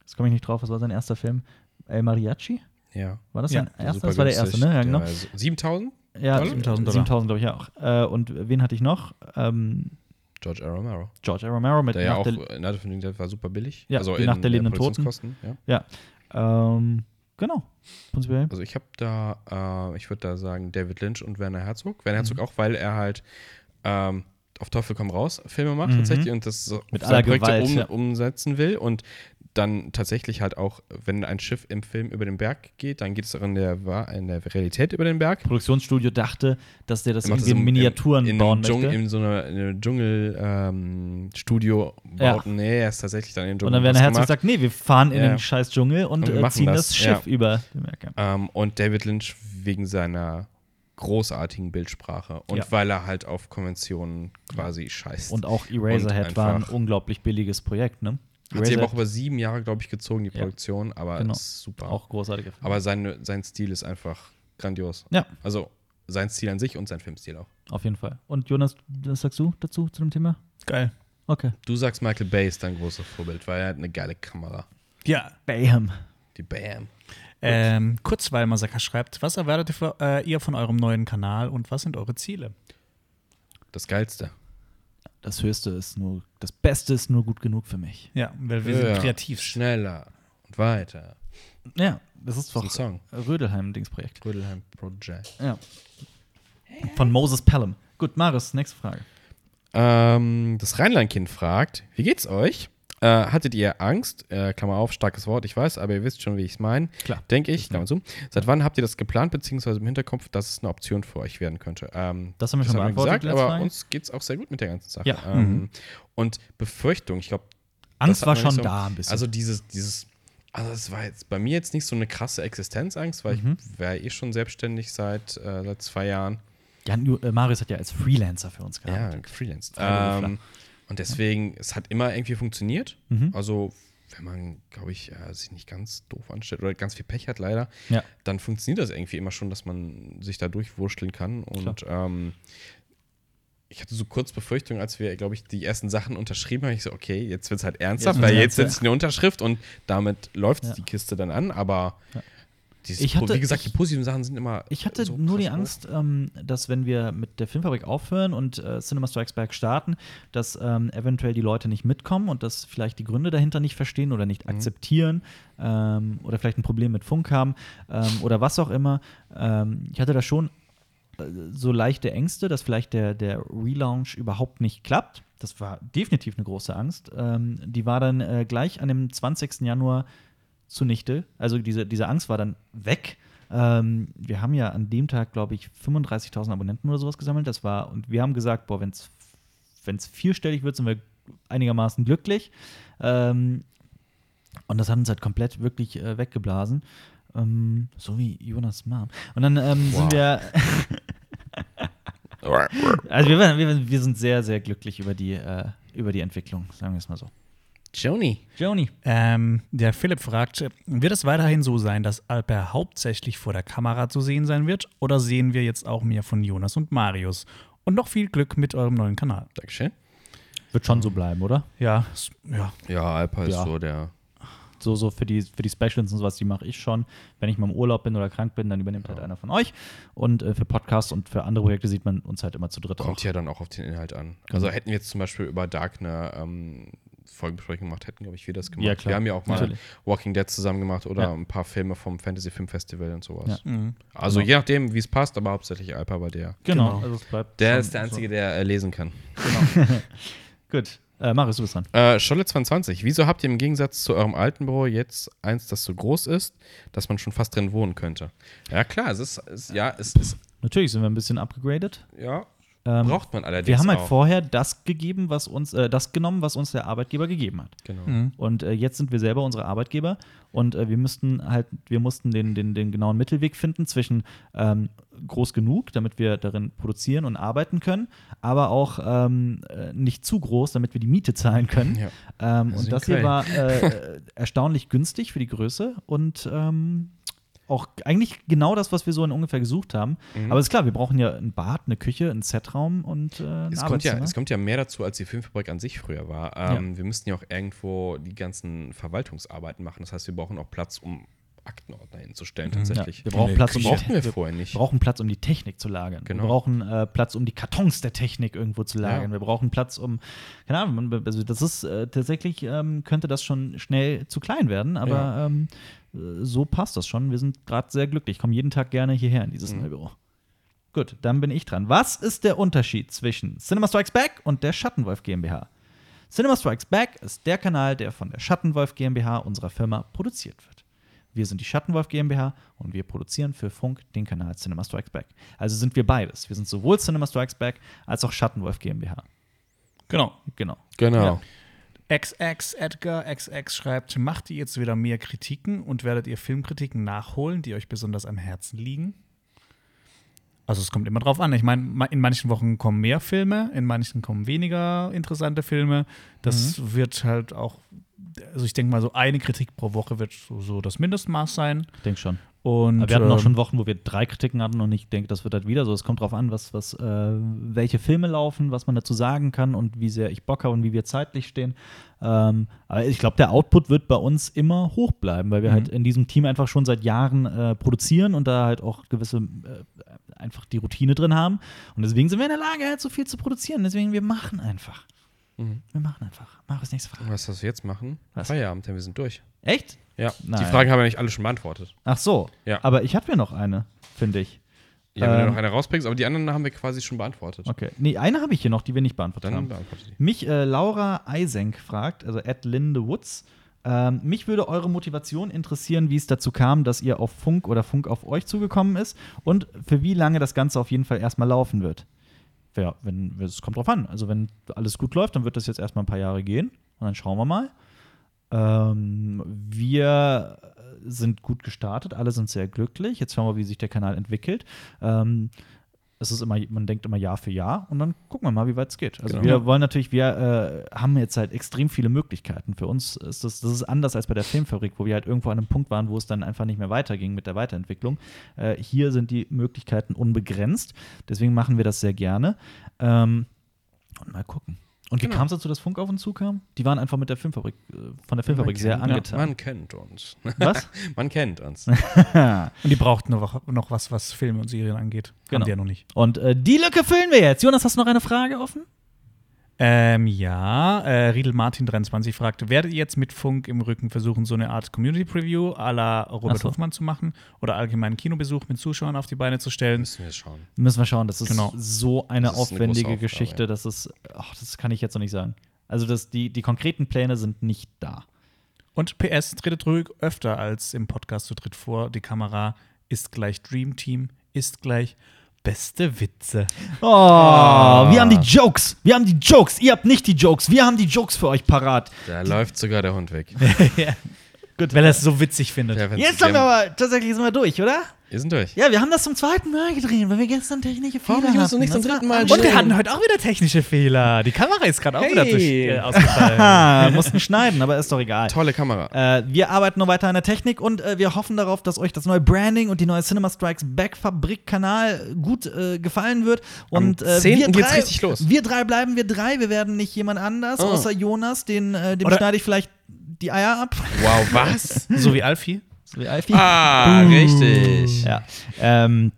C: Jetzt komme ich nicht drauf, was war sein erster Film? El Mariachi?
B: Ja.
C: War das
A: Ja,
C: sein erster? Das war der erste, ne? Ja, genau.
B: 7000?
C: Ja,
B: Dollar?
A: 7000
C: 7000,
A: Dollar.
C: glaube ich auch. Äh, und wen hatte ich noch? Ähm,
B: George A. Romero.
C: George A. Romero mit
B: Der ja
C: Nach
B: auch,
C: der-
B: Nadel von der war super billig. Also
C: Ja, die Nacht der lebenden Toten.
B: Produktionskosten, Ja.
C: Ja. Ähm, genau. Prinzipiell.
B: Also ich habe da, äh, ich würde da sagen, David Lynch und Werner Herzog. Werner
C: Mhm.
B: Herzog auch, weil er halt ähm, auf Teufel komm raus Filme macht tatsächlich und das so
C: Mhm. Mit
B: seine
C: aller
B: Projekte
C: Gewalt,
B: um,
C: ja.
B: umsetzen will und dann tatsächlich halt auch, wenn ein Schiff im Film über den Berg geht, dann geht es auch in der, Wahr- in der Realität über den Berg.
C: Produktionsstudio dachte, dass der das
B: Er macht
C: irgendwie in
B: im-
C: Miniaturen
B: in, in
C: bauen
B: Dschung-
C: möchte.
B: In so einer eine Dschungel-Studio
C: Ja.
B: bauten. Nee, er ist tatsächlich dann in den Dschungel.
C: und dann werden
B: was
C: Herzog
B: gemacht.
C: sagt, nee, wir fahren in
B: Ja.
C: den scheiß Dschungel und
B: Und wir
C: äh,
B: machen
C: ziehen das,
B: das,
C: Schiff
B: ja.
C: über den Berg. ja.
B: Ähm, und David Lynch wegen seiner großartigen Bildsprache und
C: Ja.
B: weil er halt auf Konventionen quasi scheißt.
C: Und auch Eraserhead
B: Und
C: war ein
B: einfach-
C: unglaublich billiges Projekt, ne?
B: Hat sie aber auch
C: Eraserhead,
B: über sieben Jahre, glaube ich, gezogen, die
C: Ja.
B: Produktion, aber
C: Genau.
B: ist super.
C: auch großartige Film.
B: Aber seine, sein Stil ist einfach grandios.
C: Ja,
B: Also sein Stil an sich und sein Filmstil auch.
C: auf jeden Fall. Und Jonas, was sagst du dazu, zu dem Thema?
A: Geil.
C: Okay.
B: Du sagst, Michael Bay ist dein großes Vorbild, weil er hat eine geile Kamera.
A: Ja,
C: Bam.
B: Die Bam.
A: ähm, Kurzweil Massaker schreibt, was erwartet ihr von- äh, ihr von eurem neuen Kanal und was sind eure Ziele?
B: Das Geilste.
C: Das Höchste ist nur, das Beste ist nur gut genug für mich.
A: Ja, weil wir
B: Höher,
A: sind kreativ.
B: Schneller und weiter.
C: Ja, das ist
B: Das
C: doch
B: ist ein Song.
C: Rödelheim-Dingsprojekt.
B: Rödelheim Project.
C: Ja. Von Moses Pelham. Gut, Maris, nächste Frage.
B: Ähm, das Rheinlandkind fragt, wie geht's euch? Äh, hattet ihr Angst? Äh, Klammer auf, starkes Wort, ich weiß, aber ihr wisst schon, wie ich es meine.
A: Klar.
B: Denke ich, Klammer zu. Seit wann habt ihr das geplant, beziehungsweise im Hinterkopf, dass es eine Option für euch werden könnte? Ähm,
C: Das haben wir schon beantwortet, letzte
B: aber
C: Frage.
B: uns geht es auch sehr gut mit der ganzen Sache.
C: Ja.
B: Ähm, Und Befürchtung, ich glaube,
A: Angst
B: das hat
A: war
B: man nicht
A: schon da ein bisschen.
B: Also dieses, dieses, also es war jetzt bei mir jetzt nicht so eine krasse Existenzangst, weil ich wäre eh schon selbstständig seit, äh, seit zwei Jahren.
C: Jan, Ju- äh, Marius hat ja als Freelancer für uns
B: Ja,
C: gearbeitet.
B: Freelance.
C: Freiberufler.
B: Ähm, und deswegen, es hat immer irgendwie funktioniert.
C: Mhm.
B: Also, wenn man, glaube ich, äh, sich nicht ganz doof anstellt oder ganz viel Pech hat, leider,
C: Ja.
B: dann funktioniert das irgendwie immer schon, dass man sich da durchwurschteln kann. Und ähm, ich hatte so kurz Befürchtung, als wir, glaube ich, die ersten Sachen unterschrieben haben. Ich so, okay, jetzt wird es halt ernsthaft,
C: Jetzt
B: weil
C: wird's
B: jetzt
C: ernst,
B: setze ich eine Unterschrift und damit läuft
C: Ja.
B: die Kiste dann an. Aber dieses,
C: Ich hatte-
B: wie gesagt,
C: ich-
B: die positiven Sachen sind immer.
C: Ich hatte
B: so
C: nur die
B: krass hoch.
C: Angst, ähm, dass wenn wir mit der Filmfabrik aufhören und äh, Cinema Strikes Back starten, dass ähm, eventuell die Leute nicht mitkommen und dass vielleicht die Gründe dahinter nicht verstehen oder
B: Mhm.
C: nicht akzeptieren ähm, oder vielleicht ein Problem mit Funk haben ähm, oder was auch immer. Ähm, ich hatte da schon äh, so leichte Ängste, dass vielleicht der, der Relaunch überhaupt nicht klappt. Das war definitiv eine große Angst. Ähm, die war dann äh, gleich an dem 20. Januar zunichte. Also diese, diese Angst war dann weg. Ähm, wir haben ja an dem Tag, glaube ich, 35.000 Abonnenten oder sowas gesammelt. Das war, und wir haben gesagt, boah, wenn es vierstellig wird, sind wir einigermaßen glücklich. Ähm, und das hat uns halt komplett wirklich äh, weggeblasen. Ähm, so wie Jonas Mom. Und dann ähm, sind
B: Wow.
C: wir.
B: ne?
C: also wir, waren- wir, waren- wir sind sehr, sehr glücklich über die, äh, über die Entwicklung, sagen wir es mal so.
B: Joni.
C: Joni.
A: Ähm, der Philipp fragt, wird es weiterhin so sein, dass Alper hauptsächlich vor der Kamera zu sehen sein wird oder sehen wir jetzt auch mehr von Jonas und Marius? Und noch viel Glück mit eurem neuen Kanal.
B: Dankeschön.
C: Wird schon so bleiben, oder?
A: Ja, s- ja.
B: Ja, Alpa
C: Ja.
B: ist so der.
C: So, so für die, für die Specials und sowas, die mache ich schon. Wenn ich mal im Urlaub bin oder krank bin, dann übernimmt halt einer von euch. Und äh, für Podcasts und für andere Projekte sieht man uns halt immer zu dritt
B: Kommt
C: auch.
B: ja dann auch auf den Inhalt
C: Mhm.
B: an. Also hätten wir jetzt zum Beispiel über Dark eine ähm, Folgenbesprechung gemacht, hätten, glaube ich, wir das gemacht.
C: Ja, klar.
B: Wir haben ja auch mal
C: Natürlich.
B: Walking Dead zusammen gemacht oder
C: Ja.
B: ein paar Filme vom Fantasy Film Festival und sowas.
C: Ja.
A: Mhm.
B: Also je nachdem, wie es passt, aber hauptsächlich Alpa bei der.
C: Genau.
A: Genau.
C: Also es bleibt
B: Der
C: schon
B: ist der Einzige, der äh, lesen kann.
C: So. Gut. Äh, Marius, du bist dran.
B: Äh, Scholle22, wieso habt ihr im Gegensatz zu eurem alten Büro jetzt eins, das so groß ist, dass man schon fast drin wohnen könnte? Ja, klar, es ist, es, ja, es ist,
C: Natürlich sind wir ein bisschen upgegradet.
B: ja,
C: Ähm,
B: braucht man allerdings
C: wir haben halt
B: auch.
C: vorher das gegeben, was uns, äh, das genommen, was uns der Arbeitgeber gegeben hat.
B: Genau.
A: Mhm.
C: Und äh, jetzt sind wir selber unsere Arbeitgeber und äh, wir müssten halt, wir mussten den, den, den genauen Mittelweg finden zwischen ähm, groß genug, damit wir darin produzieren und arbeiten können, aber auch ähm, äh, nicht zu groß, damit wir die Miete zahlen können.
B: Ja.
C: Ähm,
B: Also
C: und
B: in
C: das hier
B: Köln.
C: war äh, äh, erstaunlich günstig für die Größe und ähm, auch eigentlich genau das, was wir so in ungefähr gesucht haben.
B: Mhm.
C: Aber ist klar, wir brauchen ja ein Bad, eine Küche, einen Setraum und äh, ein
B: Es kommt, ja,
C: Arbeitszimmer.
B: es kommt ja mehr dazu, als die Filmfabrik an sich früher war. Ähm, Wir müssten ja auch irgendwo die ganzen Verwaltungsarbeiten machen. Das heißt, wir brauchen auch Platz, um Aktenordner hinzustellen tatsächlich.
C: Mhm. Wir brauchen Platz, um die
B: brauchten wir vorher nicht.
C: Wir brauchen Platz, um die Technik zu lagern.
B: Genau.
C: Wir brauchen äh, Platz, um die Kartons der Technik irgendwo zu lagern.
B: Ja.
C: Wir brauchen Platz, um, keine Ahnung, man- also das ist äh, tatsächlich, ähm, könnte das schon schnell zu klein werden, aber
B: Ja.
C: ähm, äh, so passt das schon. Wir sind gerade sehr glücklich. Ich komme jeden Tag gerne hierher in
B: Mhm.
C: dieses neue Büro. Gut, dann bin ich dran. Was ist der Unterschied zwischen Cinema Strikes Back und der Schattenwolf GmbH? Cinema Strikes Back ist der Kanal, der von der Schattenwolf GmbH, unserer Firma, produziert wird. Wir sind die Schattenwolf GmbH und wir produzieren für Funk den Kanal Cinema Strikes Back. Also sind wir beides. Wir sind sowohl Cinema Strikes Back als auch Schattenwolf GmbH.
A: Genau.
C: Genau.
B: Genau.
A: XX Edgar XX schreibt, macht ihr jetzt wieder mehr Kritiken und werdet ihr Filmkritiken nachholen, die euch besonders am Herzen liegen? Also es kommt immer drauf an. Ich meine, ma- in manchen Wochen kommen mehr Filme, in manchen kommen weniger interessante Filme. Das
C: Mhm.
A: wird halt auch, also ich denke mal, so eine Kritik pro Woche wird so, so das Mindestmaß sein.
C: Ich denke schon.
A: Und
C: Aber wir hatten auch
A: ähm,
C: schon Wochen, wo wir drei Kritiken hatten und ich denke, das wird halt wieder so. Es kommt drauf an, was, was, äh, welche Filme laufen, was man dazu sagen kann und wie sehr ich Bock habe und wie wir zeitlich stehen. Ähm, aber ich glaube, der Output wird bei uns immer hoch bleiben, weil wir halt in diesem Team einfach schon seit Jahren äh, produzieren und da halt auch gewisse äh, einfach die Routine drin haben. Und deswegen sind wir in der Lage, halt so viel zu produzieren. Deswegen, wir machen einfach. Wir machen einfach. Mach es nächste Frage.
B: Was, was wir jetzt machen?
C: Was?
B: Feierabend, denn wir sind durch.
C: Echt?
B: Ja,
C: Nein.
B: die Fragen haben wir nicht alle schon beantwortet.
C: Ach so.
B: Ja.
C: Aber ich hatte mir noch eine, finde ich.
B: Ja, wenn
C: Ähm,
B: du noch eine rauspickst, aber die anderen haben wir quasi schon beantwortet.
C: Okay. Nee, eine habe ich hier noch, die wir nicht beantwortet
B: Dann
C: haben.
B: beantwortet die.
C: Mich äh, Laura Eisenk fragt, also at Linde Woods. Ähm, mich würde eure Motivation interessieren, wie es dazu kam, dass ihr auf Funk oder Funk auf euch zugekommen ist und für wie lange das Ganze auf jeden Fall erstmal laufen wird. Ja, wenn es kommt drauf an. Also wenn alles gut läuft, dann wird das jetzt erstmal ein paar Jahre gehen und dann schauen wir mal. Ähm, wir sind gut gestartet, alle sind sehr glücklich. Jetzt schauen wir, wie sich der Kanal entwickelt. Ähm, es ist immer, man denkt immer Jahr für Jahr und dann gucken wir mal, wie weit es geht. Also
B: Genau.
C: wir wollen natürlich, wir äh, haben jetzt halt extrem viele Möglichkeiten. Für uns ist das, das ist anders als bei der Filmfabrik, wo wir halt irgendwo an einem Punkt waren, wo es dann einfach nicht mehr weiterging mit der Weiterentwicklung. Äh, hier sind die Möglichkeiten unbegrenzt. Deswegen machen wir das sehr gerne. Ähm, und mal gucken. Und wie
B: Genau.
C: kam es dazu, dass Funk auf uns zukam? Die waren einfach mit der Filmfabrik, äh, von der Filmfabrik sehr
B: Ja,
C: angetan.
B: man kennt uns.
C: Was?
B: Man kennt uns.
A: Und die brauchten noch, noch was, was Filme und Serien angeht.
C: Genau.
A: Haben die ja noch nicht.
C: Und äh, die Lücke füllen wir jetzt. Jonas, hast du noch eine Frage offen?
A: Ähm, ja, äh, Riedel Martin 23 fragt, werdet ihr jetzt mit Funk im Rücken versuchen, so eine Art Community Preview à la Robert
C: Ach so.
A: Hofmann zu machen oder allgemeinen Kinobesuch mit Zuschauern auf die Beine zu stellen?
B: Müssen wir schauen.
C: Müssen wir schauen. Das ist
A: Genau.
C: so eine
B: Das ist eine
C: aufwendige
B: große Aufgabe,
C: Geschichte,
B: ja.
C: dass es, ach, das kann ich jetzt noch nicht sagen. Also das, die, die konkreten Pläne sind nicht da.
A: Und PS, tretet ruhig öfter als im Podcast zu dritt vor. Die Kamera ist gleich Dream Team, ist gleich beste Witze.
C: Oh, wir haben die Jokes. Wir haben die Jokes. Ihr habt nicht die Jokes. Wir haben die Jokes für euch parat.
B: Da läuft sogar der Hund weg.
A: Gut. Weil er es so witzig findet.
B: Der, wenn's-
C: Jetzt haben wir
B: der-
C: aber tatsächlich sind wir durch, oder?
B: Wir sind durch.
C: Ja, wir haben das zum zweiten Mal gedreht, weil wir gestern technische Fehler
B: Hoffentlich musst du
C: hatten.
B: nicht zum
C: Das war
B: dritten Mal
A: Und wir hatten heute auch wieder technische Fehler. Die Kamera ist gerade auch wieder
B: Hey.
A: durch, äh, ausgefallen.
B: Äh,
C: Ah, mussten schneiden, aber ist doch egal.
B: Tolle Kamera.
C: Äh, wir arbeiten noch weiter an der Technik und äh, wir hoffen darauf, dass euch das neue Branding und die neue Cinema Strikes Back Fabrik Kanal gut äh, gefallen wird. Und
B: Am
C: äh,
B: 10.
C: wir drei,
B: geht's richtig los.
C: Wir drei bleiben wir drei. Wir werden nicht jemand anders,
B: Oh.
C: außer Jonas. Den, äh, dem
A: Oder-
C: schneide ich vielleicht die Eier ab.
B: Wow, was?
A: so wie Alfie.
C: So wie Alfie.
B: Ah, richtig.
C: Ja. Ähm,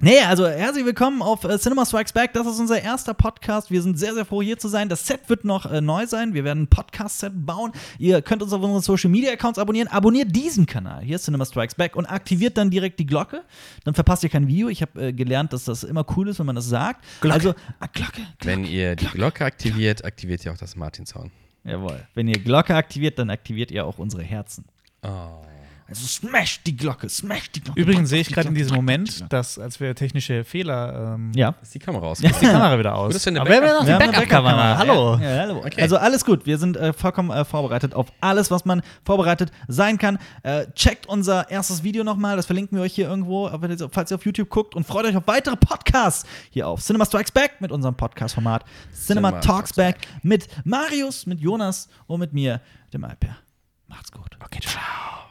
C: Nee, also herzlich willkommen auf äh, Cinema Strikes Back. Das ist unser erster Podcast. Wir sind sehr, sehr froh, hier zu sein. Das Set wird noch äh, neu sein. Wir werden ein Podcast-Set bauen. Ihr könnt uns auf unseren Social Media Accounts abonnieren. Abonniert diesen Kanal hier, Cinema Strikes Back, und aktiviert dann direkt die Glocke. Dann verpasst ihr kein Video. Ich habe äh, gelernt, dass das immer cool ist, wenn man das sagt.
A: Glocke.
C: Also, ah, Glocke, Glocke.
B: Wenn ihr die Glocke aktiviert, aktiviert ihr auch das Martinshorn.
C: Jawohl. Wenn ihr Glocke aktiviert, dann aktiviert ihr auch unsere Herzen.
B: Oh.
C: Also smash die Glocke, smash die Glocke.
A: Übrigens sehe ich gerade in diesem Moment, dass, als wir technische Fehler. Ähm,
C: Ja.
B: Ist die Kamera aus?
A: Ist die Kamera wieder aus.
B: Wo ist denn der
A: Aber wir haben ja noch
C: Wir
A: die
C: haben eine
A: Backup-Kamera. Hallo.
C: Ja, hallo. Also alles gut. Wir sind äh, vollkommen äh, vorbereitet auf alles, was man vorbereitet sein kann. Äh, checkt unser erstes Video nochmal. Das verlinken wir euch hier irgendwo, aber jetzt- falls ihr auf YouTube guckt. Und freut euch auf weitere Podcasts hier auf Cinema Strikes Back mit unserem Podcast-Format Cinema,
B: Cinema
C: Talks
B: Talks
C: Back mit Marius, mit Jonas und mit mir, dem Alper. Macht's gut. Okay, ciao.